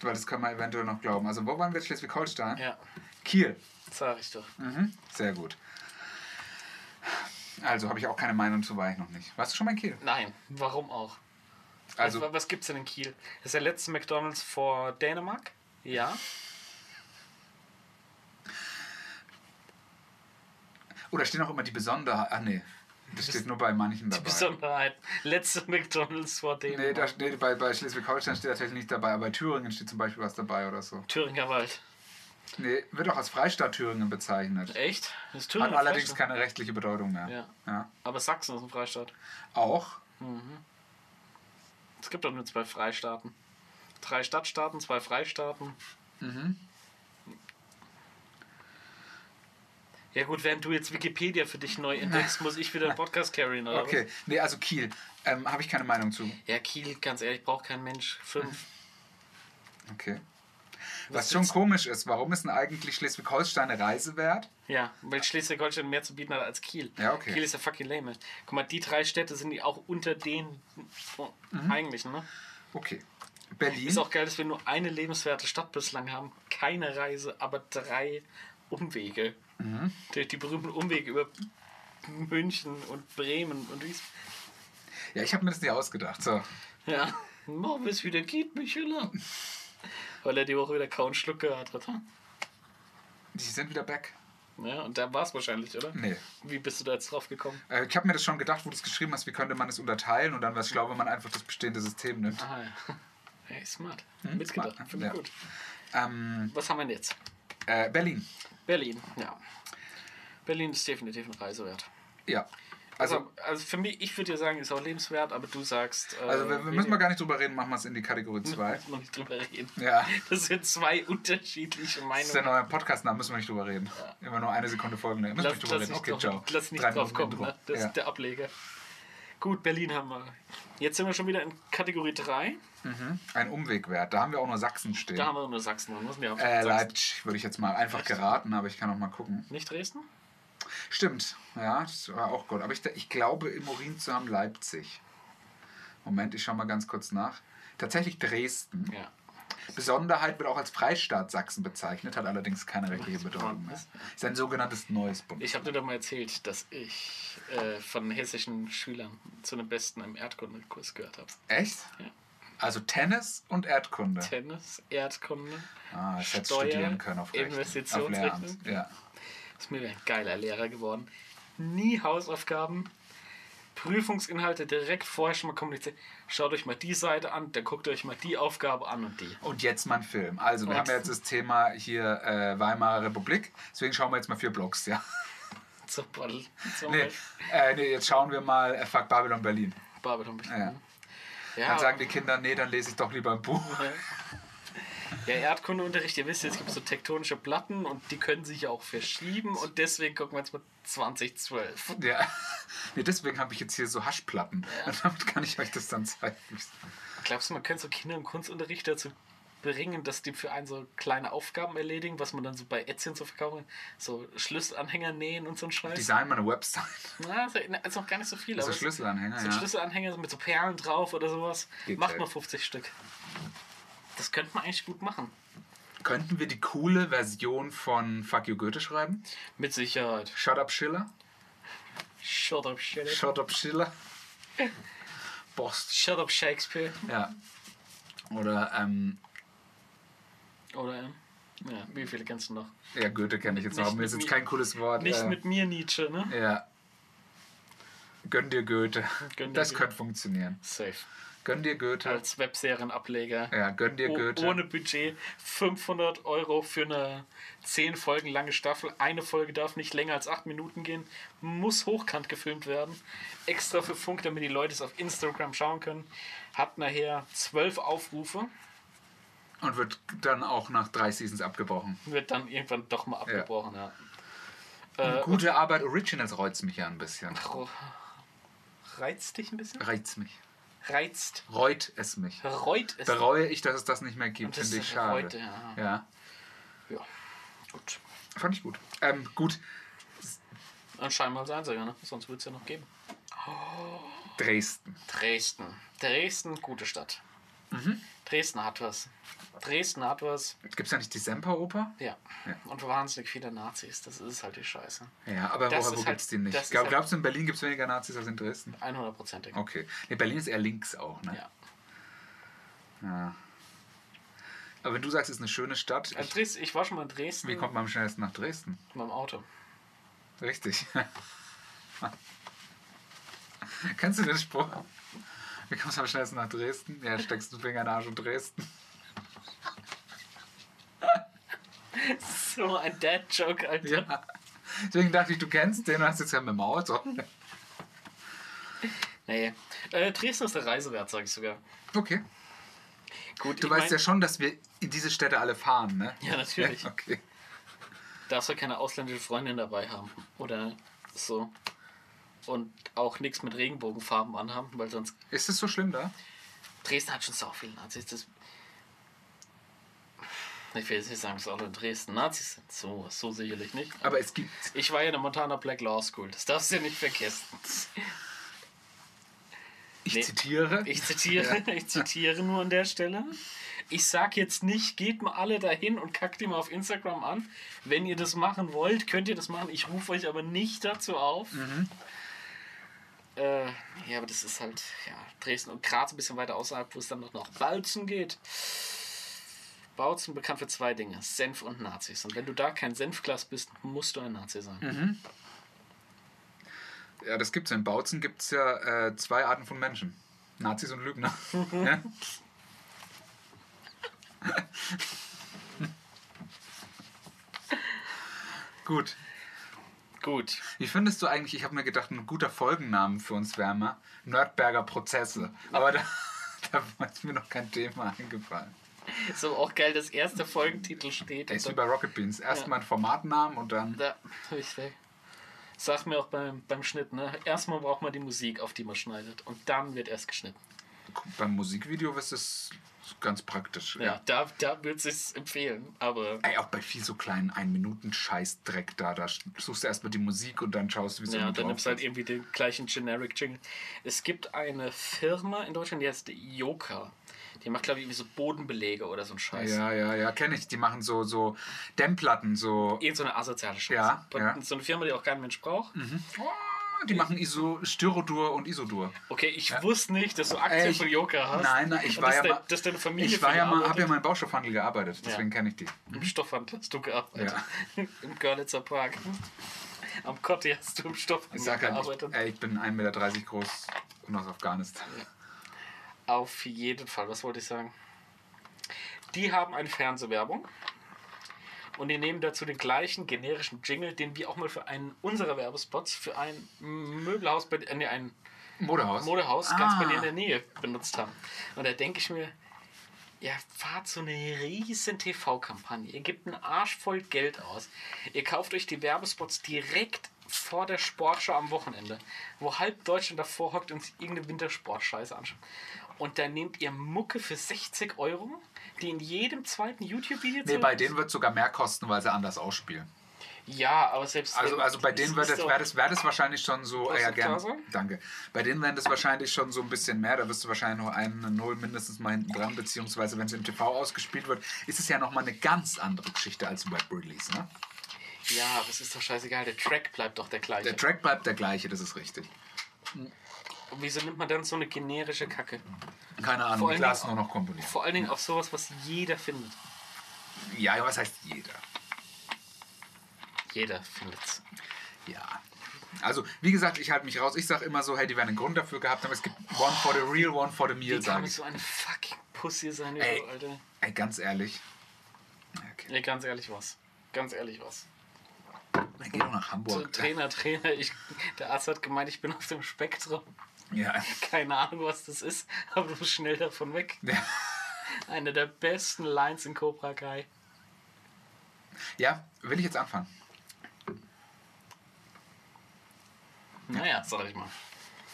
A: Weil das kann man eventuell noch glauben. Also, wo waren wir? Schleswig-Holstein?
C: Ja,
A: Kiel.
C: sag ich doch.
A: Mhm. Sehr gut. Also, habe ich auch keine Meinung zu, war ich noch nicht. Warst du schon mal in Kiel?
C: Nein, warum auch?
A: Also,
C: was, was gibt's denn in Kiel? Ist der letzte McDonalds vor Dänemark? Ja.
A: oder stehen auch immer die Besonderheiten? Ah, nee. Das steht nur bei manchen dabei.
C: Besonderheit. Letzte McDonalds vor
A: Nee,
C: Dänemark.
A: da, nee bei, bei Schleswig-Holstein steht tatsächlich nicht dabei, aber bei Thüringen steht zum Beispiel was dabei oder so.
C: Thüringer Wald.
A: Nee, wird auch als Freistaat Thüringen bezeichnet.
C: Echt? Das ist
A: Hat
C: Thüringer
A: allerdings
C: Freistaat.
A: keine rechtliche Bedeutung mehr.
C: Ja.
A: Ja.
C: Aber Sachsen ist ein Freistaat.
A: Auch,
C: Es gibt doch nur zwei Freistaaten. Drei Stadtstaaten, zwei Freistaaten.
A: Mhm.
C: Ja gut, während du jetzt Wikipedia für dich neu entdeckst, muss ich wieder einen Podcast carryen, oder?
A: okay. Nee, also Kiel. Ähm, Habe ich keine Meinung zu.
C: was? Ja, Kiel, ganz ehrlich, braucht kein Mensch.
A: Mhm.
C: Fünf.
A: Okay.
C: Was
A: Was schon
C: jetzt-
A: komisch ist, warum ist denn eigentlich Schleswig-Holstein eine Reise wert?
C: Ja, weil Schleswig-Holstein mehr zu bieten hat als Kiel.
A: Ja, okay.
C: Kiel ist ja fucking lame. Guck mal, die drei Städte sind die auch unter den
A: Mhm.
C: eigentlichen, ne?
A: Okay. Berlin.
C: Ist auch geil, dass wir nur eine lebenswerte Stadt bislang haben. Keine Reise, aber drei Umwege. Die, die berühmten Umwege über München und Bremen und Wies.
A: ja, ich habe mir das nicht ausgedacht. So.
C: Ja. Morgen ist wieder geht, Michela. Weil er die Woche wieder kaum Schluck gehört hat. hm?
A: Die sind wieder back.
C: Ja, und da war es wahrscheinlich, oder?
A: Nee.
C: Wie bist du da jetzt drauf gekommen?
A: Äh, Ich habe mir das schon gedacht, wo du es geschrieben hast, wie könnte man es unterteilen und dann wäre es schlau, wenn man einfach das bestehende System nimmt.
C: Ah, ja. Hey, smart. Mitgedacht.
A: Hm, smart,
C: Finde ich
A: ja.
C: gut.
A: Ähm,
C: Was haben wir denn jetzt?
A: äh, Berlin.
C: Berlin, ja. Berlin ist definitiv eine Reise wert.
A: Ja. Also,
C: Also, also für mich, ich würde dir sagen, ist auch lebenswert, aber du sagst. äh,
A: also wir, wir müssen mal gar nicht drüber reden, machen wir es in die Kategorie 2.
C: müssen wir nicht drüber reden.
A: Ja.
C: Das sind zwei unterschiedliche
A: Das ist der
C: Meinungen.
A: neue Podcast, da müssen wir nicht drüber reden. Immer nur eine Sekunde folgen. Müssen wir
C: Lass,
A: nicht drüber
C: lass,
A: reden.
C: nicht
A: Okay,
C: drauf-
A: ciao.
C: lass nicht
A: Drei
C: drauf
A: Minuten
C: kommen, ne?
A: Intro.
C: das
A: ja.
C: ist der Ableger. Gut, Berlin haben wir. Jetzt sind wir schon wieder in Kategorie 3.
A: Ein Umwegwert. Da haben wir auch nur Sachsen stehen.
C: Da haben wir nur Sachsen drin. Was ist denn die Hauptstadt?
A: Äh,
C: Sachsen?
A: Leipzig würde ich jetzt mal einfach
C: Echt?
A: geraten, aber ich kann auch mal gucken.
C: Nicht Dresden?
A: Stimmt, ja, das war auch gut. Aber ich, ich glaube, im Urin zu haben Leipzig. Moment, ich schaue mal ganz kurz nach. Tatsächlich Dresden.
C: Ja.
A: Besonderheit wird auch als Freistaat Sachsen bezeichnet, hat allerdings keine rechtliche
C: Was
A: Bedeutung
C: bekannt
A: mehr.
C: ist.
A: Ist ein sogenanntes neues Bund.
C: Ich habe dir doch mal erzählt, dass ich äh, von hessischen Schülern zu den Besten im Erdkundekurs gehört habe.
A: Echt?
C: Ja.
A: Also Tennis und Erdkunde.
C: Tennis, Erdkunde.
A: ah, ich hätte
C: Steuer,
A: studieren können auf Recht. Auf
C: Investitionsrechnung.
A: Lehramt. Ja.
C: Ist mir ein geiler Lehrer geworden. Nie Hausaufgaben. Prüfungsinhalte direkt vorher schon mal kommuniziert. Schaut euch mal die Seite an, dann guckt euch mal die Aufgabe an und die.
A: Und jetzt mein Film. Also, wir
C: Und-
A: haben ja jetzt das Thema hier äh, Weimarer Republik. Deswegen schauen wir jetzt mal vier Blogs, ja.
C: Zum Bottle. Zum
A: Nee, äh, nee, jetzt schauen wir mal äh, Fuck Babylon Berlin.
C: Babylon bin ich.
A: Ja.
C: Ja,
A: Dann sagen die Kinder, nee, dann lese ich doch lieber ein Buch.
C: ja, Erdkundeunterricht, ihr wisst, jetzt gibt es so tektonische Platten und die können sich ja auch verschieben und deswegen gucken wir jetzt mal 2012.
A: Ja. Nee, deswegen habe ich jetzt hier so Haschplatten. Und damit kann ich euch das dann zeigen.
C: Glaubst du, man könnte so Kinder im Kunstunterricht dazu bringen, dass die für einen so kleine Aufgaben erledigen, was man dann so bei Ätzchen zu verkaufen, so Schlüsselanhänger nähen und so ein Scheiß?
A: Design meine Website.
C: Na, ist ja- ist noch gar nicht so viel.
A: Also
C: aber es-
A: Schlüsselanhänger,
C: So
A: ja.
C: Schlüsselanhänger mit so Perlen drauf oder sowas.
A: Geht
C: Macht
A: halt.
C: mal 50 Stück. Das könnte man eigentlich gut machen.
A: Könnten wir die coole Version von Fuck You Goethe schreiben?
C: Mit Sicherheit.
A: Shut Up Schiller?
C: Shut up, Shelley.
A: Shut Up Schiller? Boss.
C: Shut up, Shakespeare.
A: Ja. Oder, ähm,
C: Oder, ähm, ja, wie viele kennst du noch?
A: ja, Goethe kenne ich jetzt
C: Nicht
A: noch. Mir ist
C: mit
A: jetzt
C: mir-
A: kein cooles Wort.
C: Nicht
A: äh,
C: mit mir, Nietzsche, ne?
A: Ja. Gönn dir Goethe.
C: Gönn dir
A: das
C: Goethe.
A: könnte funktionieren.
C: Safe.
A: Gönn dir Goethe.
C: als Webserienableger.
A: Ja, gönn dir
C: Oh-
A: Goethe.
C: Ohne Budget 500 Euro für eine 10 Folgen lange Staffel. Eine Folge darf nicht länger als 8 Minuten gehen. Muss hochkant gefilmt werden. Extra für Funk, damit die Leute es auf Instagram schauen können. Hat nachher 12 Aufrufe.
A: Und wird dann auch nach drei Seasons abgebrochen.
C: Wird dann irgendwann doch mal abgebrochen. Ja. Äh,
A: Gute Arbeit, Originals reizt mich ja ein bisschen.
C: Ro- reizt dich ein bisschen?
A: Reizt mich.
C: Reizt.
A: Reut es mich.
C: Reut es.
A: Bereue ich, dass es das nicht mehr gibt,
C: Und das
A: finde ich
C: ist
A: schade.
C: heute, ja.
A: ja.
C: ja. Gut.
A: Fand ich gut. Ähm, gut,
C: Anscheinend als einziger, ne? Sonst würde es ja noch geben.
A: Dresden.
C: Dresden. Dresden, gute Stadt.
A: Mhm.
C: Dresden hat was. Dresden hat was.
A: Gibt es da nicht die Semperoper?
C: Ja.
A: Ja.
C: Und wahnsinnig viele Nazis. Das ist halt die Scheiße.
A: Ja, aber
C: Das
A: wo, wo
C: ist halt-
A: gibt es die nicht?
C: das ist
A: Glaub,
C: halt-
A: glaubst du, in Berlin gibt es weniger Nazis als in Dresden?
C: 100%ig.
A: Okay. Nee, Berlin ist eher links auch, ne?
C: Ja.
A: Aber wenn du sagst, es ist eine schöne Stadt,
C: Äh,
A: ich,
C: Dres- ich war schon mal in Dresden
A: wie kommt man am schnellsten nach Dresden?
C: mit meinem Auto.
A: Richtig. Kennst du den Spruch? Wie kommst du am schnellsten nach Dresden? Ja, steckst du den Finger in den Arsch und Dresden.
C: So ein Dad-Joke, Alter.
A: Ja. Deswegen dachte ich, du kennst den und hast jetzt ja mit dem Auto.
C: Nee. Äh, Dresden ist der Reise wert, sage ich sogar.
A: Okay.
C: Gut,
A: Du
C: ich
A: weißt ja
C: mein,
A: schon, dass wir in diese Städte alle fahren, ne?
C: Ja, natürlich.
A: okay.
C: darfst du keine ausländische Freundin dabei haben. Oder so. Und auch nichts mit Regenbogenfarben anhaben, weil sonst
A: Ist es so schlimm da?
C: Dresden hat schon so viele Nazis. Das ich will jetzt nicht sagen, dass alle in Dresden Nazis sind. So, so sicherlich nicht.
A: Aber es gibt.
C: Ich war ja in der Montana Black Law School. Das darfst du ja nicht vergessen.
A: Ich
C: Nee.
A: zitiere.
C: Ich zitiere, ich zitiere nur an der Stelle. Ich sag jetzt nicht, geht mal alle dahin und kackt die mal auf Instagram an. Wenn ihr das machen wollt, könnt ihr das machen. Ich rufe euch aber nicht dazu auf. Äh, ja, aber das ist halt, ja, Dresden und Graz ein bisschen weiter außerhalb, wo es dann noch nach Bautzen geht. Bautzen bekannt für zwei Dinge: Senf und Nazis. Und wenn du da kein Senfglas bist, musst du ein Nazi sein.
A: Ja, das gibt's ja. In Bautzen gibt's ja äh, zwei Arten von Menschen: Nazis und Lügner. ja? Gut.
C: Gut.
A: Wie findest du eigentlich, ich habe mir gedacht, ein guter Folgennamen für uns wäre mal Nördberger Prozesse. Aber da, da ist mir noch kein Thema eingefallen.
C: Ist aber auch geil, dass erste Folgentitel steht.
A: Der ist wie
C: und
A: bei Rocket Beans. Erstmal ein Formatnamen und dann.
C: Da, richtig. Sag mir auch beim, beim Schnitt, ne? Erstmal braucht man die Musik, auf die man schneidet. Und dann wird erst geschnitten.
A: Beim Musikvideo ist es ganz praktisch.
C: Ja, da, da würde es empfehlen. Aber
A: Ey, auch bei viel so kleinen Ein-Minuten-Scheißdreck da. Da suchst du erstmal die Musik und dann schaust du, wie so du
C: ja, dann
A: drauf
C: nimmst du halt
A: bist.
C: irgendwie den gleichen Generic Jingle. Es gibt eine Firma in Deutschland, die heißt Joka. Die macht, glaube ich, irgendwie so Bodenbelege oder so ein Scheiß.
A: Ja, ja, ja, kenne ich. Die machen so, so Dämmplatten, so.
C: Irgend so eine asoziale Scheiße.
A: Ja,
C: Und
A: ja. Mhm.
C: So eine Firma, die auch kein Mensch braucht.
A: Ah, Die machen Iso, Styrodur und Isodur.
C: Okay, ich wusste nicht, dass du Aktien
A: Ey, ich-
C: von Joka Ah, hast.
A: Nein, nein, ich
C: Und
A: war
C: dass
A: ja
C: dein-
A: mal-
C: Dass deine Familie
A: Ich war
C: für
A: ja
C: die
A: mal,
C: arbeitet.
A: habe ja mal im Baustoffhandel gearbeitet, deswegen kenne ich die.
C: Im Stoffhandel hast du gearbeitet. Im Görlitzer Park. Am Kotti hast du im
A: Ich
C: Stoffhandel
A: sag halt,
C: gearbeitet.
A: ich, ey, ich bin 1,30 Meter groß und aus Afghanistan.
C: Auf jeden Fall, was wollte ich sagen? Die haben eine Fernsehwerbung. Und die nehmen dazu den gleichen generischen Jingle, den wir auch mal für einen unserer Werbespots für ein Möbelhaus, bei, äh, nee, ein
A: Modehaus.
C: Modehaus ganz
A: Ah.
C: bei dir in der Nähe benutzt haben. Und da denke ich mir, ihr fahrt so eine riesen TV-Kampagne, ihr gebt einen Arsch voll Geld aus, ihr kauft euch die Werbespots direkt vor der Sportschau am Wochenende, wo halb Deutschland davor hockt und sich irgendeine Wintersportscheiße anschaut. Und dann nehmt ihr Mucke für 60 Euro, die in jedem zweiten YouTube-Video
A: Nee,
C: zu-
A: bei denen wird sogar mehr kosten, weil sie anders ausspielen.
C: Ja, aber selbst.
A: Also, also bei
C: es
A: denen wird
C: ist
A: das,
C: doch-
A: wäre das, wär das wahrscheinlich schon so.
C: Brauchst
A: Ah, ja,
C: du
A: gern,
C: Gläser?
A: danke. Bei denen wären das wahrscheinlich schon so ein bisschen mehr. Da wirst du wahrscheinlich noch einen Null mindestens mal hinten dran. Beziehungsweise, wenn es im TV ausgespielt wird, ist es ja nochmal eine ganz andere Geschichte als ein Web-Release. Ne?
C: Ja, aber es ist doch scheißegal, der Track bleibt doch der gleiche.
A: Der Track bleibt der gleiche, das ist richtig.
C: Und Wieso nimmt man dann so eine generische Kacke?
A: Keine Ahnung,
C: allen
A: ich las
C: Dingen-
A: nur noch komponiert.
C: Vor allen Dingen auf sowas, was jeder findet.
A: Ja, ja, was heißt jeder?
C: Jeder findet's.
A: Ja. Also, wie gesagt, ich halte mich raus. Ich sage immer so, hey, die werden einen Grund dafür gehabt haben. Es gibt one for the real, one for the
C: Wie
A: meal,
C: kann
A: sage
C: ich
A: ich.
C: so eine fucking Pussy sein,
A: Ey.
C: Ey. Alter?
A: Ey, ganz ehrlich. Okay.
C: Nee, ganz ehrlich was. Ganz ehrlich was.
A: Dann geh doch nach
C: So,
A: Hamburg.
C: Trainer, Trainer, ich, der Arzt hat gemeint, ich bin auf dem Spektrum.
A: Ja.
C: Keine Ahnung, was das ist, aber du bist schnell davon weg.
A: Ja.
C: Eine der besten Lines in Cobra Kai.
A: ja, will ich jetzt anfangen?
C: Naja, sag ich mal.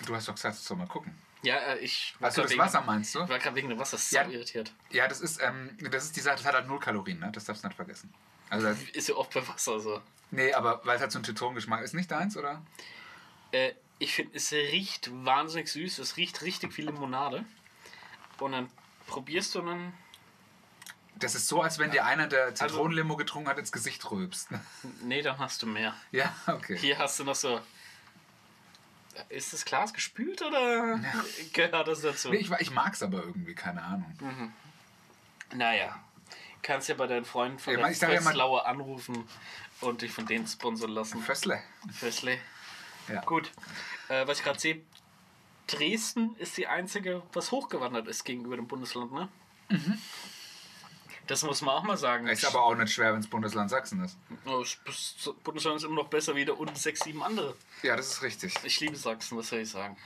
A: Du hast doch gesagt, du sollst mal gucken.
C: Ja, äh, ich war
A: Also
C: grad
A: das
C: wegen-
A: Wasser meinst du?
C: Ich war gerade wegen dem Wasser so
A: Ja.
C: irritiert.
A: Ja, das ist, ähm, das ist die Sache, das hat halt null Kalorien, ne? Das darfst du nicht vergessen. Also, das,
C: Ist ja oft bei Wasser so.
A: nee, aber weil es halt so ein Zitronengeschmack ist, nicht deins, oder?
C: Äh, ich finde, es riecht wahnsinnig süß. Es riecht richtig viel Limonade. Und dann probierst du und dann.
A: Das ist so, als wenn dir einer, der
C: Also-
A: Zitronenlimo getrunken hat, ins Gesicht rülpst.
C: Nee, dann hast du mehr.
A: ja, okay.
C: Hier hast du noch so. Ist das Glas gespült oder gehört das dazu?
A: Nee, ich, ich mag's aber irgendwie, keine Ahnung.
C: Hm. Naja. Kannst ja bei deinen Freunden von
A: Ja,
C: der
A: ich sag ja mal-
C: Fresslauer anrufen und dich von denen sponsern lassen.
A: Fössle.
C: Presley.
A: Ja.
C: Gut. Äh, was ich gerade sehe, Dresden ist die einzige, was hochgewandert ist gegenüber dem Bundesland, ne? Das muss man auch mal sagen.
A: Ist aber auch nicht schwer, wenn es Bundesland Sachsen ist.
C: Oh, ich- das Bundesland ist immer noch besser wie da unten sechs, sieben andere.
A: Ja, das ist richtig.
C: Ich liebe Sachsen, was soll ich sagen?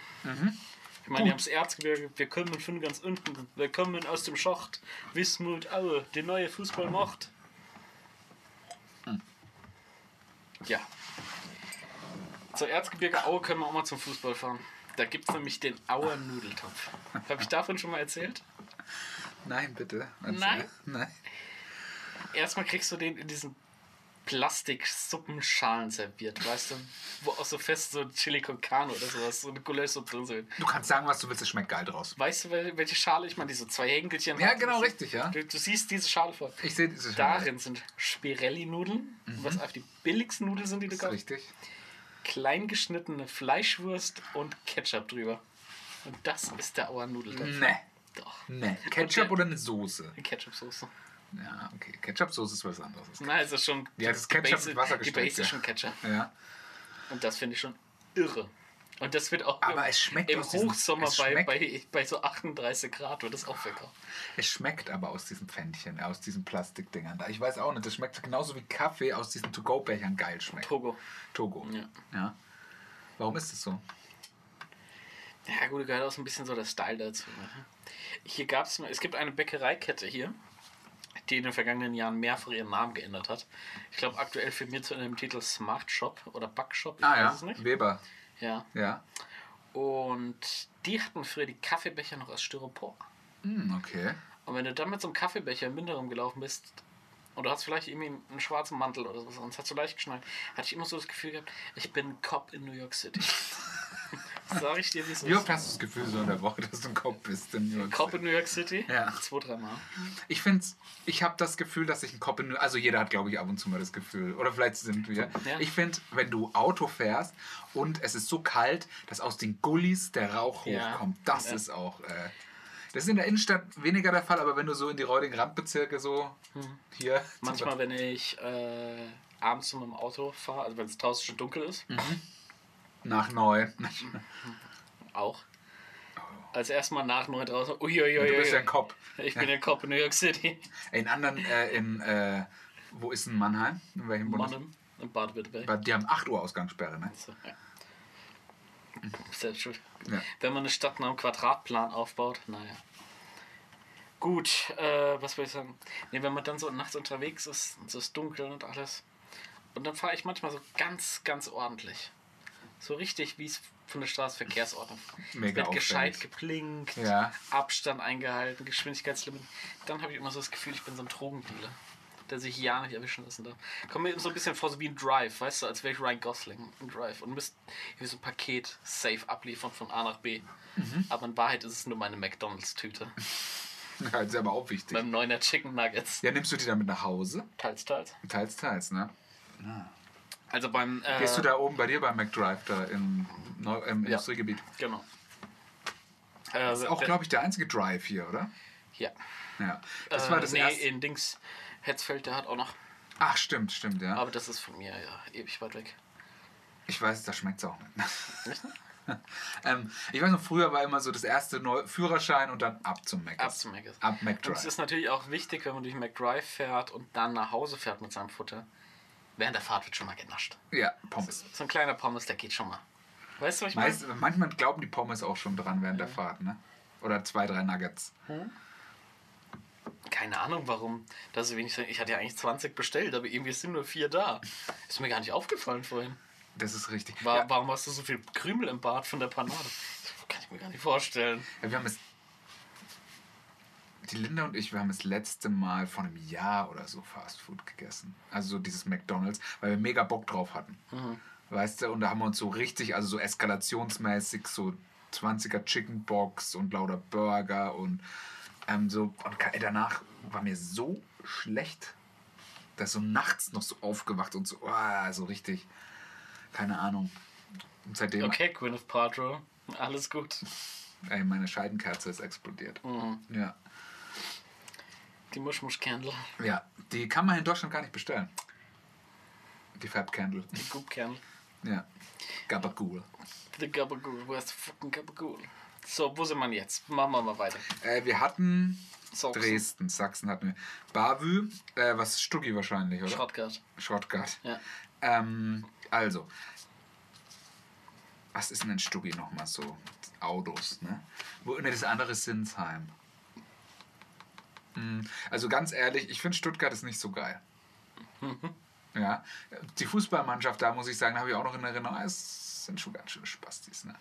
C: Ich meine, wir haben das Erzgebirge, wir kommen von ganz unten, wir kommen aus dem Schacht, Wismut, Aue, der neue Fußball macht. Ja. Zur Erzgebirge Aue können wir auch mal zum Fußball fahren. Da gibt es nämlich den Auer Nudeltopf. Habe ich davon schon mal erzählt?
A: Nein, bitte.
C: Nein?
A: Nein.
C: Erstmal kriegst du den in diesen Plastik-Suppenschalen serviert, weißt du? Wo auch so fest so Chili con Carne oder sowas, so eine Gulaschsuppe drin sind.
A: Du kannst sagen, was du willst, es schmeckt geil draus.
C: Weißt du, wel- welche Schale ich meine? Diese zwei Henkelchen.
A: Ja,
C: hat.
A: genau, richtig, ja.
C: Du, du siehst diese Schale vor.
A: Ich sehe dieses
C: Darin sind Spirelli-Nudeln, was auf die billigsten Nudeln sind, die du
A: Mhm. Das ist
C: kaufst.
A: richtig.
C: Klein geschnittene Fleischwurst und Ketchup drüber. Und das ist der Auer Nudeltopf.
A: Nee.
C: Doch.
A: Nee. Ketchup
C: der-
A: oder eine Soße?
C: Eine Ketchup-Soße.
A: Ja, okay. Ketchup-Soße ist was anderes.
C: Na, also schon.
A: Ja, das ist Ketchup
C: die Base-
A: mit Wasser
C: Die
A: gestreckt,
C: Base
A: ja.
C: ist schon Ketchup.
A: Ja.
C: Und das finde ich schon irre. Und das wird auch
A: Aber es schmeckt
C: im
A: aus diesem-
C: Hochsommer
A: es
C: bei,
A: schmeckt-
C: bei, bei so 38 Grad wird das auch verkauft.
A: Es schmeckt aber aus diesen Pfännchen, aus diesen Plastikdingern da. Ich weiß auch nicht, das schmeckt genauso wie Kaffee aus diesen To-Go-Bechern geil schmeckt.
C: Togo.
A: Togo.
C: Ja.
A: ja. Warum ist das so?
C: Ja, gut, gehört auch so ein bisschen so der Style dazu. ne? Hier gab es, es gibt eine Bäckereikette hier, die in den vergangenen Jahren mehrfach ihren Namen geändert hat. Ich glaube, aktuell für mir zu einem Titel Smart Shop oder Backshop, ich
A: Ah
C: weiß
A: ja,
C: es nicht.
A: Weber.
C: Ja.
A: Ja.
C: Und die hatten früher die Kaffeebecher noch aus Styropor.
A: Hm, okay.
C: Und wenn du dann mit so einem Kaffeebecher im Winter rumgelaufen bist, oder hast vielleicht irgendwie einen schwarzen Mantel oder so, sonst hat so leicht geschneit, hatte ich immer so das Gefühl gehabt, ich bin ein Cop in New York City. Sag ich dir, wie es
A: Wie
C: ist.
A: oft hast du das Gefühl so in der Woche, dass du ein Kopf bist in New York
C: Cop
A: City?
C: in New York City?
A: Ja.
C: Zwei, dreimal.
A: Ich finde, ich habe das Gefühl, dass ich ein Kopf in. Also jeder hat, glaube ich, ab und zu mal das Gefühl. Oder vielleicht sind wir.
C: Ja.
A: Ich finde, wenn du Auto fährst und es ist so kalt, dass aus den Gullis der Rauch
C: Ja.
A: hochkommt, das
C: Ja.
A: ist auch. Äh, das ist in der Innenstadt weniger der Fall, aber wenn du so in die räudigen Randbezirke so hier. zum
C: Manchmal, wenn ich äh, abends mit dem Auto fahre, also wenn es draußen schon dunkel ist,
A: Hm. Beispiel Nach neun.
C: auch. Als erstmal nach neun draußen, uiuiui,
A: Du bist ja ein Kopf.
C: ich bin der Cop in New York City.
A: In anderen, äh, in. Äh, wo ist denn Mannheim? In welchem Bundesland?
C: Mannem und Bad Wittenberg.
A: Die haben 8 Uhr Ausgangssperre, ne?
C: So, ja. Selbst schuld.
A: Ja.
C: Wenn man eine Stadt nach einem Quadratplan aufbaut, naja. Gut, äh, was will ich sagen? Nee, wenn man dann so nachts unterwegs ist, und es ist dunkel und alles. Und dann fahre ich manchmal so ganz, ganz ordentlich. So richtig, wie es von der Straßenverkehrsordnung.
A: Mega
C: es wird
A: aufwendig.
C: gescheit geblinkt,
A: Ja.
C: Abstand eingehalten, Geschwindigkeitslimit. Dann habe ich immer so das Gefühl, ich bin so ein Drogendealer, der sich ja nicht erwischen lassen darf. Kommt mir eben so ein bisschen vor, so wie ein Drive, weißt du, als wäre ich Ryan Gosling im Drive und müsste irgendwie so ein Paket safe abliefern von A nach B.
A: Mhm.
C: Aber in Wahrheit ist es nur meine McDonalds-Tüte.
A: Das ist aber auch wichtig.
C: Beim Neuner Chicken Nuggets.
A: Ja, nimmst du die damit nach Hause?
C: Teils, teils.
A: Teils, teils, ne?
C: Also beim. Äh,
A: Gehst du da oben bei dir bei McDrive da im, Neu im Industriegebiet?
C: Genau. Also,
A: Ist auch, glaube ich, der einzige Drive hier, oder?
C: Ja.
A: Ja. Das
C: äh,
A: war das
C: nee,
A: erste.
C: in Dings. Hetzfeld, der hat auch noch.
A: Ach, stimmt, stimmt, ja.
C: Aber das ist von mir ja ewig weit weg.
A: Ich weiß, da schmeckt es auch nicht. ähm, ich weiß noch, früher war immer so das erste Neu Führerschein und dann ab zum Mac.
C: Ab zum Meckes.
A: Ab
C: Und es
A: McDrive.
C: ist natürlich auch wichtig, wenn man durch McDrive fährt und dann nach Hause fährt mit seinem Futter. Während der Fahrt wird schon mal genascht.
A: Ja, Pommes.
C: So ein kleiner Pommes, der geht schon mal. Weißt du, was ich meine?
A: Meist, manchmal glauben die Pommes auch schon dran während der
C: Mhm.
A: Fahrt, ne? Oder zwei, drei Nuggets.
C: Keine Ahnung, warum. Das ist wenig. Ich hatte ja eigentlich 20 bestellt, aber irgendwie sind nur vier da. Ist mir gar nicht aufgefallen vorhin.
A: Das ist richtig.
C: War,
A: ja,
C: Warum hast du so viel Krümel im Bart von der Panade? Kann ich mir gar nicht vorstellen.
A: ja, wir haben es. Die Linda und ich, wir haben das letzte Mal vor einem Jahr oder so Fast Food gegessen. Also so dieses McDonalds, weil wir mega Bock drauf hatten. Weißt du, und da haben wir uns so richtig, also so eskalationsmäßig, so 20er Chicken Box und lauter Burger und ähm, so. Und ke- danach war mir so schlecht, dass so nachts noch so aufgewacht und so, oh, so richtig, keine Ahnung. Und seitdem,
C: Okay, Gwyneth Paltrow. Alles gut.
A: ey, meine Scheidenkerze ist explodiert. Ja.
C: Die Muschmuschkernl.
A: ja, die kann man in Deutschland gar nicht bestellen. Die Fab Candle.
C: Die Goop-Kernl.
A: Ja. Gabagool.
C: The Gabagool. Where's the fucking Gabagool? So, wo sind wir jetzt? Machen wir mal weiter.
A: Äh, wir hatten
C: So,
A: Dresden, Sachsen hatten wir. Bavü, äh, was Stucki wahrscheinlich, oder?
C: Stuttgart.
A: Shortcut.
C: Ja.
A: Ähm, also, was ist denn in Stuggi nochmal so? Autos, ne? Wo, ne, das andere ist Sinsheim. Hm, Also ganz ehrlich, ich finde Stuttgart ist nicht so geil. Ja, die Fußballmannschaft, da muss ich sagen, habe ich auch noch in Erinnerung, ah, es sind schon ganz schöne Spastis, ne?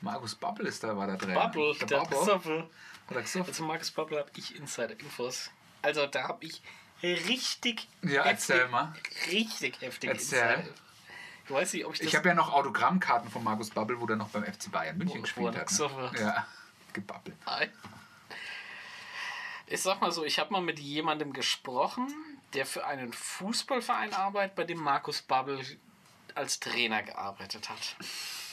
A: Markus Bubble ist da, war da drin.
C: Bubble, Mhm. der Also,
A: Bubble.
C: Bubble.
A: Oder Xoff.
C: Zu Markus Bubble habe ich Insider-Infos. Also, da habe ich richtig.
A: Ja, erzähl mal.
C: Richtig heftige
A: Erzähl.
C: Insider. Du weißt nicht, ob ich das.
A: Ich habe ja noch Autogrammkarten von Markus Babbel, wo der noch beim FC Bayern München
C: Wo- wo
A: gespielt
C: er
A: hat.
C: so war.
A: Ne? Ja, gebabbel.
C: Hi. Ich sag mal so, ich habe mal mit jemandem gesprochen, der für einen Fußballverein arbeitet, bei dem Markus Babbel als Trainer gearbeitet hat.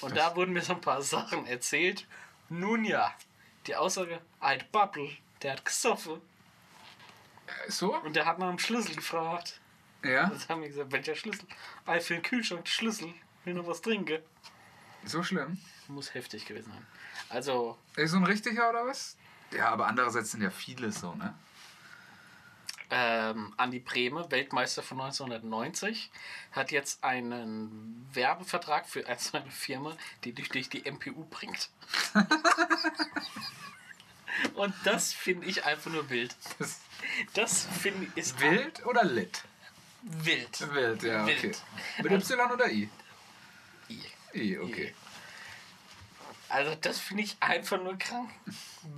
C: Und da wurden mir so ein paar Sachen erzählt. Nun ja, die Aussage, ein Babbel, der hat gesoffen
A: Äh, So?
C: und der hat nach dem Schlüssel gefragt.
A: Ja,
C: Das haben wir gesagt, welcher Schlüssel? Ei, für den Kühlschrank, der Schlüssel, will noch was trinken.
A: so schlimm.
C: Muss heftig gewesen sein. Also,
A: Ist so ein richtiger oder was? Ja, aber andererseits sind ja viele so, ne?
C: ähm, Andi Brehme, Weltmeister von 1990, hat jetzt einen Werbevertrag für äh, so eine Firma, die dich durch die MPU bringt. Und das finde ich einfach nur wild.
A: Das
C: Das finde ich ist
A: wild oder lit?
C: wild.
A: Wild, ja, okay.
C: Wild.
A: Mit Y oder I? I, okay.
C: Also das finde ich einfach nur krank.
A: Ja,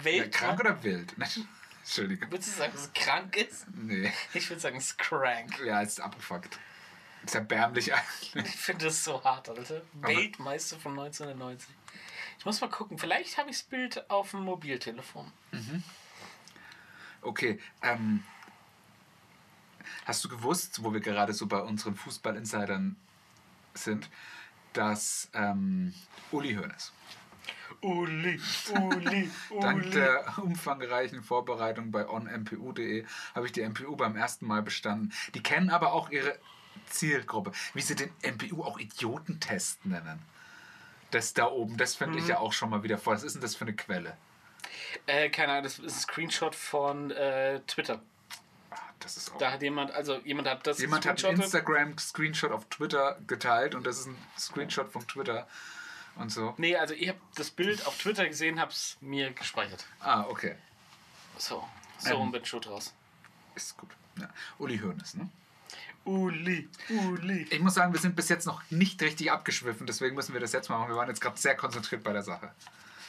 C: Wild.
A: krank oder wild? Nein, Entschuldigung.
C: Würdest du sagen, dass es krank ist?
A: Nee.
C: Ich würde sagen, es ist crank.
A: Ja, ist abgefuckt. Ist erbärmlich eigentlich.
C: Ich finde das so hart, Alter. Weltmeister von 1990. Ich muss mal gucken, vielleicht habe ich das Bild auf dem Mobiltelefon.
A: Okay, ähm. Hast du gewusst, wo wir gerade so bei unseren Fußball-Insidern sind, dass ähm, Uli Hoeneß
C: Uli, Uli,
A: Dank
C: Uli.
A: der umfangreichen Vorbereitung bei onmpu.de E habe ich die MPU beim ersten Mal bestanden. Die kennen aber auch ihre Zielgruppe, wie sie den MPU auch Idiotentest nennen. Das da oben, das finde ich ja auch schon mal wieder vor. Was ist denn das für eine Quelle?
C: Äh, keine Ahnung, das ist ein Screenshot von äh, Twitter.
A: Ah, Das ist auch.
C: Da hat jemand, also jemand hat das
A: Jemand hat einen
C: gescreenshottet.
A: Instagram-Screenshot auf Twitter geteilt und das ist ein Screenshot von Twitter und so.
C: Nee, also ich habe das Bild auf Twitter gesehen, hab's mir gespeichert.
A: Ah, okay.
C: So, so
A: Ähm.
C: und bin schon draus.
A: Ist gut. Ja. Uli Hoeneß, ne?
C: Uli, Uli.
A: Ich muss sagen, wir sind bis jetzt noch nicht richtig abgeschwiffen, deswegen müssen wir das jetzt mal machen. Wir waren jetzt gerade sehr konzentriert bei der Sache.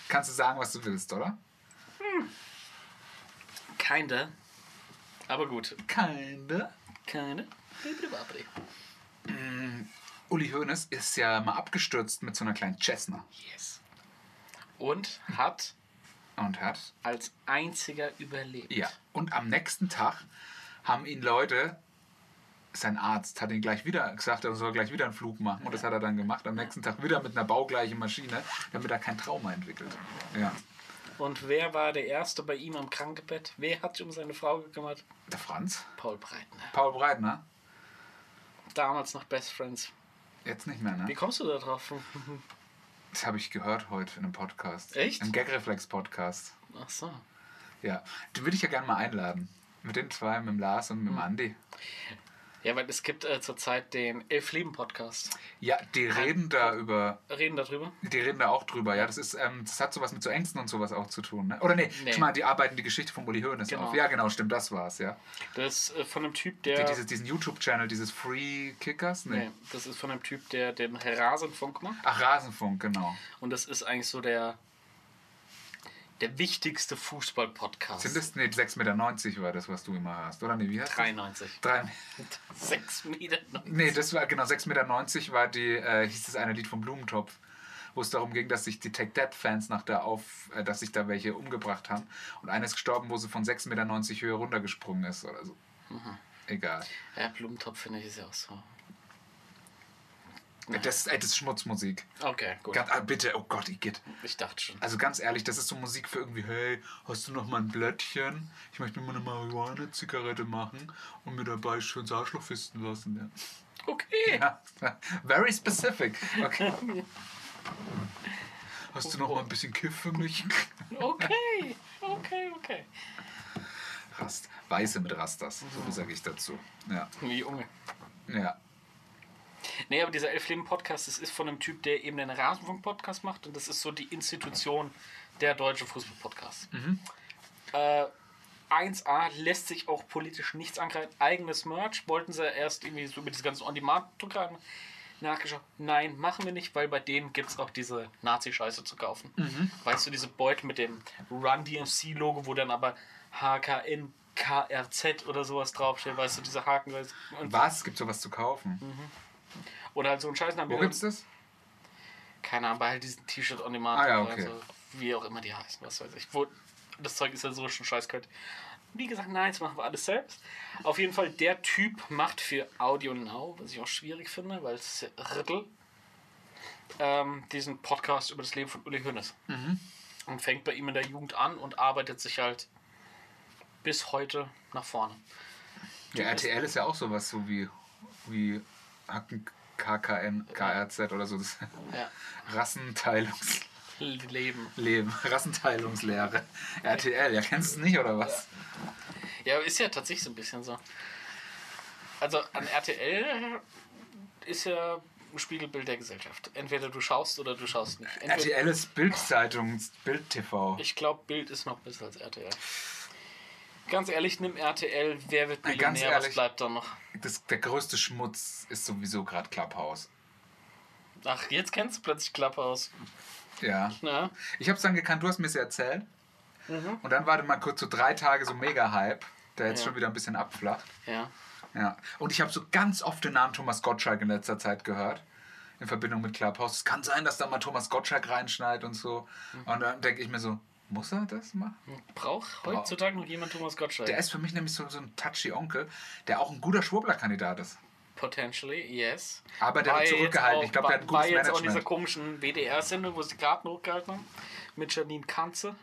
A: Kannst du sagen, was du willst, oder?
C: Keine. Aber gut.
A: Keine.
C: Keine.
A: Uli Hoeneß ist ja mal abgestürzt mit so einer kleinen Cessna
C: Yes. Und hat
A: und hat.
C: als einziger überlebt.
A: Ja. Und am nächsten Tag haben ihn Leute, sein Arzt hat ihn gleich wieder gesagt, er soll gleich wieder einen Flug machen. Und das hat er dann gemacht. Am nächsten Tag wieder mit einer baugleichen Maschine, damit er kein Trauma entwickelt. Ja.
C: Und wer war der Erste bei ihm am Krankenbett? Wer hat sich um seine Frau gekümmert?
A: Der Franz.
C: Paul Breitner.
A: Paul Breitner.
C: Damals noch Best Friends.
A: Jetzt nicht mehr,
C: Wie
A: ne?
C: kommst du da drauf?
A: Das habe ich gehört heute in einem Podcast.
C: Echt?
A: Im Gagreflex-Podcast.
C: Ach so.
A: Ja. Den würde ich ja gerne mal einladen. Mit den zwei, mit dem Lars und mit
C: Hm.
A: dem Andi.
C: Ja, weil es gibt äh, zurzeit den Elf Leben Podcast.
A: Ja, die reden da über.
C: Reden darüber.
A: Die reden da auch drüber, ja. Das ist, ähm, das hat sowas mit so Ängsten und sowas auch zu tun, ne? Oder nee,
C: Nee.
A: schon mal, die arbeiten die Geschichte von Uli Hoeneß
C: Genau.
A: auf. Ja, genau, stimmt, das war's, ja.
C: Das ist äh, von einem Typ,
A: Die,
C: der.
A: dieses, diesen YouTube-Channel, dieses Free Kickers, nee.
C: nee, das ist von einem Typ, der den Rasenfunk macht.
A: Ach, Rasenfunk, genau.
C: Und das ist eigentlich so der. Der wichtigste Fußball-Podcast.
A: Sind das, nee, 6,90 Meter war das, was du immer hast, oder? Nee, wie heißt
C: 93.
A: das? Drei,
C: 6 Meter.
A: nee, das war, genau, 6,90 Meter war die, äh, hieß das eine Lied vom Blumentopf, wo es darum ging, dass sich die Tech Dead Fans nach der auf, äh, dass sich da welche umgebracht haben. Und eine ist gestorben, wo sie von 6,90 Meter Höhe runtergesprungen ist oder so. Egal.
C: Ja, Blumentopf finde ich ist ja auch so.
A: Äh, Das, ey, das ist Schmutzmusik.
C: Okay, gut.
A: Ganz, ah, bitte, oh Gott, Igitt.
C: Ich dachte schon.
A: Also ganz ehrlich, das ist so Musik für irgendwie, hey, hast du noch mal ein Blättchen? Ich möchte mir mal eine Marihuana-Zigarette machen und mir dabei schön das Arschloch fisten lassen.
C: Okay.
A: Ja. Very specific. Okay. Hast du noch mal ein bisschen Kiff für mich?
C: Okay. Okay, okay.
A: Rast. Weiße mit Rastas, so sage ich dazu. Ja.
C: Wie Junge.
A: ja.
C: Nee, aber dieser Elf-Leben-Podcast, das ist von einem Typ, der eben einen Rasenfunk-Podcast macht und das ist so die Institution der deutschen Fußball-Podcast.
A: Mhm.
C: Äh, 1a lässt sich auch politisch nichts angreifen. Eigenes Merch wollten sie erst irgendwie so mit diesen ganzen On-Demand-Programmen nachgeschaut. Nein, machen wir nicht, weil bei denen gibt es auch diese Nazi-Scheiße zu kaufen.
A: Mhm.
C: Weißt du, diese Beute mit dem Run-DMC-Logo, wo dann aber HKN, KRZ oder sowas draufsteht, weißt du, diese Haken. weißt du, und-
A: Was? Gibt sowas zu kaufen?
C: Oder halt so ein Scheißnamen.
A: Wo gibt's das?
C: keine Ahnung, bei halt diesen T-Shirt on Demand
A: Ah, ja,
C: oder
A: okay.
C: so, wie auch immer die heißen, was weiß ich. Wo, das Zeug ist ja so schon scheiß kalt. Wie gesagt, nein, das machen wir alles selbst. Auf jeden Fall, der Typ macht für Audio Now, was ich auch schwierig finde, weil es ist ja Rittel, ähm, diesen Podcast über das Leben von Uli Hoeneß.
A: Mhm.
C: Und fängt bei ihm in der Jugend an und arbeitet sich halt bis heute nach vorne.
A: Ja, RTL ist ja auch sowas, so wie, wie Hacken KKN, KRZ oder so. Das
C: Ja,
A: Rassenteilungs...
C: Leben.
A: Leben, Rassenteilungslehre. RTL, ja, kennst du es nicht, oder was?
C: Ja, ist ja tatsächlich so ein bisschen so. Also an RTL ist ja ein Spiegelbild der Gesellschaft. Entweder du schaust oder du schaust nicht. Entweder,
A: RTL ist Bildzeitung, Bild-TV.
C: ich glaube, Bild ist noch besser als RTL. Ganz ehrlich, nimm RTL, wer wird
A: Ey, ganz
C: Millionär, was
A: ehrlich.
C: bleibt da noch?
A: Das, der größte Schmutz ist sowieso gerade Clubhouse.
C: Ach, jetzt kennst du plötzlich Clubhouse.
A: Ja.
C: Na?
A: Ich hab's dann gekannt, du hast mir's erzählt. Und dann war mal kurz so drei Tage so Mega-Hype, der jetzt
C: Mhm. Ja.
A: schon wieder ein bisschen abflacht.
C: Ja.
A: Ja. Und ich habe so ganz oft den Namen Thomas Gottschalk in letzter Zeit gehört. In Verbindung mit Clubhouse. Es kann sein, dass da mal Thomas Gottschalk reinschneit und so.
C: Mhm.
A: Und dann denke ich mir so, muss er das machen?
C: Braucht heutzutage noch jemand Thomas Gottschalk?
A: Der ist für mich nämlich so, so ein touchy Onkel, der auch ein guter Schwurbler-Kandidat ist.
C: Potentially, yes.
A: Aber der
C: War
A: wird
C: ja jetzt
A: zurückgehalten.
C: auch-
A: Ich glaube, der hat ein
C: war-
A: gutes
C: War jetzt auch in
A: Management.
C: dieser komischen WDR-Sendung, wo sie die Karten hochgehalten haben. Mit Janine Kanze.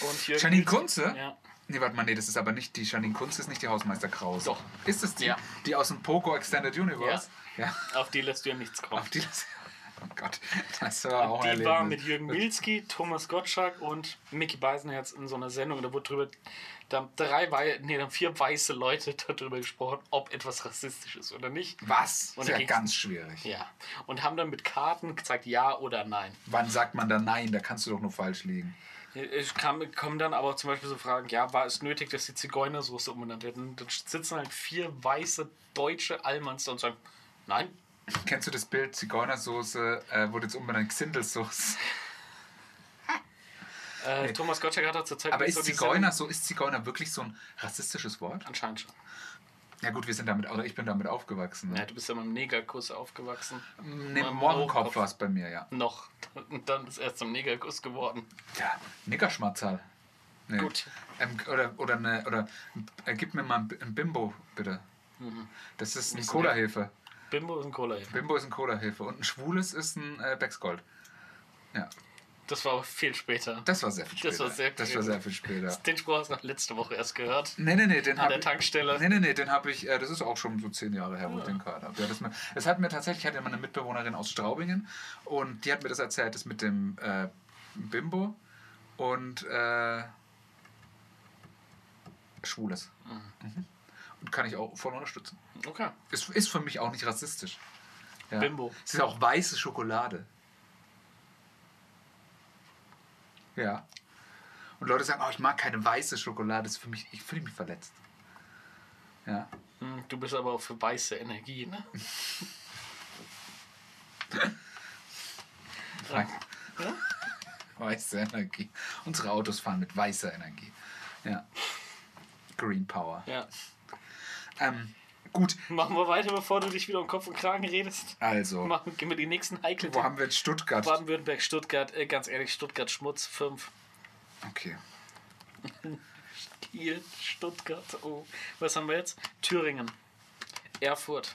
C: Und Jürgen
A: Janine
C: Milz.
A: Kunze?
C: Ja.
A: Nee, warte mal, nee, das ist aber nicht die Janine Kunz, ist nicht die Hausmeister Kraus.
C: Doch.
A: Ist es die?
C: Ja.
A: Die aus dem Poco Extended Universe? Ja.
C: Auf die lässt du ja nichts kommen.
A: Auf die das. Oh Gott, das war auch ein
C: die war mit
A: Erlebnis.
C: Jürgen Milski, Thomas Gottschalk und Mickey Beisenherz in so einer Sendung. Und da wurde drüber, da haben drei, Wei- nee, da haben vier weiße Leute darüber gesprochen, ob etwas rassistisch ist oder nicht.
A: Was?
C: Und
A: ist ja
C: da ging's-
A: ganz schwierig.
C: Ja. Und haben dann mit Karten gezeigt, ja oder nein.
A: Wann sagt man da nein? Da kannst du doch nur falsch liegen.
C: Es kam, kommen dann aber zum Beispiel so Fragen, ja, war es nötig, dass die Zigeunersoße umbenannt wird? Und dann sitzen halt vier weiße deutsche Allmanns da und sagen, nein.
A: Kennst du das Bild? Zigeunersoße äh, wurde jetzt umbenannt Xindelsoße.
C: Äh, Thomas Gottschalk hat da zur Zeit
A: Aber
C: nicht
A: ist
C: die
A: Zigeuner so?
C: Sinn-
A: Ist Zigeuner wirklich so ein rassistisches Wort?
C: Anscheinend schon.
A: Ja gut, wir sind damit, oder ich bin damit aufgewachsen.
C: Ja,
A: Ne?
C: du bist ja mit dem Negerkuss aufgewachsen.
A: Nee,
C: Beim
A: Mohrenkopf
C: Mohrenkopf.
A: war es bei mir, ja.
C: Noch. Und dann ist er zum Negerkuss geworden.
A: Ja, Nickerschmatzerl. Nee.
C: Gut.
A: Ähm, oder oder, eine, oder äh, gib mir mal ein, B- ein Bimbo, bitte.
C: Mhm.
A: Das ist eine
C: Ist
A: Cola-Hefe.
C: Bimbo ist ein Cola.
A: Bimbo ist ein Cola-Hefe. Und ein schwules ist ein äh, Becksgold. Ja.
C: Das war aber viel später.
A: Das war sehr viel später.
C: Das war sehr
A: das
C: viel-
A: war sehr viel später.
C: Den Spruch hast du noch letzte Woche erst gehört.
A: Nee, nee, nee, den
C: An
A: hab
C: der
A: ich.
C: Tankstelle. Ah.
A: Nee, nee, nee, den habe ich, äh, das ist auch schon so zehn Jahre her, wo ich den gehört habe. Ja, das, mir- es hat mir tatsächlich, ich hatte immer eine Mitbewohnerin aus Straubingen und die hat mir das erzählt, das mit dem äh, Bimbo und äh, Schwules. Mhm. Und kann ich auch voll unterstützen.
C: Okay.
A: Ist, ist für mich auch nicht rassistisch. Ja.
C: Bimbo.
A: Es ist auch weiße Schokolade. Ja. Und Leute sagen, oh, ich mag keine weiße Schokolade. Das ist für mich, ich fühle mich verletzt. Ja.
C: Hm, Du bist aber auch für weiße Energie, ne?
A: Frank. Weiße Energie. Unsere Autos fahren mit weißer Energie. Ja. Green Power.
C: Ja.
A: Ähm, gut,
C: Machen wir weiter, bevor du dich wieder um Kopf und Kragen redest.
A: also,
C: Machen, gehen wir die nächsten heiklen
A: wo haben wir in Stuttgart?
C: Baden-Württemberg, Stuttgart, äh, ganz ehrlich, Stuttgart Schmutz 5,
A: Okay.
C: Kiel, Stuttgart, oh. Was haben wir jetzt? Thüringen, Erfurt.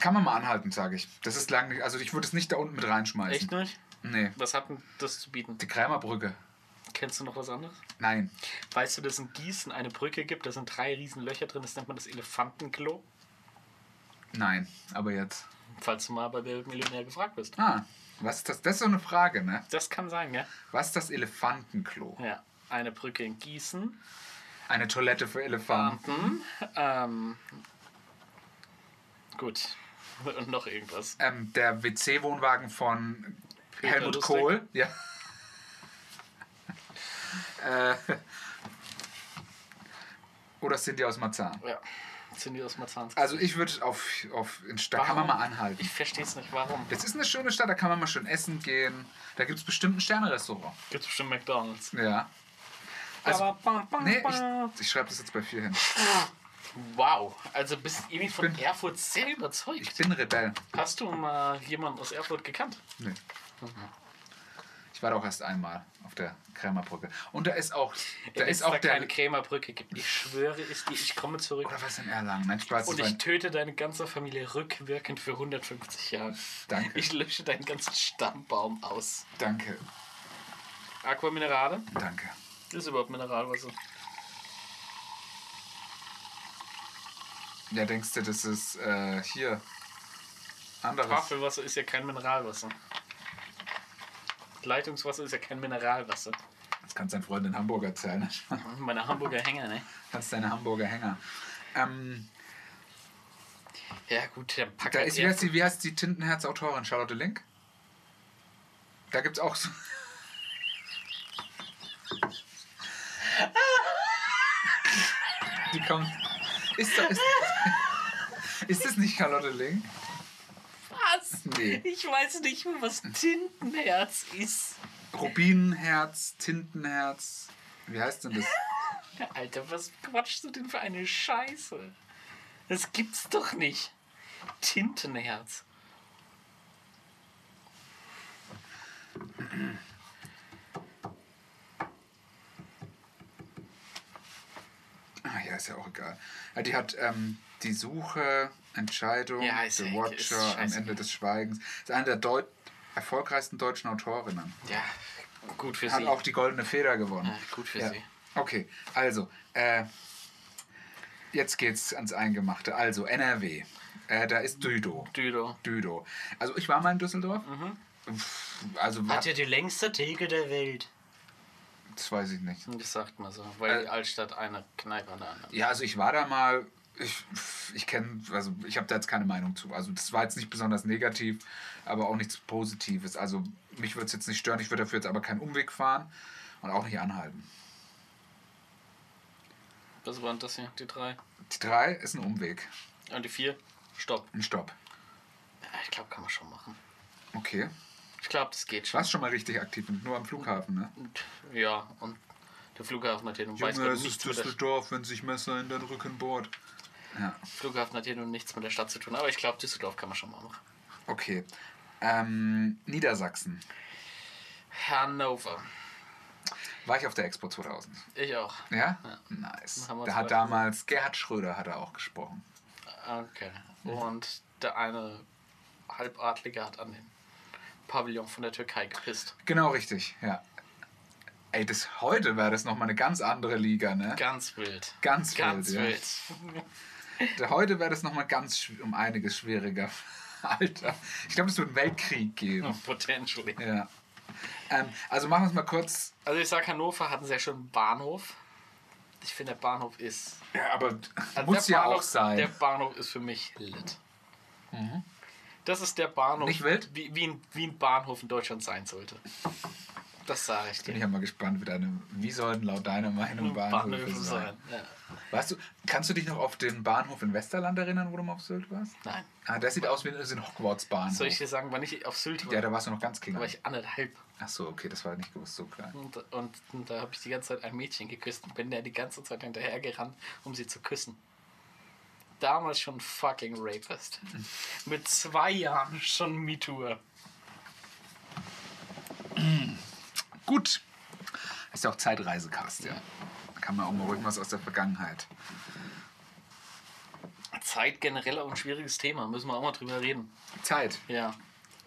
A: Kann man mal anhalten, sage ich. Das ist lang nicht. Also, ich würde es nicht da unten mit reinschmeißen.
C: Echt nicht?
A: Nee.
C: Was hat denn das zu bieten?
A: Die Krämerbrücke.
C: Kennst du noch was anderes?
A: Nein.
C: Weißt du, dass in Gießen eine Brücke gibt? Da sind drei riesen Löcher drin, das nennt man das Elefantenklo.
A: Nein. Aber jetzt.
C: Falls du mal bei Wer wird Millionär gefragt bist.
A: Ah, was ist das? Das ist so eine Frage, ne?
C: Das kann sein, ja?
A: Was ist das Elefantenklo?
C: Ja. Eine Brücke in Gießen.
A: Eine Toilette für Elefanten.
C: Ähm, gut. Und noch irgendwas.
A: Ähm, der WC-Wohnwagen von
C: Peter
A: Helmut
C: Lustig.
A: Kohl. Ja. äh, oder sind die aus Marzahn?
C: Ja. Sind die aus Marzahns?
A: Also ich würde auf, auf in Stadt, kann man mal
C: Warum?
A: anhalten.
C: Ich verstehe es nicht, warum.
A: Das ist eine schöne Stadt, da kann man mal schön essen gehen. Da gibt es bestimmt ein Sterne-Restaurant.
C: Gibt bestimmt McDonalds.
A: Ja. Also,
C: bam, bam,
A: nee,
C: bam.
A: ich, ich schreibe das jetzt bei vier hin.
C: wow, also bist du irgendwie von
A: bin-
C: Erfurt sehr überzeugt.
A: Ich bin Rebell.
C: Hast du mal jemanden aus Erfurt gekannt?
A: Nee. Ich war da auch erst einmal auf der Krämerbrücke. Und da ist auch, da
C: Wenn
A: ist
C: es
A: auch
C: da
A: der.
C: keine Krämerbrücke gibt. Ich schwöre es dir, ich komme zurück
A: Oder was in Erlangen? Nein, Spaß. das
C: und
A: war
C: ich
A: ein,
C: töte deine ganze Familie rückwirkend für 150 Jahre.
A: danke,
C: Ich lösche deinen ganzen Stammbaum aus.
A: danke,
C: Aquaminerale?
A: danke.
C: Das ist überhaupt
A: Also
C: Mineralwasser.
A: Ja, denkst du, das ist äh, hier anderes?
C: Tafelwasser ist ja kein Mineralwasser. Leitungswasser ist ja kein Mineralwasser.
A: Das kannst deinen Freund in Hamburg erzählen.
C: Meine Hamburger Hänger, ne?
A: kannst deine Hamburger Hänger. Ähm,
C: Ja, gut, dann pack
A: da
C: halt
A: ist, wie
C: Erfurt-
A: heißt die, wie heißt die Tintenherz-Autorin? Charlotte Link? Da gibt's auch so. die kommt. Ist, da, ist, ist das nicht Charlotte Link?
C: Was?
A: Nee.
C: Ich weiß nicht mehr, was Tintenherz ist.
A: Rubinenherz, Tintenherz. Wie heißt denn das?
C: Alter, was quatschst du denn für eine Scheiße? Das gibt's doch nicht. Tintenherz.
A: Ah, ja, ist ja auch egal. Ja, die hat ähm, die Suche, Entscheidung,
C: Ja, ist
A: The
C: ja- ist
A: Watcher, am
C: scheißegal.
A: Ende des Schweigens. Ist eine der Deut erfolgreichsten deutschen Autorinnen.
C: Ja, gut für
A: Hat
C: sie.
A: auch die Goldene Feder gewonnen.
C: Ja, gut für sie.
A: Okay, also, äh, jetzt geht's ans Eingemachte. Also, NRW. Äh, da ist Düdo.
C: Düdo.
A: Düdo. Also, ich war mal in Düsseldorf. Pff, Also,
C: Hat ja die längste Theke der Welt.
A: das weiß ich nicht.
C: Das sagt man so, weil
A: Äh,
C: die Altstadt eine Kneipe an der anderen.
A: Ja, also ich war da mal. Ich, ich kenne, also ich habe da jetzt keine Meinung zu. Also das war jetzt nicht besonders negativ, aber auch nichts Positives. Also mich würde es jetzt nicht stören. Ich würde dafür jetzt aber keinen Umweg fahren und auch nicht anhalten.
C: Was waren das hier? Die drei?
A: Die drei ist ein Umweg,
C: Und die vier? Stopp.
A: ein Stopp.
C: Ja, ich glaube, kann man schon machen.
A: Okay.
C: Ich glaube, das geht
A: Du
C: schon.
A: warst schon mal richtig aktiv, nur am Flughafen, ne?
C: Und, ja, und der Flughafen hat hier nun weiß
A: Junge,
C: Gott
A: es ist
C: nichts mit der
A: Düsseldorf, wenn sich Messer in den Rücken bohrt. Ja,
C: Flughafen hat hier nun nichts mit der Stadt zu tun, aber ich glaube, Düsseldorf kann man schon mal machen.
A: okay. Ähm, Niedersachsen.
C: Hannover.
A: War ich auf der Expo 2000?
C: Ich auch.
A: Ja? Nice.
C: Haben
A: Da hat
C: wir zum Beispiel-
A: damals Gerhard Schröder hat er auch gesprochen. Mhm.
C: Okay. Und der eine Halbadlige hat an den Pavillon von der Türkei gepisst.
A: Genau richtig, ja. Ey, das heute wäre das nochmal eine ganz andere Liga, ne?
C: Ganz wild.
A: Ganz,
C: Ganz
A: wild,
C: wild.
A: Ja. Heute wäre das nochmal ganz schw- um einiges schwieriger. Alter. Ich glaube, es wird einen Weltkrieg geben.
C: Potentially.
A: Ja. Ähm, also machen wir es mal kurz.
C: Also ich sag, Hannover hat einen sehr schönen Bahnhof. Ich finde, der Bahnhof ist.
A: Ja, aber
C: Also
A: muss
C: der
A: ja
C: Bahnhof,
A: auch sein. Mhm.
C: Der Bahnhof ist für mich lit. Das ist der Bahnhof,
A: Nicht wild?
C: Wie, wie, ein, wie ein Bahnhof in Deutschland sein sollte. Das sage ich
A: Bin
C: dir.
A: ich ja mal gespannt, wie, deine, wie sollten laut deiner Meinung Bahnhöfe,
C: Bahnhöfe
A: sein?
C: sein. Ja.
A: Weißt du, kannst du dich noch auf den Bahnhof in Westerland erinnern, wo du mal auf Sylt warst?
C: Nein.
A: Ah, der sieht aus wie ein ist ein Hogwarts-Bahnhof.
C: Soll ich dir sagen, wann ich auf Sylt war?
A: Ja, da warst du noch ganz klein.
C: war ich anderthalb.
A: Ach so, okay, das war nicht gewusst, so klein.
C: Und, und, und da habe ich die ganze Zeit ein Mädchen geküsst und bin der die ganze Zeit hinterhergerannt, um sie zu küssen. Damals schon fucking Rapist. Mit zwei Jahren schon MeToo.
A: Gut. Ist ja auch Zeitreisecast, ja. Da kann man auch mal ruhig was aus der Vergangenheit.
C: Zeit generell auch ein schwieriges Thema, müssen wir auch mal drüber reden.
A: Zeit.
C: Ja.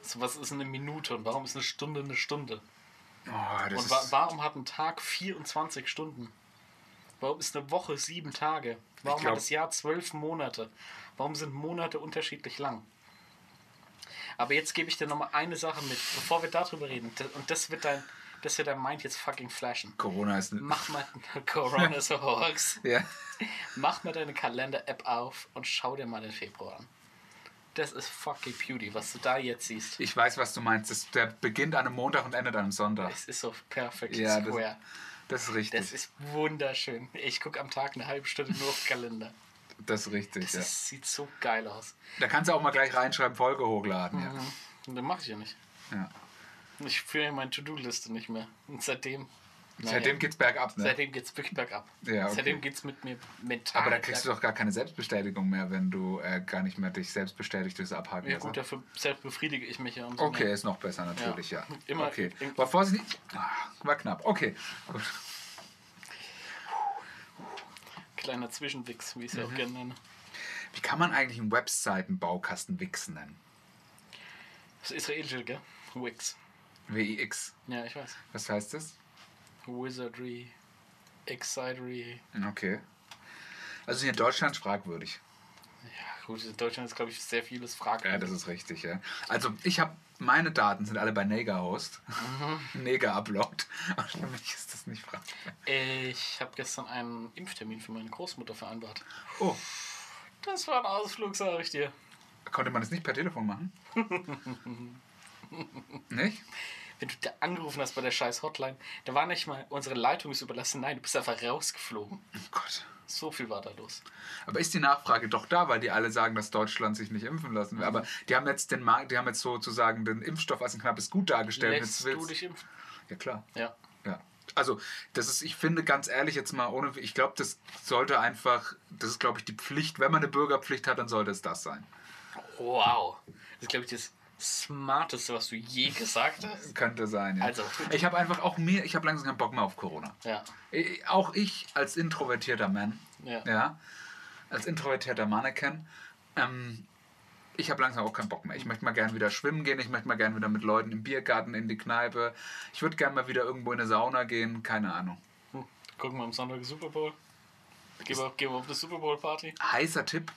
C: So, was ist eine Minute und warum ist eine Stunde eine Stunde?
A: Oh, das
C: Und
A: ist,
C: wa warum hat ein Tag 24 Stunden? Warum ist eine Woche sieben Tage? Warum
A: glaub-
C: hat das Jahr zwölf Monate? Warum sind Monate unterschiedlich lang? Aber jetzt gebe ich dir nochmal eine Sache mit, bevor wir darüber reden. D- Und das wird dein, das wird dein Mind jetzt fucking flashen.
A: Corona ist ein.
C: Mach mal Corona is a hoax.
A: Ja.
C: Mach mal deine Kalender-App auf und schau dir mal den Februar an. Das ist fucking Beauty, was du da jetzt siehst.
A: Ich weiß, was du meinst. Das, der beginnt an einem Montag und endet an einem Sonntag.
C: Es ist so perfect
A: Ja, das-
C: square.
A: Das ist richtig.
C: Das ist wunderschön. Ich gucke am Tag eine halbe Stunde nur auf den Kalender.
A: Das ist richtig,
C: Das
A: ja.
C: ist, sieht so geil aus.
A: Da kannst du auch mal gleich reinschreiben, Folge hochladen. Ja.
C: Und das mache ich ja nicht.
A: Ja.
C: Ich führe ja meine To-Do-Liste nicht mehr. Und seitdem. naja,
A: Seitdem geht's bergab, ne?
C: Seitdem geht's wirklich bergab.
A: Ja, okay.
C: Seitdem geht's mit mir mental.
A: Aber da kriegst du
C: bergab.
A: doch gar keine Selbstbestätigung mehr, wenn du äh, gar nicht mehr dich selbst bestätigt durchs Abhaken
C: Ja,
A: lässt.
C: gut, dafür selbst befriedige ich mich ja. um umso
A: ne? Okay,
C: mehr.
A: ist noch besser natürlich, ja.
C: Ja. Immer-
A: okay.
C: im-
A: War vorsichtig. Ah, War knapp. Okay, gut.
C: Kleiner Zwischenwichs, wie ich es
A: Mhm.
C: ja auch gerne nenne.
A: Wie kann man eigentlich einen Webseitenbaukasten Wix nennen?
C: Das israelische, gell? Wix.
A: WIX.
C: Ja, ich weiß.
A: Was heißt das?
C: Wizardry, Excidery.
A: Okay. Also hier in Deutschland fragwürdig.
C: Ja, gut, in Deutschland ist, glaube ich, sehr vieles Fragen.
A: Ja, das ist richtig, ja. Also ich habe meine Daten sind alle bei Nager Host.
C: Mhm.
A: Nager Upload. Aber für mich ist das nicht fragwürdig.
C: Ich habe gestern einen Impftermin für meine Großmutter vereinbart.
A: Oh,
C: Das war ein Ausflug, sage ich dir.
A: konnte man das nicht per Telefon machen? nicht?
C: Wenn du da angerufen hast bei der scheiß Hotline, da war nicht mal, unsere Leitung ist überlassen. Nein, du bist einfach rausgeflogen.
A: Oh Gott.
C: So viel war da los.
A: Aber ist die Nachfrage doch da, weil die alle sagen, dass Deutschland sich nicht impfen lassen will. Aber die haben jetzt den Markt, die haben jetzt sozusagen den Impfstoff als ein knappes Gut dargestellt.
C: Lässt
A: Jetzt willst-
C: du dich impfen?
A: ja klar.
C: Ja.
A: Ja. Also, das ist, ich finde ganz ehrlich jetzt mal ohne, ich glaube, das sollte einfach, das ist, glaube ich, die Pflicht, wenn man eine Bürgerpflicht hat, dann sollte es das sein.
C: Wow. Das ist, glaube ich, das Smarteste, was du je gesagt hast.
A: Könnte sein, ja.
C: Also.
A: Ich habe einfach auch mehr, ich habe langsam keinen Bock mehr auf Corona.
C: Ja.
A: Ich- Auch ich als introvertierter Mann,
C: Ja.
A: ja, als introvertierter Mannequin, ähm, ich habe langsam auch keinen Bock mehr. Ich möchte mal gerne wieder schwimmen gehen, ich möchte mal gerne wieder mit Leuten im Biergarten, in die Kneipe. Ich würde gerne mal wieder irgendwo in eine Sauna gehen, keine Ahnung.
C: Hm. Gucken wir am Sonntag Super Bowl. Gehen wir, gehen wir auf eine Super Bowl Party.
A: Heißer Tipp,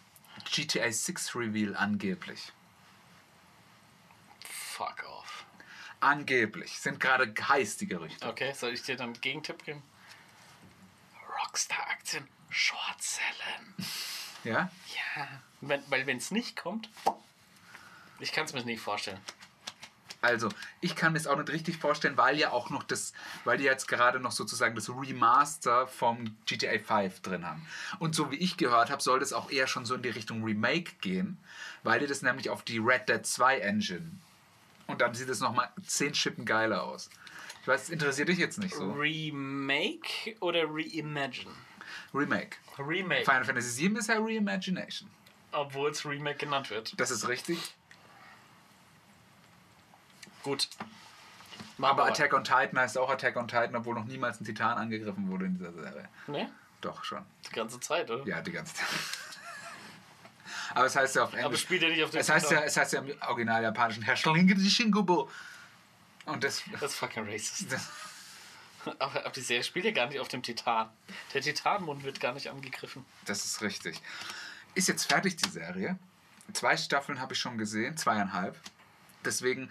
A: GTA 6 Reveal angeblich.
C: Fuck off.
A: Angeblich. Sind gerade heiß die Gerüchte.
C: Okay, soll ich dir dann einen Gegentipp geben? Rockstar-Aktien, Shortsellen.
A: Ja?
C: Ja. Wenn, weil wenn es nicht kommt, ich kann es mir nicht vorstellen.
A: Also, ich kann mir das auch nicht richtig vorstellen, weil ja auch noch das, weil die jetzt gerade noch sozusagen das Remaster vom GTA 5 drin haben. Und so wie ich gehört habe, soll das auch eher schon so in die Richtung Remake gehen, weil die das nämlich auf die Red Dead 2 Engine. Und dann sieht es nochmal zehn Schippen geiler aus. Ich weiß, das interessiert dich jetzt nicht so.
C: Remake oder Reimagine?
A: Remake.
C: Remake.
A: Final Fantasy 7 ist ja Reimagination.
C: Obwohl es Remake genannt wird.
A: Das ist richtig.
C: Gut.
A: Aber Attack
C: Attack.
A: on Titan heißt auch Attack on Titan, obwohl noch niemals ein Titan angegriffen wurde in dieser Serie.
C: Ne?
A: Doch, schon.
C: Die ganze Zeit, oder?
A: Ja, die ganze Zeit. Aber es heißt ja auf
C: Aber
A: Englisch.
C: spielt er nicht auf dem
A: es heißt ja,
C: Titan?
A: es heißt ja im original japanischen Herr Schlinge Shingubo. Und das,
C: Das ist fucking racist.
A: das
C: Aber, aber die Serie spielt ja gar nicht auf dem Titan. Der Titanmund wird gar nicht angegriffen.
A: Das ist richtig. Ist jetzt fertig, die Serie. Zwei Staffeln habe ich schon gesehen, zweieinhalb. Deswegen,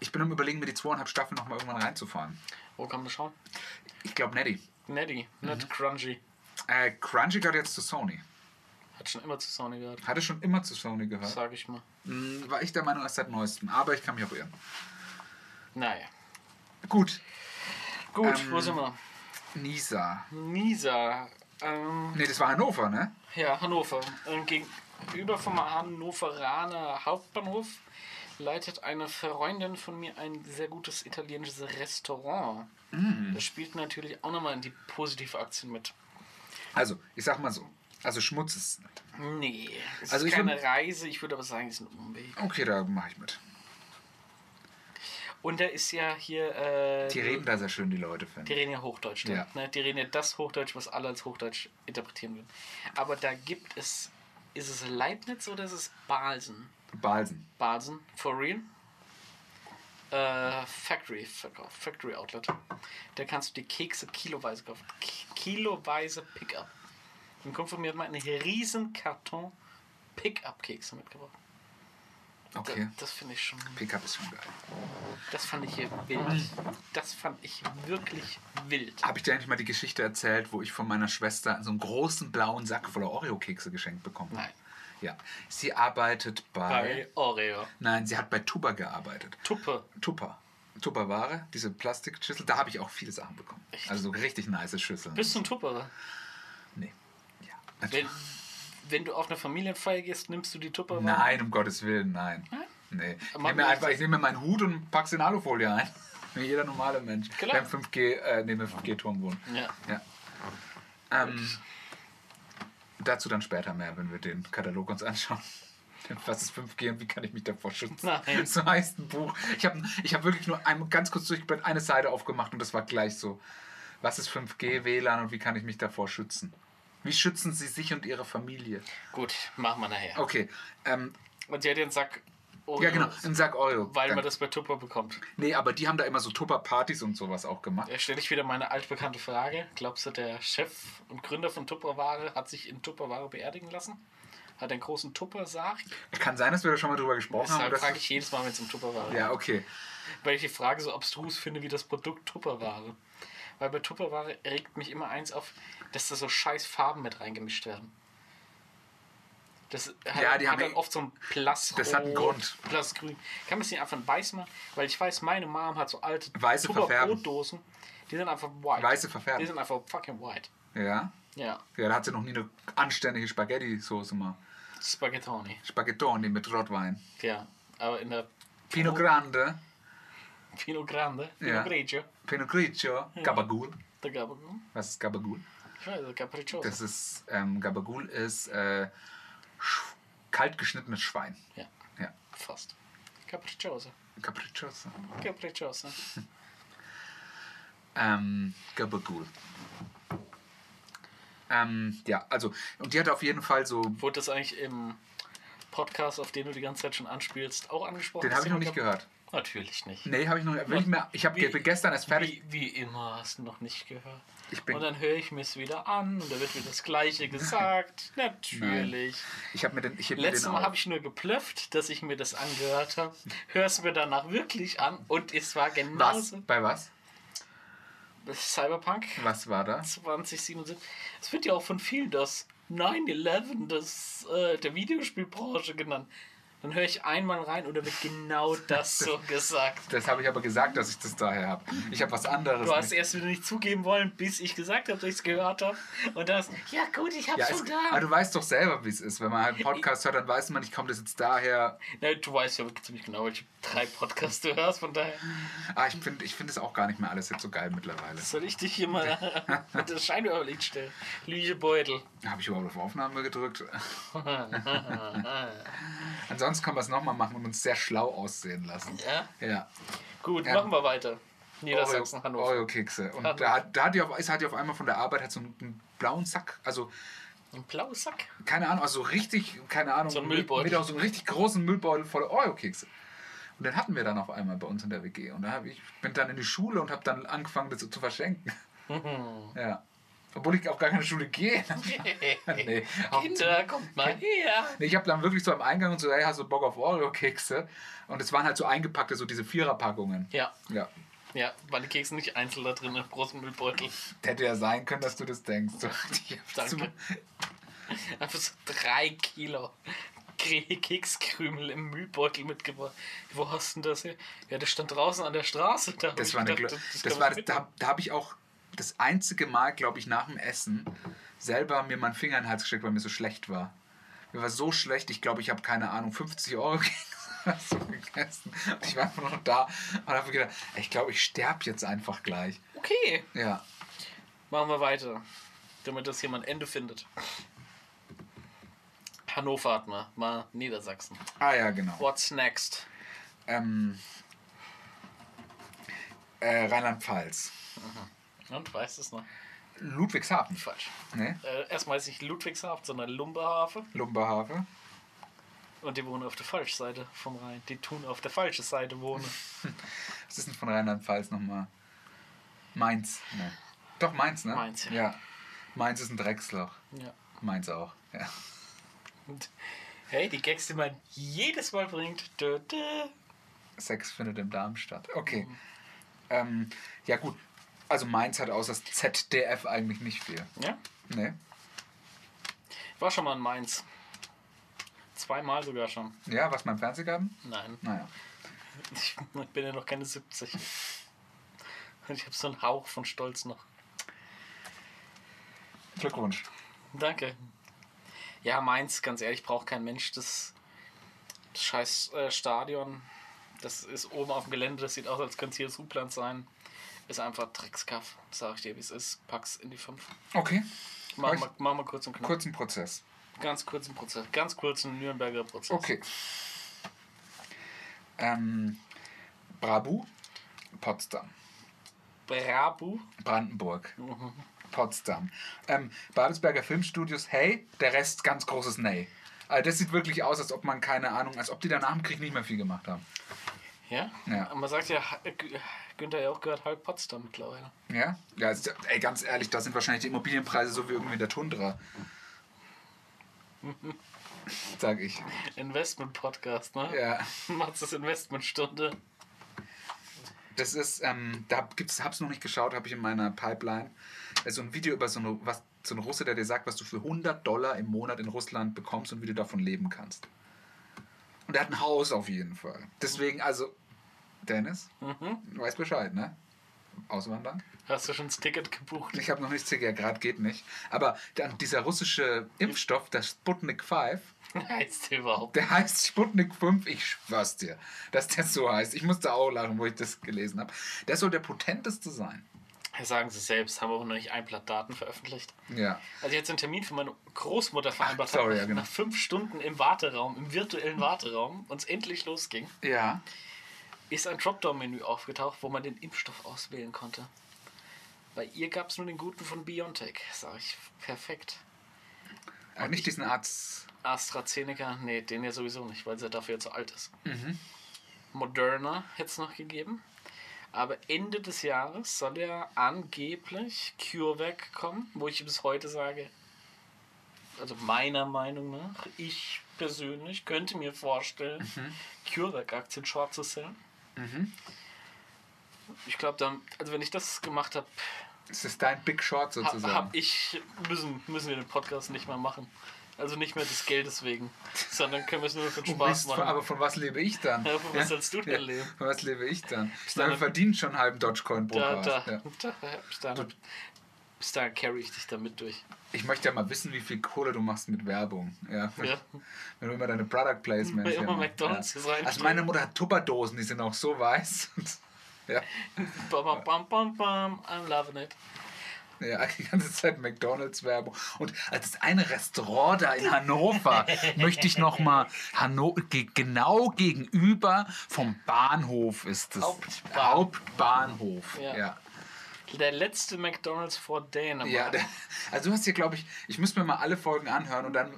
A: ich bin am überlegen, mir die zweieinhalb Staffeln nochmal irgendwann reinzufahren.
C: Wo kann man schauen?
A: Ich glaube, Netty.
C: Netty,
A: Mhm.
C: nicht Crunchy.
A: Äh, Crunchy gehört jetzt zu Sony.
C: Hat schon immer zu Sony gehört,
A: Hatte schon immer zu Sony gehört.
C: sage ich mal.
A: Hm, War ich der Meinung erst seit neuestem, aber ich kann mich auch irren.
C: Naja.
A: Gut,
C: Gut,
A: Ähm.
C: wo sind wir?
A: Nisa.
C: Nisa. Ähm,
A: Nee, das war Hannover, ne?
C: ja, Hannover. Ähm, gegenüber vom Hannoveraner Hauptbahnhof leitet eine Freundin von mir ein sehr gutes italienisches Restaurant.
A: Mhm.
C: Das spielt natürlich auch nochmal in die positive Aktien mit.
A: Also, ich sag mal so. Also, Schmutz ist nicht.
C: Nee,
A: Also
C: es also
A: ich
C: ist keine
A: würd-
C: Reise, ich würde aber sagen, es ist ein Umweg.
A: Okay, da mache ich mit.
C: Und da ist ja hier. Äh,
A: Die reden da sehr schön, die Leute,
C: Die
A: finde ich.
C: reden ja Hochdeutsch, ne?
A: Ja.
C: Ne? Die reden ja das Hochdeutsch, was alle als Hochdeutsch interpretieren würden. Aber da gibt es. Ist es Leibniz oder ist es Balsen?
A: Balsen.
C: Balsen, for real? Äh, Factory Verkauf, Factory Outlet. Da kannst du die Kekse kiloweise kaufen. Ki- Kiloweise Pickup. Ein Kumpel von mir hat mal einen riesen Karton Pickup-Kekse mitgebracht. Da,
A: Okay.
C: Das finde ich schon.
A: Pickup ist schon geil.
C: Das fand ich hier wild. Das fand ich wirklich wild.
A: Habe ich dir eigentlich mal die Geschichte erzählt, wo ich von meiner Schwester so einen großen blauen Sack voller Oreo-Kekse geschenkt bekommen habe?
C: Nein.
A: Ja. Sie arbeitet bei.
C: Bei Oreo.
A: Nein, sie hat bei Tuba gearbeitet.
C: Tuppe.
A: Tupper. Tupperware, diese Plastikschüssel, da habe ich auch viele Sachen bekommen. Also so richtig nice Schüsseln.
C: Bist du ein Tupperer?
A: Nee. Ja. Natürlich.
C: Wenn, wenn du auf eine Familienfeier gehst, nimmst du die Tupper
A: Nein, um Gottes Willen, nein. Nee. Ich
C: Mach
A: nehme mir
C: mal-
A: einfach, ich nehme mir meinen Hut und pack's in Alufolie ein. Wie jeder normale Mensch.
C: Klar.
A: Beim 5G, äh, neben dem 5G-Turm wohnt.
C: Ja.
A: Ja. Ähm, dazu dann später mehr, wenn wir den Katalog uns anschauen. Was ist 5G und wie kann ich mich davor schützen?
C: Nein.
A: So heißt ein Buch. Ich habe ich hab wirklich nur einmal ganz kurz durchgeblättert, eine Seite aufgemacht und das war gleich so. Was ist 5G, WLAN und wie kann ich mich davor schützen? Wie schützen Sie sich und Ihre Familie?
C: Gut, machen wir nachher.
A: Okay. Ähm,
C: Und sie hat den Sack Oreo,
A: ja, genau. Ein Sack Oreo.
C: weil man
A: Danke.
C: das bei Tupper bekommt.
A: nee, aber die haben da immer so Tupper-Partys und sowas auch gemacht.
C: Da stelle ich wieder meine altbekannte Frage. Glaubst du, der Chef und Gründer von Tupperware hat sich in Tupperware beerdigen lassen? Hat einen großen Tupper-Sarg?
A: Kann sein, dass wir da schon mal drüber gesprochen haben.
C: Deshalb
A: dass-
C: frage ich jedes Mal, wenn es um Tupperware geht.
A: ja, okay.
C: Weil ich die Frage so abstrus finde, wie das Produkt Tupperware. Weil bei Tupperware regt mich immer eins auf, dass da so scheiß Farben mit reingemischt werden. Das hat,
A: Ja, die
C: hat
A: haben
C: dann
A: eh-
C: oft so ein Blass.
A: Das hat einen Grund.
C: Blassgrün. Kann man es nicht einfach weiß machen? Weil ich weiß, meine Mom hat so alte
A: Weiße verfärben.
C: Tupperbrotdosen. Die sind einfach white.
A: Weiße verfärben.
C: Die sind einfach fucking white.
A: Ja.
C: Ja.
A: Ja, da hat sie noch nie eine anständige Spaghetti-Soße mal.
C: Spaghettoni.
A: Spaghettoni mit Rotwein.
C: Ja. Aber in der
A: Pinot
C: Oh.
A: Grande,
C: Pinot Grande, Pinot
A: Ja.
C: Grigio,
A: Pinot Grigio,
C: Hm.
A: Gabagool.
C: da gab es. hm,
A: Was ist Gabagool?
C: Ich weiß, Capriccioso.
A: Das ist, ähm, Gabagool ist äh, sch- kalt geschnittenes Schwein.
C: Ja,
A: Ja,
C: fast. Capriccioso.
A: Capriccioso.
C: Capricciosa.
A: Ähm, Gabagool. Ähm, ja, also, und die hat auf jeden Fall so,
C: Wurde das eigentlich im Podcast, auf den du die ganze Zeit schon anspielst, auch angesprochen?
A: den
C: Oh, das
A: habe ich noch
C: Thema
A: nicht gehört.
C: gehabt? Natürlich nicht.
A: Nee, habe ich noch will ich mehr, ich hab,
C: Wie-
A: bin gestern erst fertig.
C: Wie, wie immer hast du noch nicht gehört.
A: Ich bin-
C: und dann höre ich mir es wieder an und da wird mir das Gleiche gesagt. Natürlich.
A: Ich habe mir den, ich heb mir
C: Letztes
A: den
C: Mal
A: auf.
C: habe ich nur geplöfft, dass ich mir das angehört habe. Hör es mir danach wirklich an und es war
A: Was?
C: genauso.
A: Bei was?
C: Cyberpunk
A: Was war das?
C: 2077. Es wird ja auch von vielen das 9-11 das, äh, der Videospielbranche genannt. Dann höre ich einmal rein und da wird genau das so gesagt.
A: Das habe ich aber gesagt, dass ich das daher habe. Ich habe was anderes.
C: Du hast
A: nicht.
C: erst wieder nicht zugeben wollen, bis ich gesagt habe, dass ich es gehört habe. Und das, ja gut, ich hab's
A: ja, es, also
C: schon da.
A: aber du weißt doch selber, wie es ist. Wenn man halt einen Podcast hört, dann weiß man, ich komme das jetzt daher.
C: Na, du weißt ja ziemlich genau, welche drei Podcasts du hörst, von daher
A: Ah, ich finde ich find es auch gar nicht mehr alles jetzt so geil mittlerweile.
C: soll ich dich hier mal mit der Scheinüberblick stellen. Lügebeutel.
A: Habe ich überhaupt auf Aufnahme gedrückt? Ansonsten können wir es nochmal machen und uns sehr schlau aussehen lassen.
C: Ja?
A: Ja. Oh,
C: Gut,
A: Ähm,
C: machen wir weiter. Niedersachsen, Hannover.
A: Oreo-Kekse. Und
C: Hannover.
A: da, hat- da hat die auf, ist, hat die auf einmal von der Arbeit hat so einen, einen blauen Sack. Also,
C: Ein blauer Sack.
A: keine Ahnung, also richtig, keine Ahnung.
C: So ein
A: mit-
C: Müllbeutel.
A: Mit auch so einem richtig großen Müllbeutel voller Oreo-Kekse. Und den hatten wir dann auf einmal bei uns in der WG. Und da hab ich bin dann in die Schule und habe dann angefangen, das zu verschenken.
C: Mhm.
A: ja. Obwohl ich auf gar keine Schule gehe. nee, auf-
C: Kinder, kommt mal her.
A: Nee, ich habe dann wirklich so am Eingang und so, hey, hast du Bock auf Oreo-Kekse? Und es waren halt so eingepackte, so diese Viererpackungen.
C: Ja,
A: Ja.
C: ja, waren die Kekse nicht einzeln da drin im großen Müllbeutel.
A: Hätte ja sein können, dass du das denkst. So, ich hab das
C: Danke. Einfach so drei Kilo Kre- Kekskrümel im Müllbeutel mitgebracht. Wo hast du denn das her? Ja, das stand draußen an der Straße. Da hab
A: Das
C: ich
A: war eine
C: gedacht,
A: Glo- das,
C: kann
A: war das,
C: man
A: da, da habe ich auch das einzige Mal, glaube ich, nach dem Essen selber mir meinen Finger in den Hals gesteckt, weil mir so schlecht war. Mir war so schlecht, ich glaube, ich habe keine Ahnung, 50 Euro so gegessen. Und ich war einfach noch da und habe gedacht, ey, ich glaube, ich sterbe jetzt einfach gleich.
C: mitnehmen. Okay,
A: Ja.
C: machen wir weiter. Damit das hier mal ein Ende findet. Hannover hatten wir, mal Niedersachsen.
A: Ah ja, genau.
C: What's next?
A: Ähm, äh, Rheinland-Pfalz.
C: Und weißt es noch?
A: Ludwigshafen.
C: Falsch.
A: Ne?
C: Äh, erstmal ist nicht Ludwigshafen, sondern Lumberhafen.
A: Lumberhafe.
C: Und die wohnen auf der falschen Seite vom Rhein. Die tun auf der falschen Seite wohnen.
A: Was ist denn von Rheinland-Pfalz nochmal? Mainz. Ne. Doch, Mainz, ne?
C: Mainz, ja.
A: ja. Mainz ist ein Drecksloch.
C: Ja.
A: Mainz auch. Ja.
C: Und, hey, die Gags, die man jedes Mal bringt. Dö, dö.
A: Sex findet im Darm statt. Okay.
C: Mhm.
A: Ähm, ja, gut. Also Mainz hat außer das ZDF eigentlich nicht viel.
C: Ja,
A: Ne?
C: ich war schon mal in Mainz. Zweimal sogar schon.
A: Ja, was mein Fernsehgarten?
C: Nein,
A: Naja.
C: ich bin ja noch keine 70. Und ich habe so einen Hauch von Stolz noch.
A: Glückwunsch.
C: Danke. Ja, Mainz, ganz ehrlich, braucht kein Mensch. Das, das scheiß äh, Stadion, das ist oben auf dem Gelände, das sieht aus, als könnte es hier Suplant sein. Ist einfach Dreckskaff, sag ich dir, wie es ist. Pack's in die 5.
A: Okay.
C: Machen
A: Reicht.
C: wir mach mal kurz und knapp.
A: Kurzen Prozess.
C: Ganz kurzen Prozess, ganz kurzen Nürnberger Prozess.
A: Okay. Ähm, Brabu, Potsdam.
C: Brabu.
A: Brandenburg. Potsdam. Ähm, Badelsberger Filmstudios, hey, der Rest ganz großes Nee. Also das sieht wirklich aus, als ob man keine Ahnung, als ob die danach im Krieg nicht mehr viel gemacht haben.
C: Ja?
A: Ja.
C: Man sagt ja, H- äh, G- Günther ja auch gehört halb Potsdam mittlerweile.
A: Ja? Ja, ist, ey, ganz ehrlich, da sind wahrscheinlich die Immobilienpreise so wie irgendwie in der Tundra. Sag ich.
C: Investment-Podcast, ne?
A: Ja.
C: Macht's das Investmentstunde. das
A: Das ist, ähm, da hab- gibt's, hab's noch nicht geschaut, habe ich in meiner Pipeline. Äh, So ein Video über so, eine, was, so einen Russe, der dir sagt, was du für 100 Dollar im Monat in Russland bekommst und wie du davon leben kannst. Und er hat ein Haus auf jeden Fall. Deswegen, also, Dennis, du weißt Bescheid, ne? Auswandern?
C: Hast du schon das Ticket gebucht?
A: Ich habe noch nichts hier, ja, gerade geht nicht. Aber dann dieser russische Impfstoff, das Sputnik 5,
C: Heißt der überhaupt?
A: der heißt Sputnik 5, ich schwör's dir, dass der so heißt. Ich musste auch lachen, wo ich das gelesen habe. Der soll der potenteste sein.
C: Sagen Sie selbst, haben wir auch noch nicht ein Blatt Daten veröffentlicht.
A: Ja.
C: Also jetzt einen Termin für meine Großmutter vereinbart
A: Ach, sorry,
C: habe,
A: ja, genau.
C: nach fünf Stunden im Warteraum, im virtuellen Warteraum, uns endlich losging,
A: Ja.
C: ist ein Dropdown-Menü aufgetaucht, wo man den Impfstoff auswählen konnte. Bei ihr gab es nur den guten von BioNTech, sag ich, perfekt.
A: Aber Äh, nicht diesen Arzt.
C: AstraZeneca, nee, den ja sowieso nicht, weil sie dafür ja zu alt ist. Moderna hätte es noch gegeben. Aber Ende des Jahres soll ja angeblich CureVac kommen, wo ich bis heute sage, also meiner Meinung nach, ich persönlich könnte mir vorstellen, CureVac-Aktien short zu sellen. Ich glaube, also wenn ich das gemacht habe,
A: Es ist dein Big Short
C: habe
A: sozusagen.
C: hab ich, müssen, müssen wir den Podcast nicht mehr machen. Also nicht mehr des Geldes wegen, sondern können wir es nur für den
A: Du
C: Spaß
A: bist-
C: machen.
A: aber von was lebe ich dann?
C: Ja, von was sollst du denn leben?
A: Von was lebe ich dann? Ich
C: dann-
A: meine, wir verdienen schon einen halben Dogecoin pro
C: da, da,
A: Cast, ja.
C: da, bis dahin, bis dahin carry ich dich damit durch.
A: Ich möchte ja mal wissen, wie viel Kohle du machst mit Werbung. Ja.
C: Ja.
A: Wenn du immer deine Product Placements.
C: Wenn immer McDonald's ne? hier reinstellen.
A: Also meine Mutter hat Tupperdosen, die sind auch so weiß. ja.
C: Bam, bam, bam, bam, bam, I'm loving it.
A: ja, die ganze Zeit McDonalds-Werbung. Und als das eine Restaurant da in Hannover möchte ich nochmal, Hanno ge genau gegenüber vom Bahnhof ist das.
C: Hauptbahn-
A: Hauptbahnhof.
C: Ja.
A: Ja.
C: Der letzte McDonalds vor Dänemark.
A: Ja, der- also du hast hier, glaube ich, ich müsste mir mal alle Folgen anhören und dann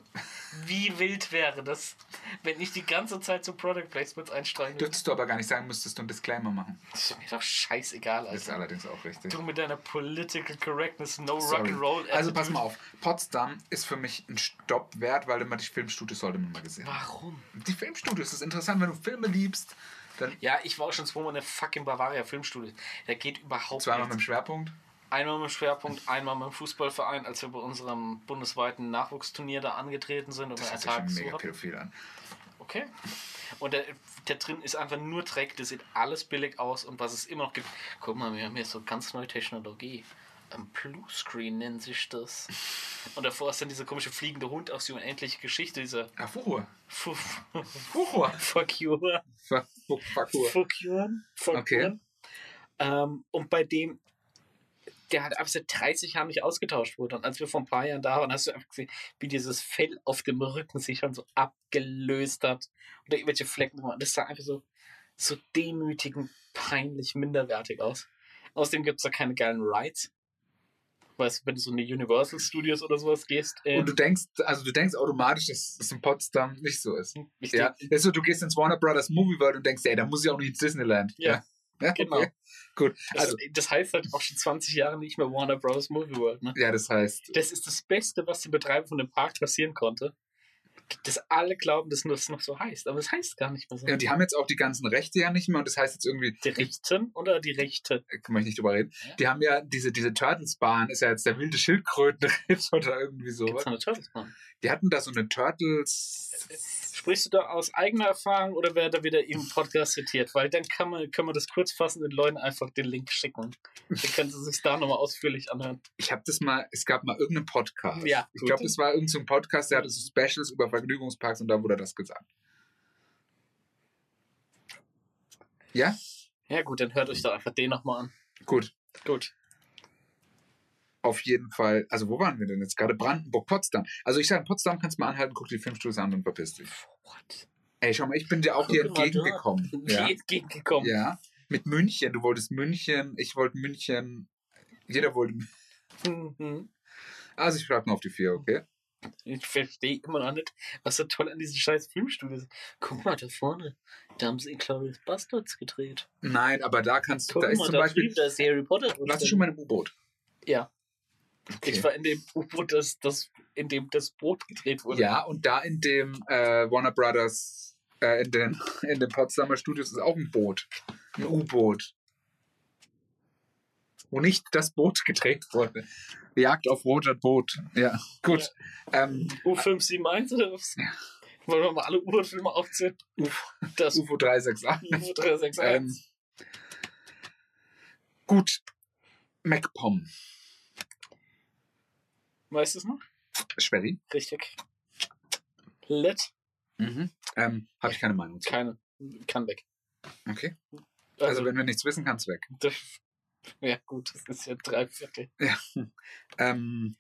C: Wie wild wäre das, wenn ich die ganze Zeit so Product Placements einstreuen würde?
A: dürftest du aber gar nicht sagen, müsstest du einen Disclaimer machen.
C: Das ist mir doch scheißegal,
A: Das ist
C: Alter.
A: allerdings auch richtig.
C: Du mit deiner Political Correctness, no
A: Sorry.
C: Rock'n'Roll.
A: Also pass mal auf, Potsdam ist für mich ein Stopp wert, weil immer die Filmstudios sollte man mal gesehen. haben.
C: Warum?
A: Die Filmstudios ist interessant, wenn du Filme liebst, dann
C: Ja, ich war auch schon zweimal in der fucking Bavaria Filmstudio. Da geht überhaupt
A: zweimal mit
C: nichts.
A: dem Schwerpunkt.
C: Einmal mit dem Schwerpunkt, einmal mit dem Fußballverein, als wir bei unserem bundesweiten Nachwuchsturnier da angetreten sind. Und
A: Das
C: wir
A: hört sich schon
C: Tag
A: mega
C: so-
A: pädophil an.
C: Okay. Und da, da drin ist einfach nur Dreck, das sieht alles billig aus und was es immer noch gibt. Guck mal, wir haben hier so ganz neue Technologie. Ein Bluescreen nennt sich das. Und davor ist dann dieser komische fliegende Hund aus die unendliche Geschichte, dieser
A: Ja, Furor.
C: Fu- Fu-
A: Furor.
C: Fuck you.
A: Fuck, fuck, fuck, Furor.
C: Fuck you. Fuck
A: Okay.
C: you. Ähm, und bei dem, der hat ab seit 30 Jahren nicht ausgetauscht wurde. Und als wir vor ein paar Jahren da waren, hast du einfach gesehen, wie dieses Fell auf dem Rücken sich schon so abgelöst hat. Oder irgendwelche Flecken. Und das sah einfach so, so demütigend, peinlich, minderwertig aus. Außerdem gibt es da keine geilen Rides. Weißt du, wenn du so in die Universal Studios oder sowas gehst. ähm,
A: Und du denkst, also du denkst automatisch, dass es in Potsdam nicht so ist.
C: ich
A: Ja,
C: denk-
A: das ist so, du gehst ins Warner Brothers Movie World und denkst, ey, da muss ich auch nicht ins Disneyland.
C: Ja,
A: ja
C: genau.
A: okay. Gut,
C: das,
A: also,
C: das heißt halt auch schon 20 Jahre nicht mehr Warner Bros. Movie World. Ne?
A: ja, das heißt,
C: Das ist das Beste, was den Betreibern von dem Park passieren konnte. Dass alle glauben, dass nur es noch so heißt. Aber es heißt gar nicht mehr so.
A: ja, die haben jetzt auch die ganzen Rechte ja nicht mehr und das heißt jetzt irgendwie,
C: die Rechten oder die Rechte?
A: ich möchte nicht drüber reden,
C: Ja.
A: die haben ja diese, diese Turtles-Bahn, ist ja jetzt der wilde Schildkrötenriff oder irgendwie
C: Gibt's
A: sowas.
C: noch Äh, eine Turtles-Bahn?
A: Die hatten da so eine Turtles.
C: Sprichst du da aus eigener Erfahrung oder wer da wieder im Podcast zitiert? Weil dann kann man, können wir das kurz fassen den Leuten einfach den Link schicken. Dann können sie sich da nochmal ausführlich anhören.
A: Ich habe das mal, es gab mal irgendeinen Podcast.
C: Ja,
A: ich
C: gut.
A: glaube, das war irgendein so ein Podcast, der hatte so Specials über Vergnügungsparks und da wurde das gesagt. Ja,
C: Ja gut, dann hört euch da einfach den nochmal an.
A: gut.
C: Gut.
A: Auf jeden Fall. Also, wo waren wir denn jetzt gerade? Brandenburg, Potsdam. Also, ich sage, Potsdam kannst du mal anhalten, guck die Filmstudios an und verpiss dich.
C: What?
A: Ey, schau mal, ich bin dir auch hier
C: Guck mal da.
A: entgegengekommen.
C: Ja.
A: Ja.
C: Entgegengekommen.
A: ja. Mit München. Du wolltest München, ich wollte München. Jeder wollte.
C: Mhm.
A: Also, ich schreibe nur auf die vier, okay?
C: Ich verstehe immer noch nicht, was so toll an diesen scheiß Filmstudios ist. Guck mal da vorne, da haben sie Inglourious Bastards gedreht.
A: Nein, aber da kannst du.
C: Guck
A: Da ist
C: mal
A: zum
C: da
A: Beispiel.
C: drüben, da ist Harry Potter drin.
A: Warst du schon mal im U-Boot?
C: Ja,
A: Okay.
C: ich war in dem U-Boot, das, das, in dem das Boot gedreht wurde.
A: Ja, und da in dem äh, Warner Brothers, äh, in, den, in den Potsdamer Studios ist auch ein Boot. Ein U-Boot. Wo nicht das Boot gedreht wurde. Jagd auf Roger Boot. Ja, gut. Ähm,
C: U571 oder was? Wollen wir mal alle U-Boot-Filme aufzählen? Das
A: UFO 368.
C: U361.
A: Ähm, gut. MacPom.
C: weißt du es noch?
A: Schwerin.
C: Richtig. Let?
A: Ähm, Habe ich keine Meinung zu.
C: Keine. Kann weg.
A: Okay.
C: Also,
A: Also, wenn wir nichts wissen, kann es weg.
C: das,
A: Also-
C: ja gut, das ist ja drei Viertel.
A: Ähm,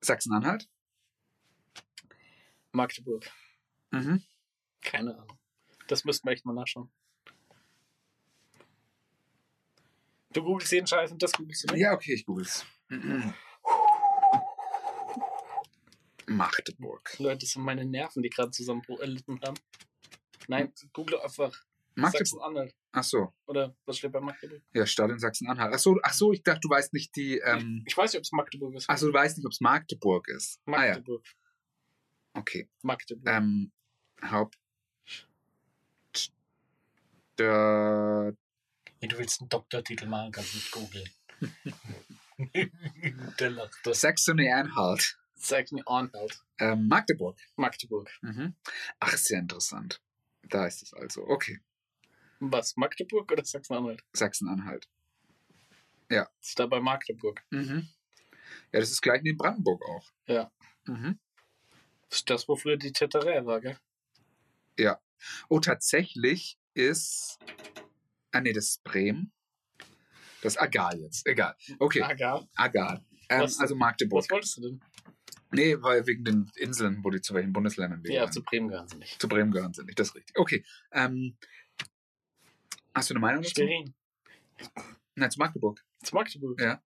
A: Sachsen-Anhalt.
C: Magdeburg.
A: Mhm.
C: Keine Ahnung. Das müssten wir echt mal nachschauen. Du googelst jeden Scheiß und das googelst du nicht.
A: Ja, okay, ich google's. Magdeburg.
C: Leute, das sind meine Nerven, die gerade zusammen erlitten haben. Nein, google einfach
A: Magdeburg.
C: Sachsen-Anhalt.
A: Ach so.
C: Oder was steht bei Magdeburg?
A: Ja, Stadt in Sachsen-Anhalt. Ach so, ach so, ich dachte, du weißt nicht die. Ähm,
C: Ich weiß nicht, ob es Magdeburg ist.
A: ach so, du weißt nicht, ob es Magdeburg ist. Ah
C: Magdeburg.
A: ja, okay.
C: Magdeburg.
A: Ähm, Hauptstadt.
C: Wenn du willst einen Doktortitel machen, kannst du nicht googeln. Der lacht das.
A: Saxony-Anhalt.
C: Zeig mir Arnold.
A: Ähm, Magdeburg.
C: Magdeburg.
A: Mhm. Ach, ist ja interessant. Da ist es also. Okay,
C: Was? Magdeburg oder Sachsen-Anhalt?
A: Sachsen-Anhalt.
C: Ist da bei Magdeburg.
A: Mhm. Ja, das ist gleich neben Brandenburg auch.
C: Ja.
A: Mhm.
C: Ist das, wo früher die Täterei war, gell?
A: Oh, tatsächlich ist. Ah, nee, das ist Bremen. Das ist Agal jetzt. Egal. Okay,
C: Agar.
A: Agal. Ähm,
C: Ah. Was-
A: also Magdeburg.
C: Was wolltest du denn?
A: Nee, weil wegen den Inseln, wo die zu welchen Bundesländern die
C: Ja,
A: gehören.
C: zu Bremen gehören sie nicht.
A: zu Bremen gehören sie nicht. Das ist richtig. Okay. Ähm, hast du eine Meinung dazu?
C: Schwerin.
A: Nein, zu Magdeburg.
C: Zu Magdeburg.
A: Ja.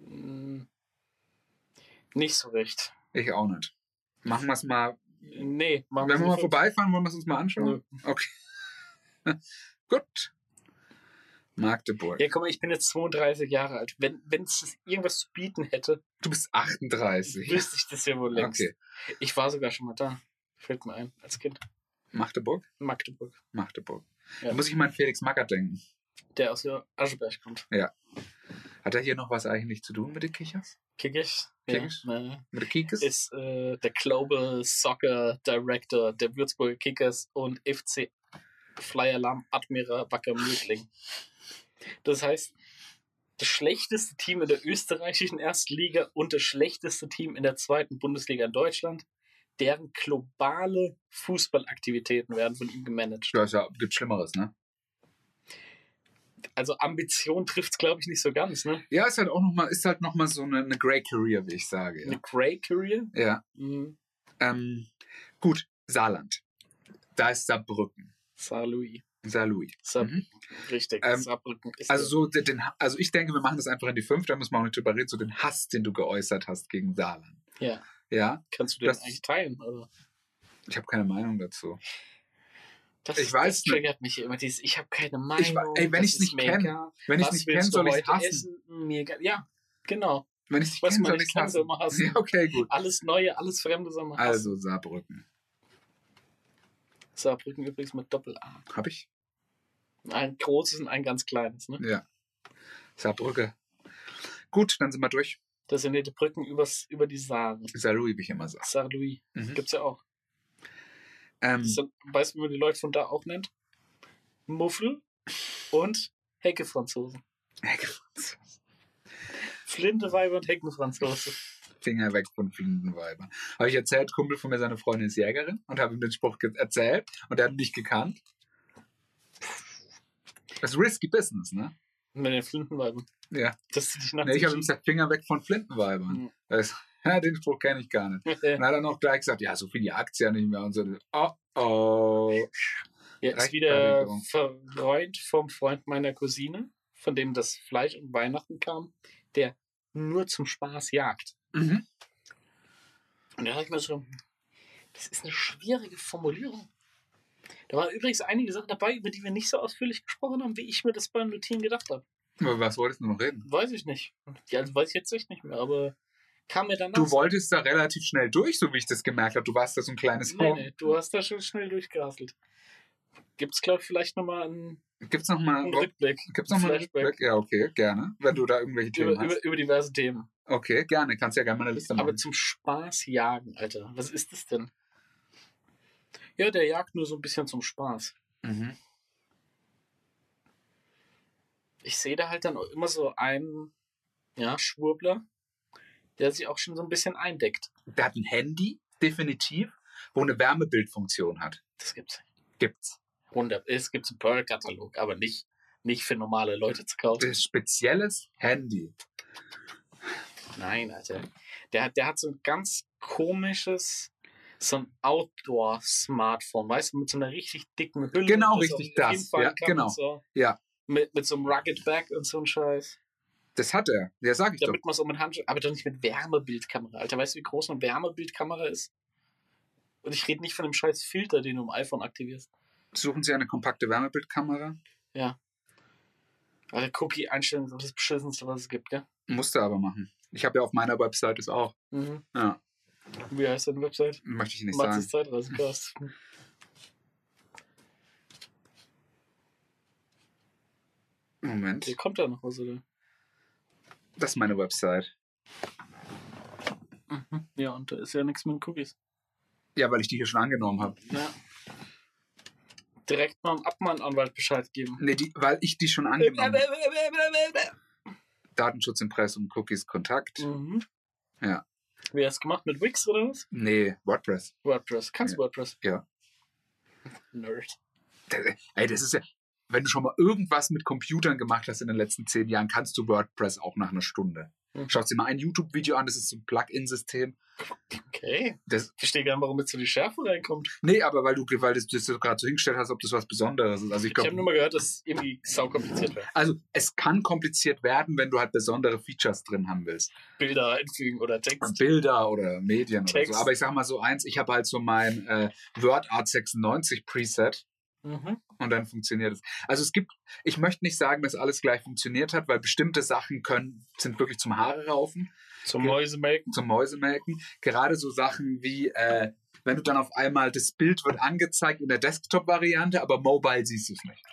C: Hm. Nicht so recht.
A: Ich auch nicht. Machen wir es mal.
C: Nee, machen
A: Wenn wir mal
C: nicht.
A: vorbeifahren, wollen wir es uns mal anschauen. Okay. Gut. Magdeburg.
C: Ja, guck mal, ich bin jetzt 32 Jahre alt. Wenn es irgendwas zu bieten hätte,
A: Du bist 38.
C: wüsste ich das ja wohl längst.
A: Ah, Okay.
C: Ich war sogar schon mal da. Fällt mir ein, als Kind.
A: Magdeburg?
C: In Magdeburg.
A: Magdeburg.
C: Ja.
A: Da muss ich mal an Felix Magath denken.
C: Der aus der Ascheberg kommt.
A: Hat er hier noch was eigentlich zu tun mit den Kichers?
C: Kickig?
A: Kickers?
C: Ja, ne.
A: Mit den Kikes?
C: Ist äh, der Global Soccer Director der Würzburger Kickers und FC Flyalarm Admira Wacker Mödling. Das heißt, das schlechteste Team in der österreichischen Erstliga und das schlechteste Team in der zweiten Bundesliga in Deutschland, deren globale Fußballaktivitäten werden von ihm gemanagt.
A: Ja, ist ja, gibt Schlimmeres, ne?
C: Also Ambition trifft es, glaube ich, nicht so ganz. Ne?
A: Ja, ist halt auch nochmal, ist halt nochmal so eine, eine Grey Career, wie ich sage. Ja.
C: Eine Grey Career?
A: ja.
C: Mhm.
A: Ähm, gut, Saarland. Da ist Saarbrücken.
C: Saarlouis.
A: Saarlouis.
C: Saar
A: Mhm.
C: Richtig.
A: Ähm,
C: Saarbrücken ist
A: Also so den, den- also ich denke, wir machen das einfach in die fünf, da müssen wir auch nicht drüber reden, so den Hass, den du geäußert hast gegen Saarland.
C: Ja.
A: Ja,
C: Kannst du den
A: das-
C: eigentlich teilen? Also Oder?
A: ich habe keine Meinung dazu.
C: Das,
A: Ich weiß
C: das triggert mich immer. Dieses, ich habe keine Meinung.
A: Ich wa- ey, wenn
C: das
A: ich's
C: ist
A: nicht
C: mir
A: kenn,
C: egal.
A: Wenn ich
C: Was
A: nicht kenne,
C: willst du
A: soll ich
C: heute
A: hassen.
C: Essen? Mir egal. Ja, genau.
A: Wenn ich dich
C: Was
A: kenne,
C: man
A: soll
C: nicht
A: ich
C: kann, soll
A: hassen.
C: man hassen.
A: Ja, okay, gut.
C: Alles Neue, alles Fremde soll man hassen.
A: Also Saarbrücken.
C: Saarbrücken übrigens mit Doppel-A.
A: Hab ich?
C: Ein großes und ein ganz kleines. Ne?
A: Ja. Saarbrücke. Gut, dann sind wir durch.
C: Das sind ja die Brücken übers, über die Saar.
A: Saarlouis, wie ich immer sage.
C: Saarlouis.
A: Mhm.
C: Gibt's ja auch.
A: Ähm,
C: Das sind, weißt du, wie man die Leute von da auch nennt? Muffel und Hecke-Franzosen. Flinteweiber und Heckenfranzose.
A: Finger weg von Flintenweibern. Habe ich erzählt, Kumpel von mir, seine Freundin ist Jägerin und habe ihm den Spruch ge- erzählt und er hat ihn nicht gekannt. Das ist risky business, ne?
C: Mit den Flintenweibern.
A: Ja.
C: Dass die dich nachts
A: Nee, ich habe ihm
C: im
A: gesagt, Finger weg von Flintenweibern.
C: Mhm.
A: Das, ja, den Spruch kenne ich gar nicht.
C: Schiff-
A: Und dann hat er noch gleich gesagt, ja, so viel die Aktie ja nicht mehr und so. Oh, oh.
C: Ja, ist wie der
A: Rechtfertigung.
C: Freund vom Freund meiner Cousine, von dem das Fleisch um Weihnachten kam, der nur zum Spaß jagt.
A: Mhm.
C: Und da dachte ich mir so, das ist eine schwierige Formulierung. Da waren übrigens einige Sachen dabei, über die wir nicht so ausführlich gesprochen haben, wie ich mir das beim Notieren gedacht habe.
A: Über was wolltest du noch reden?
C: Weiß ich nicht. Ja, also weiß ich jetzt echt nicht mehr, aber kam mir danach.
A: Du wolltest da relativ schnell durch, so wie ich das gemerkt habe. Du warst da so ein kleines
C: nee, nee, du hast da schon schnell durchgehasselt. Gibt's, glaube ich, vielleicht nochmal einen,
A: Gibt's noch mal,
C: einen Rückblick
A: gibt's noch mal einen
C: Flashback.
A: Rückblick? Ja, okay, gerne. Wenn du da irgendwelche Themen
C: über,
A: hast.
C: über, über diverse Themen?
A: Okay, gerne. Kannst ja gerne mal eine Liste
C: Aber
A: machen.
C: zum Spaß jagen, Alter. Was ist das denn? Ja, der jagt nur so ein bisschen zum Spaß.
A: Mhm.
C: Ich sehe da halt dann auch immer so einen, ja, Schwurbler, der sich auch schon so ein bisschen eindeckt.
A: Der hat ein Handy, definitiv, wo eine Wärmebildfunktion hat.
C: Das gibt's.
A: Gibt's.
C: 100. Es gibt einen Pearl-Katalog, aber nicht, nicht für normale Leute zu kaufen.
A: Das spezielles Handy.
C: Nein, Alter. Der hat, der hat so ein ganz komisches, so ein Outdoor-Smartphone, weißt du, mit so einer richtig dicken Hülle.
A: Genau,
C: das
A: richtig,
C: auf den Riemen
A: das.
C: fallen
A: Ja,
C: kann
A: genau.
C: und So.
A: Ja.
C: Mit, mit so einem Rugged Bag und so ein Scheiß.
A: Das hat er. Ja, sag ich doch.
C: damit man es auch mit Handschuhen, aber doch nicht mit Wärmebildkamera. Alter, weißt du, wie groß eine Wärmebildkamera ist? Und ich rede nicht von dem scheiß Filter, den du im iPhone aktivierst.
A: Suchen Sie eine kompakte Wärmebildkamera?
C: Alter, Cookie-Einstellung ist auch das Beschissenste, was es gibt, gell?
A: Musste aber machen. Ich habe ja auf meiner Website das auch.
C: Mhm.
A: Ja,
C: Wie heißt deine Website?
A: möchte ich nicht
C: Matzes
A: sagen.
C: Zeitreisencast. Hier
A: Moment.
C: kommt da noch was, oder?
A: Das ist meine Website.
C: Ja, und da ist ja nichts mit den Cookies.
A: Ja, weil ich die hier schon angenommen habe.
C: Ja. Direkt mal dem Abmahnanwalt Bescheid geben.
A: Nee, die, weil ich die schon angenommen
C: Äh,
A: habe. Datenschutzimpressum, Cookies, Kontakt.
C: Mhm.
A: Ja.
C: Wie hast du gemacht? Mit Wix oder was?
A: Nee, WordPress.
C: WordPress. Kannst du WordPress?
A: Ja.
C: Nerd.
A: Ey, das ist ja, wenn du schon mal irgendwas mit Computern gemacht hast in den letzten zehn Jahren, kannst du WordPress auch nach einer Stunde.
C: Mhm.
A: Schaut dir mal ein YouTube-Video an, das ist so ein Plug-in-System.
C: Okay.
A: Das-
C: Ich verstehe gar nicht, warum jetzt so die Schärfe reinkommt.
A: Nee, aber weil du, weil du das gerade so hingestellt hast, ob das was Besonderes ist. Also ich
C: Ich habe
A: glaube,
C: nur mal gehört, dass irgendwie saukompliziert wäre.
A: also es kann kompliziert werden, wenn du halt besondere Features drin haben willst.
C: Bilder einfügen oder Text.
A: Bilder oder Medien oder so.
C: Text.
A: Aber ich sag mal so eins, ich habe halt so mein äh, WordArt 96 Preset
C: Mhm.
A: und dann funktioniert es. Also es gibt, ich möchte nicht sagen, dass alles gleich funktioniert hat, weil bestimmte Sachen können, sind wirklich zum Haare raufen,
C: Zum
A: Okay.
C: Mäusemelken.
A: zum Mäusemelken. Gerade so Sachen wie, äh, wenn du dann auf einmal das Bild wird angezeigt in der Desktop-Variante, aber mobile siehst du es nicht.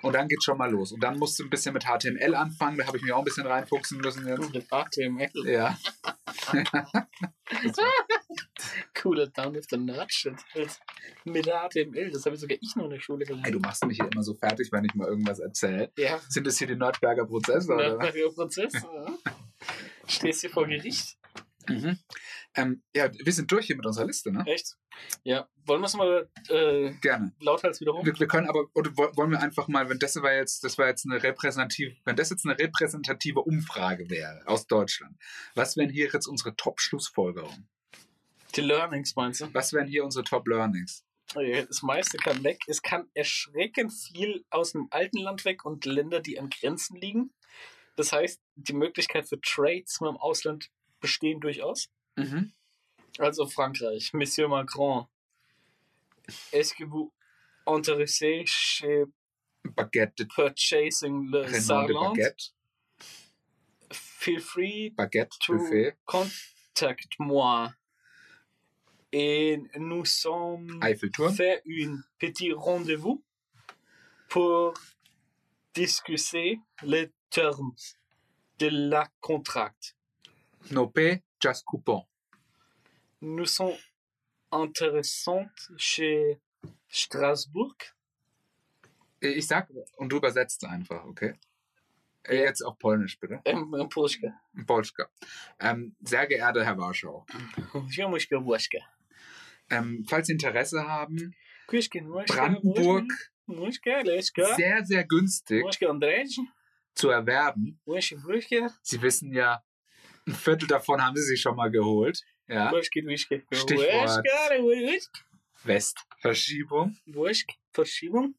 A: Und dann geht schon mal los. Und dann musst du ein bisschen mit HTML anfangen. Da habe ich mir auch ein bisschen reinfuchsen müssen jetzt.
C: HTML.
A: Ja.
C: Cooler Down with the Nerd Shit. Als Mit HTML. Das habe ich sogar ich noch in der Schule
A: Ey,
C: gelernt.
A: du machst mich hier immer so fertig, wenn ich mal irgendwas erzähle.
C: Ja.
A: Sind das hier die Nordberger Prozesse? Oder? was?
C: Nachher Prozess. ja. Stehst hier vor Gericht.
A: Mhm. Ähm, ja, wir sind durch hier mit unserer Liste, ne?
C: Echt? Ja. Wollen wir es mal äh,
A: Gerne.
C: lauthals wiederholen?
A: Oh. Wir, wir können aber, oder wo- wollen wir einfach mal, wenn das war jetzt, das war jetzt eine repräsentative, wenn das jetzt eine repräsentative Umfrage wäre aus Deutschland, was wären hier jetzt unsere Top-Schlussfolgerungen?
C: Die Learnings meinst du?
A: Was wären hier unsere Top-Learnings?
C: Ja, Das meiste kann weg. Es kann erschreckend viel aus dem alten Land weg und Länder, die an Grenzen liegen. Das heißt, die Möglichkeit für Trades mit dem Ausland bestehen durchaus.
A: Mhm.
C: Also Frankreich, Monsieur Macron. Est-ce que vous intéressez chez
A: Baguette,
C: purchasing le
A: Renom de
C: Saarland?
A: Baguette,
C: Feel free
A: Baguette,
C: to
A: Buffet,
C: contact moi. Et nous sommes
A: Eiffelturm.
C: faire un petit rendez-vous pour discuter les termes de la contract.
A: No pay, just coupon.
C: Nous sommes intéressantes chez Strasbourg.
A: Ich sag, und du übersetzt einfach, okay? Äh, Jetzt auf Polnisch, bitte.
C: Ähm, ähm, Polska.
A: Polska. Ähm, sehr geehrter Herr Warschau,
C: Ja, muss ich bei Polska.
A: ähm, falls Sie Interesse haben,
C: Küsschen, Polska,
A: Brandenburg
C: Polska, Polska,
A: sehr, sehr günstig
C: Polska und Dresden.
A: zu erwerben.
C: Polska, Polska,
A: Sie wissen ja, ein Viertel davon haben Sie sich schon mal geholt. Ja,
C: Polska, Polska,
A: Stichwort.
C: Polska, Polska,
A: Westverschiebung.
C: Wurscht, Verschiebung,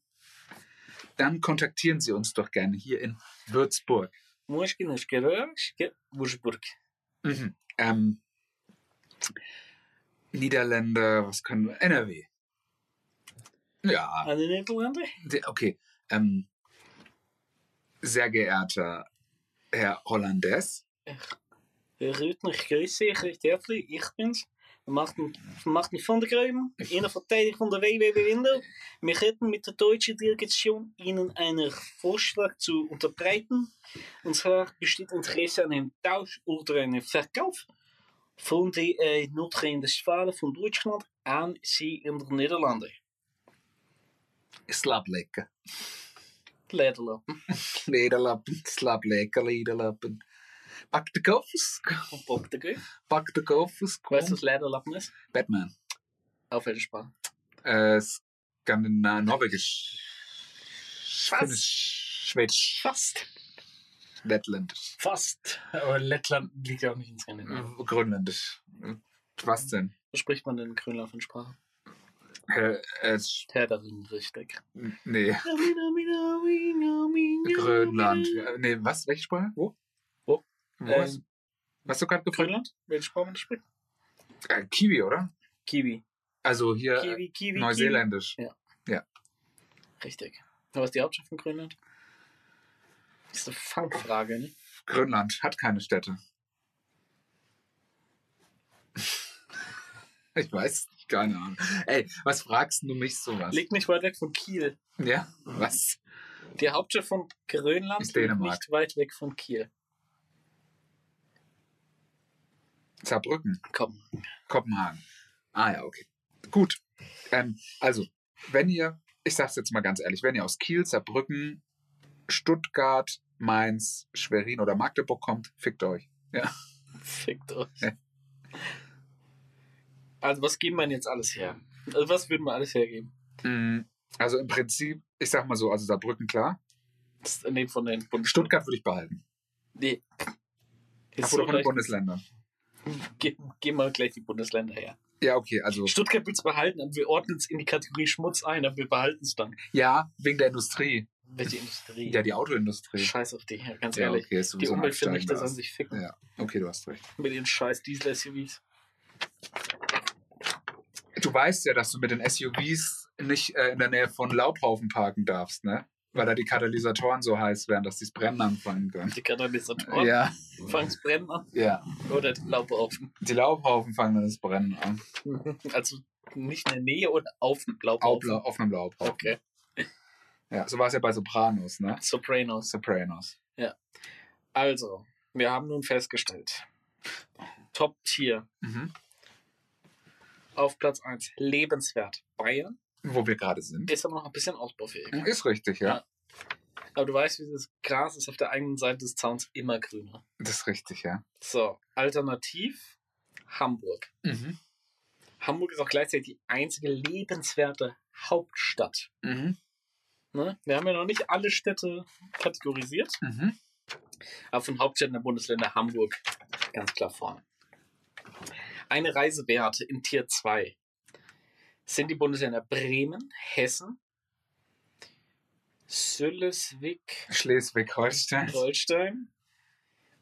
A: Dann kontaktieren Sie uns doch gerne hier in Würzburg.
C: Wurscht, Nuschgeräusch, Wursburg.
A: Mhm. Ähm, Niederländer, was können wir? NRW. Ja,
C: An den Niederlanden?
A: Der- Okay. Ähm, sehr geehrter Herr Hollandes,
C: Ruud, nog Grüße, recht herzlich, ich bin's. Martin, Martin van der Kruijmen, een verteidiger van de WWW Window. Wir hätten mit der deutschen Delegation Ihnen einen Vorschlag zu unterbreiten. Und zwar besteht Interesse an einem Tausch oder einem Verkauf von die äh, Nordrhein-Westfalen von Deutschland an Sie in de Niederlanden.
A: Slaplekke.
C: Leiderland.
A: Lederlappen, Slaplekke, Lederlappen. Pak de koffers,
C: Op de Kruijf.
A: pak de koffers.
C: Weißt du, was Leiderland is?
A: Batman.
C: Auf welche Sprache?
A: Äh, Skandinav, Norwegisch. Finnisch, Schwedisch,
C: Fast.
A: Lettländisch,
C: Fast. Aber Lettland liegt ja auch nicht in Skandinavien.
A: Grönländisch. Was denn?
C: Wo spricht man denn Grönland von Sprache?
A: Äh, äh, Sch-
C: Herr darin, richtig.
A: nee, Grönland. Äh, Nee, was? Welche Sprache? Wo?
C: Wo?
A: Was?
C: Ähm,
A: Hast du gerade gefragt?
C: Grönland? Welche Sprache man spricht?
A: Äh, Kiwi, oder?
C: Kiwi.
A: Also hier äh,
C: Kiwi, Kiwi.
A: Neuseeländisch.
C: Kiwi. Richtig. Aber was ist die Hauptstadt von Grönland? Das ist eine Fangfrage, ne?
A: Grönland hat keine Städte. ich weiß nicht, keine Ahnung. Ey, was fragst du mich sowas?
C: Liegt nicht weit weg von Kiel.
A: ja, was?
C: Die Hauptstadt von Grönland
A: Ist
C: liegt
A: Dänemark.
C: nicht weit weg von Kiel.
A: Saarbrücken,
C: Komm.
A: Kopenhagen. Ah ja, okay. Gut. Ähm, also, wenn ihr, ich sag's jetzt mal ganz ehrlich, wenn ihr aus Kiel, Saarbrücken, Stuttgart, Mainz, Schwerin oder Magdeburg kommt, fickt euch.
C: Fickt euch. Also, was geben wir denn jetzt alles her? Also, was würden wir alles hergeben?
A: Mm,
C: Mhm.
A: Also im Prinzip, ich sag mal so, also Saarbrücken, klar.
C: Das, nee, von den Bund
A: Stuttgart würde ich behalten.
C: Nee. Jetzt
A: Oder von den
C: gleich,
A: Bundesländern.
C: geh, geh mal gleich die Bundesländer her.
A: Ja, okay, also.
C: Stuttgart will es behalten, aber wir ordnen es in die Kategorie Schmutz ein, aber wir behalten es dann.
A: Ja, wegen der Industrie.
C: Welche Industrie?
A: Ja, die Autoindustrie.
C: Scheiß auf die, ja, ganz
A: Ja,
C: ehrlich.
A: okay, ist
C: Die
A: sowieso ein
C: Umwelt vernichtet,
A: absteigender
C: sollen
A: Ast.
C: sich ficken
A: Ja, okay, du hast recht.
C: mit den scheiß Diesel-SUVs.
A: Du weißt ja, dass du mit den SUVs nicht äh, in der Nähe von Laubhaufen parken darfst, ne? Weil da die Katalysatoren so heiß werden, dass die das Brennen anfangen können.
C: Die Katalysatoren ja.
A: Ja,
C: fangen's brennen an
A: ja.
C: oder die Laube auf.
A: Die Laubhaufen fangen dann das Brennen an.
C: Also nicht in der Nähe und auf dem Laube
A: Auf,
C: auf.
A: La- auf einem Laubhaufen.
C: Okay,
A: Ja, so war es ja bei Sopranos, ne?
C: Sopranos.
A: Sopranos.
C: Also, wir haben nun festgestellt, Top-Tier
A: Mhm.
C: auf Platz 1, lebenswert Bayern.
A: Wo wir gerade sind.
C: Ist aber noch ein bisschen ausbaufähig.
A: Ist richtig, ja.
C: Ja. Aber du weißt, wie das Gras ist auf der eigenen Seite des Zauns immer grüner.
A: Das ist richtig, ja.
C: So, alternativ Hamburg.
A: Mhm.
C: Hamburg ist auch gleichzeitig die einzige lebenswerte Hauptstadt.
A: Mhm.
C: Ne? Wir haben ja noch nicht alle Städte kategorisiert,
A: Mhm.
C: aber von Hauptstädten der Bundesländer Hamburg ganz klar vorne. Eine Reise wert in Tier 2 sind die Bundesländer Bremen, Hessen, Süleswig,
A: Schleswig-Holstein.
C: Holstein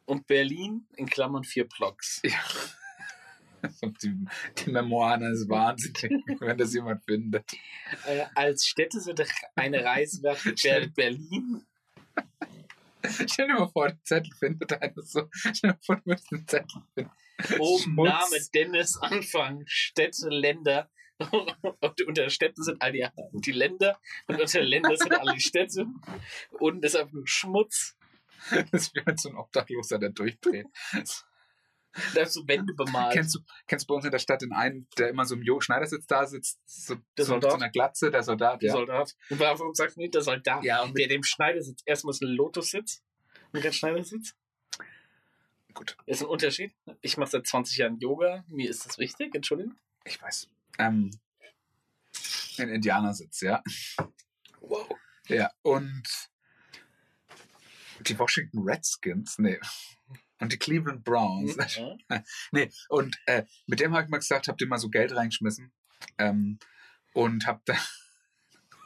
C: und Berlin in Klammern vier Blocks.
A: Ja. Die, die Memoiren ist wahnsinnig, wenn das jemand findet.
C: Äh, als Städte sind eine Reise wert Ber Berlin.
A: Stell dir mal vor, den Zettel findet einer so. Stell dir mal vor, du würdest den Zettel finden.
C: Oben
A: Schmutz.
C: Name Dennis Anfang, Städte, Länder. Und unter Städten sind all die, die Länder und unter Länder sind alle die Städte. Unten ist einfach nur Schmutz.
A: Das wäre so ein Obdachloser, der durchdreht.
C: Da hast du Wände bemalt.
A: Kennst du, kennst du bei uns in der Stadt den einen, der immer so im jo Schneidersitz da sitzt, so,
C: Der
A: so,
C: Soldat?
A: so einer Glatze, der Soldat,
C: Der
A: ja.
C: Soldat. Und warum sagst du nicht der Soldat?
A: Ja, und mit-
C: der dem Schneider sitzt. Erstmal ist ein Lotus sitzt. Und der Schneider sitzt.
A: Gut,
C: Ist ein Unterschied. Ich mache seit 20 Jahren Yoga. Mir ist das wichtig. Entschuldigung.
A: ich weiß. Ähm, ein Indianersitz, ja.
C: Wow.
A: Ja, und die Washington Redskins, nee. Und die Cleveland Browns.
C: Ja.
A: Nee, und äh, mit dem habe ich mal gesagt, habt ihr mal so Geld reingeschmissen. Ähm, und hab da.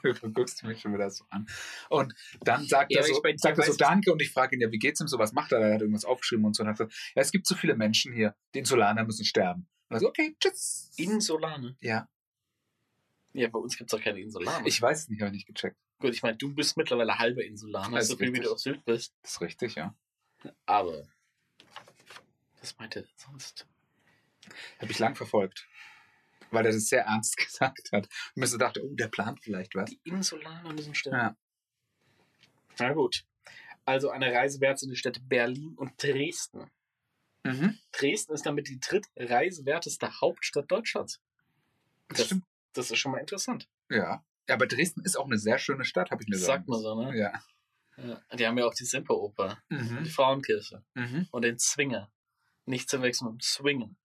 A: Du guckst mich schon wieder so an. Und dann sagt
C: Ja,
A: er
C: aber
A: so,
C: ich mein,
A: sagt er
C: weiß
A: so
C: ich-
A: Danke und ich frage ihn ja, wie geht's ihm so, was macht er? da? Er hat irgendwas aufgeschrieben und so. Und hat gesagt, ja, es gibt so viele Menschen hier, die Insulaner müssen sterben. Und er so, okay, tschüss.
C: Insolane.
A: ja,
C: Ja, bei uns gibt es doch keine Insolane.
A: ich weiß es nicht, habe ich nicht gecheckt.
C: Gut, ich meine, du bist mittlerweile halber Insulaner,
A: Das ist
C: so viel wie
A: richtig.
C: du auf Sylt bist.
A: Das ist richtig, ja.
C: Aber. Was meint er denn sonst?
A: Habe ich lang verfolgt. Weil er das sehr ernst gesagt hat. Und mir so dachte, oh, der plant vielleicht was.
C: Die Insulaner müssen
A: Ja.
C: sterben. Na gut. Also eine Reise wert sind die Städte Berlin und Dresden.
A: Mhm.
C: Dresden ist damit die drittreisewärteste Hauptstadt Deutschlands.
A: Das, stimmt.
C: Das ist schon mal interessant.
A: Ja. ja. Aber Dresden ist auch eine sehr schöne Stadt, habe ich mir
C: Das
A: sagen
C: sagt man so,
A: lassen.
C: ne?
A: Ja.
C: Ja. Die haben ja auch die Semperoper, die
A: Mhm.
C: Frauenkirche
A: Mhm.
C: und den Zwinger. Nicht zu wechseln mit dem Swingen.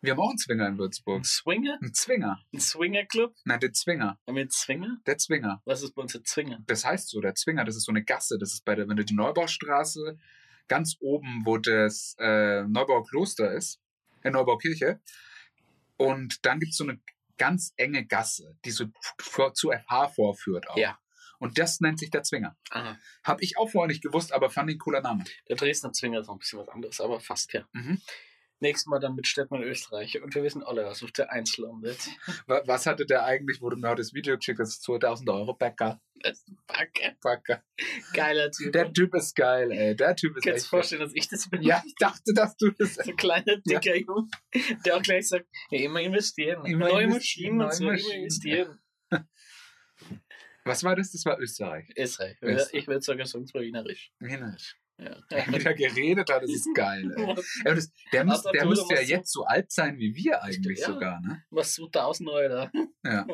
A: Wir haben auch einen Zwinger in
C: Ein
A: Würzburg.
C: Swinger?
A: Ein Zwinger.
C: Ein Swingerclub?
A: Nein, der Zwinger.
C: Haben wir einen Zwinger?
A: Der Zwinger.
C: Was ist bei uns der Zwinger?
A: Das heißt so, der Zwinger, das ist so eine Gasse. Das ist bei der, wenn du die Neubaustraße ganz oben, wo das äh, Neubaukloster ist, in Neubaukirche. Und dann gibt es so eine ganz enge Gasse, die so vor, zu FH vorführt auch.
C: Ja.
A: Und das nennt sich der Zwinger.
C: Ah,
A: Hab ich auch vorher nicht gewusst, aber fand den cooler Name.
C: der Dresdner Zwinger ist noch ein bisschen was anderes, aber fast ja.
A: Mhm.
C: Nächstes Mal dann mit Städten in Österreich und wir wissen alle, was auf der Eins landet.
A: Wa- Was hatte der eigentlich, wo du mir heute das Video geschickt hast? 2000 Euro Bäcker.
C: Backe.
A: Bäcker.
C: Geiler Typ.
A: Der Typ ist geil, ey. Der Typ ist
C: Kannst du
A: echt
C: dir vorstellen, dass ich das bin?
A: Ja, ich dachte, dass du das
C: So ein kleiner, dicker Junge, der auch gleich sagt, ja, immer investieren. ne?
A: Immer
C: neue
A: investieren,
C: Maschinen und so,
A: neue
C: immer
A: Maschinen.
C: investieren.
A: Was war das? Das war Österreich.
C: Österreich.
A: Österreich.
C: Ich würde sogar sagen, es war wienerisch.
A: Wienerisch.
C: Ja.
A: Wie der geredet hat, das ist geil, ey. Ja, das, der
C: Aber
A: müsste der
C: du,
A: müsste ja
C: was du-
A: jetzt so alt sein wie wir eigentlich
C: Ja.
A: sogar, ne?
C: Was sucht da außen neu da?
A: Ja.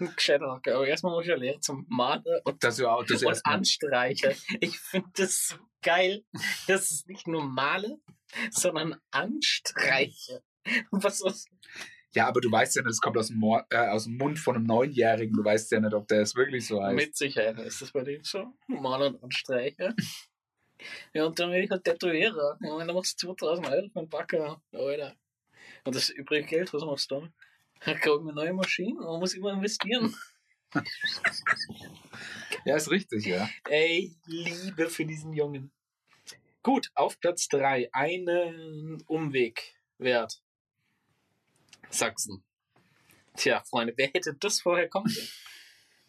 C: Ein Gescheiter Hacker. Aber erstmal muss ich ja Lehre zum Maler und
A: Dass wir auch das
C: und
A: erstmal.
C: anstreiche. Ich finde das so geil, dass es nicht nur male, sondern anstreiche. Was ist
A: Ja, aber du weißt ja nicht, das kommt aus dem, Mor äh, aus dem Mund von einem Neunjährigen. Du weißt ja nicht, ob der es wirklich so heißt.
C: mit Sicherheit? Ist das bei denen schon? Male und anstreiche. Ja, und dann werde ich halt Tätowierer. Ja, und dann machst du 2000 Euro für einen Backer. Ja, Alter. Und das übrige Geld, was machst du dann? Dann kaufe ich mir neue Maschinen. Man muss immer investieren.
A: Ja, ist richtig, ja.
C: Ey, Liebe für diesen Jungen. Gut, auf Platz 3. Einen Umweg wert. Sachsen. Tja, Freunde, wer hätte das vorher kommen sehen?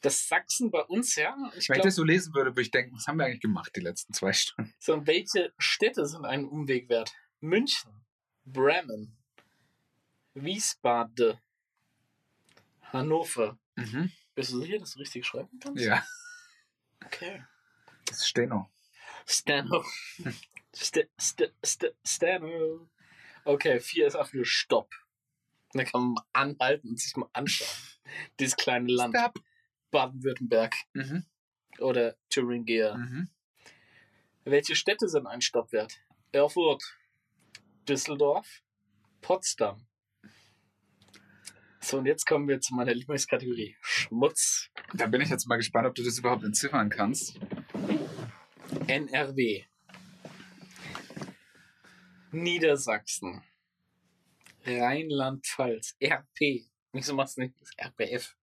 C: Das Sachsen bei uns, ja. Ich
A: Wenn ich
C: glaube,
A: das so lesen würde, würde ich denken, was haben wir eigentlich gemacht die letzten zwei Stunden?
C: so welche Städte sind einen Umweg wert? München, Bremen, Wiesbaden, Hannover.
A: Mhm.
C: Bist du sicher, dass du richtig schreiben kannst?
A: Ja,
C: Okay.
A: das steht noch.
C: Stano. St St St Stano. Okay, 4 ist einfach nur Stopp. Da kann man anhalten und sich mal anschauen. Dieses kleine Land.
A: Stop.
C: Baden-Württemberg
A: Mhm.
C: oder Thuringia.
A: Mhm.
C: Welche Städte sind ein Stopp wert? Erfurt, Düsseldorf, Potsdam. So, und jetzt kommen wir zu meiner Lieblingskategorie. Schmutz.
A: Da bin ich jetzt mal gespannt, ob du das überhaupt entziffern kannst.
C: NRW. Niedersachsen. Rheinland-Pfalz. RP. Wieso machst du nicht das RPF?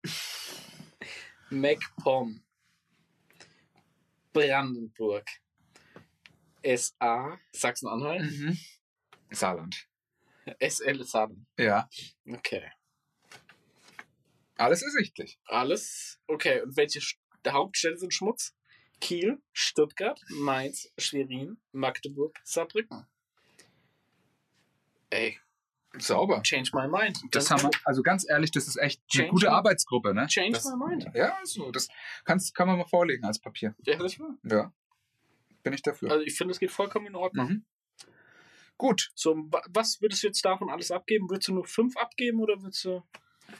C: MacPom. Brandenburg. SA. Sachsen-Anhalt.
A: Mhm. Saarland.
C: SL Saarland.
A: Ja,
C: Okay.
A: alles ersichtlich.
C: Alles. Okay. Und welche Sch- Hauptstädte sind Schmutz? Kiel, Stuttgart, Mainz, Schwerin, Magdeburg,
A: Hm.
C: Saarbrücken. Ey,
A: Sauber.
C: Change my mind.
A: Das haben wir, also ganz ehrlich, das ist echt eine
C: Change
A: gute
C: my-
A: Arbeitsgruppe, ne?
C: Change
A: das,
C: my mind.
A: Ja, so, das kannst, kann man mal vorlegen als Papier.
C: Ja, das war.
A: Ja, bin ich dafür.
C: Also ich finde, es geht vollkommen in Ordnung.
A: Mhm. Gut,
C: So, wa- was würdest du jetzt davon alles abgeben? Würdest du nur fünf abgeben oder würdest du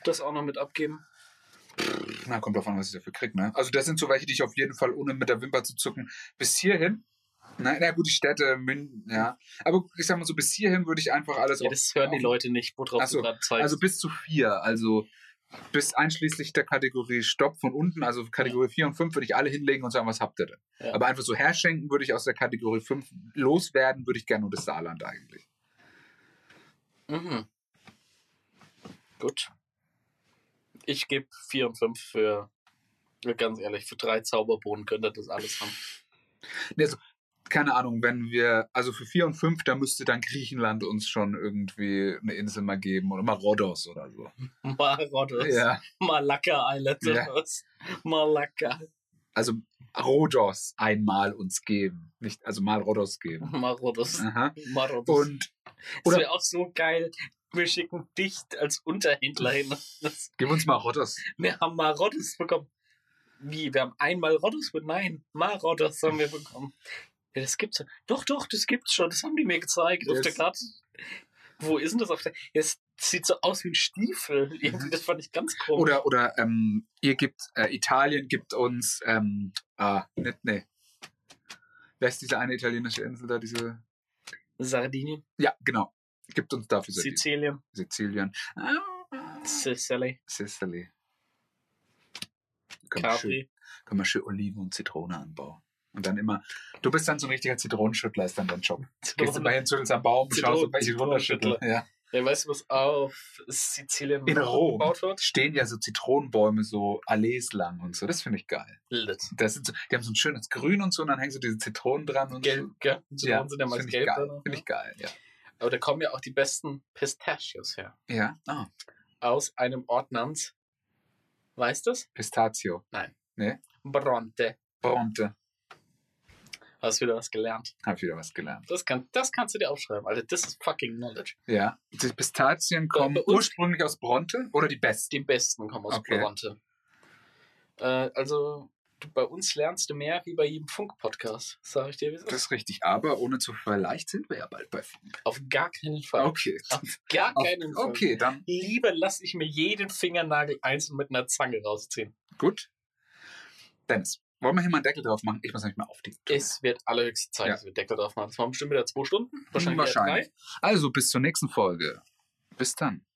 C: das auch noch mit abgeben?
A: na, kommt drauf an, was ich dafür krieg, ne? Also, das sind so welche, die ich auf jeden Fall, ohne mit der Wimper zu zucken, bis hierhin. Na, na gut, die Städte, München, ja. Aber ich sag mal so, bis hierhin würde ich einfach alles
C: Ja,
A: auf
C: das hören die Leute nicht, worauf
A: Ach so,
C: du gerade zeigst.
A: Also bis zu vier. Also bis einschließlich der Kategorie Stopp von unten, also Kategorie 4 und 5 würde ich alle hinlegen und sagen, was habt ihr denn?
C: Ja.
A: Aber einfach so herschenken würde ich aus der Kategorie 5 loswerden, würde ich gerne nur das Saarland eigentlich.
C: mhm. Gut. Ich gebe vier und fünf für, ja, ganz ehrlich, für drei Zauberbohnen könnt ihr das alles haben.
A: Keine Ahnung, wenn wir, also für 4 und 5, da müsste dann Griechenland uns schon irgendwie eine Insel mal geben oder mal Rhodos oder so.
C: Marottes,
A: Ja.
C: Malakka Island
A: Ja.
C: oder was? Malakka.
A: Also Rhodos einmal uns geben. Nicht, also mal Rhodos geben.
C: Marottes.
A: Aha.
C: Marottes.
A: Und
C: Das
A: Oder-
C: wäre auch so geil. Wir schicken dich als Unterhändler hin. Das,
A: gib uns mal Rhodos.
C: wir haben mal Rottes bekommen. Wie? Wir haben einmal Rottes bekommen? Nein, Marottes haben wir bekommen. Ja, das gibt's ja. Doch, doch, das gibt's schon. Das haben die mir gezeigt auf
A: Yes.
C: der Karte. Wo ist denn das auf der. Es sieht so aus wie ein Stiefel. Irgendwie, das fand ich ganz komisch.
A: Mhm. Oder, oder ähm, ihr gibt, äh, Italien gibt uns, ähm, ah, ne, nee. Wer ist diese eine italienische Insel da, diese,
C: Sardinien,
A: ja, genau, gibt uns dafür Sizilien. Sizilien.
C: Sizilien,
A: Ah,
C: Sicily,
A: Sicily. Können wir, schön,
C: Capri.
A: können wir schön Oliven und Zitrone anbauen. Und dann immer, du bist dann so ein richtiger Zitronenschüttler, ist dann dein Job. Gehst du mal hin, schüttelst am Baum, schaust, ob
C: Zitronen-
A: welche runterschütteln. Ja.
C: Ja, weißt du, was auf Sizilien
A: In Rom
C: gebaut wird?
A: stehen ja so Zitronenbäume so Allees lang und so, das finde ich geil.
C: Lit.
A: Das sind so, die haben so ein schönes Grün und so, und dann hängen so diese Zitronen dran. Und
C: Gelb, gell?
A: So.
C: Zitronen sind ja meist
A: find
C: gelb.
A: Ich geil.
C: dann auch,
A: Finde
C: ne?
A: ich geil, ja.
C: Aber da kommen ja auch die besten Pistachios her.
A: Ja, ah,
C: Aus einem Ort namens, weißt du es?
A: Pistazio,
C: Bronte.
A: Bronte.
C: Hast wieder was gelernt.
A: Hab wieder was gelernt.
C: Das, kann, das kannst du dir aufschreiben, Alter. Das ist fucking Knowledge.
A: Ja, die Pistazien kommen
C: bei uns-
A: ursprünglich aus Bronte oder die besten?
C: Die besten kommen aus
A: Okay.
C: Bronte. Äh, also, du, bei uns lernst du mehr wie bei jedem Funk-Podcast. Sag ich dir, wie es
A: Das
C: ist.
A: ist richtig, aber ohne zu vielleicht sind wir ja bald bei Funk.
C: Auf gar keinen Fall.
A: Okay.
C: Auf gar
A: Auf-
C: keinen Fall.
A: Okay, dann
C: Lieber lasse ich mir jeden Fingernagel einzeln mit einer Zange rausziehen.
A: gut. Dennis, wollen wir hier mal einen Deckel drauf machen? Ich muss nicht mehr auf die.
C: Es wird allerhöchste Zeit,
A: Genau. Ja.
C: dass wir Deckel drauf machen. Das waren bestimmt wieder zwei Stunden. Wahrscheinlich, eher drei.
A: Wahrscheinlich. Also, bis zur nächsten Folge. Bis dann.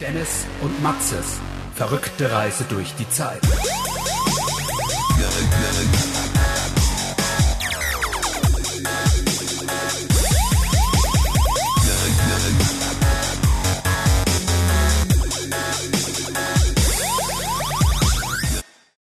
B: Dennis und Maxes verrückte Reise durch die Zeit.
D: Verrückt, verrückt.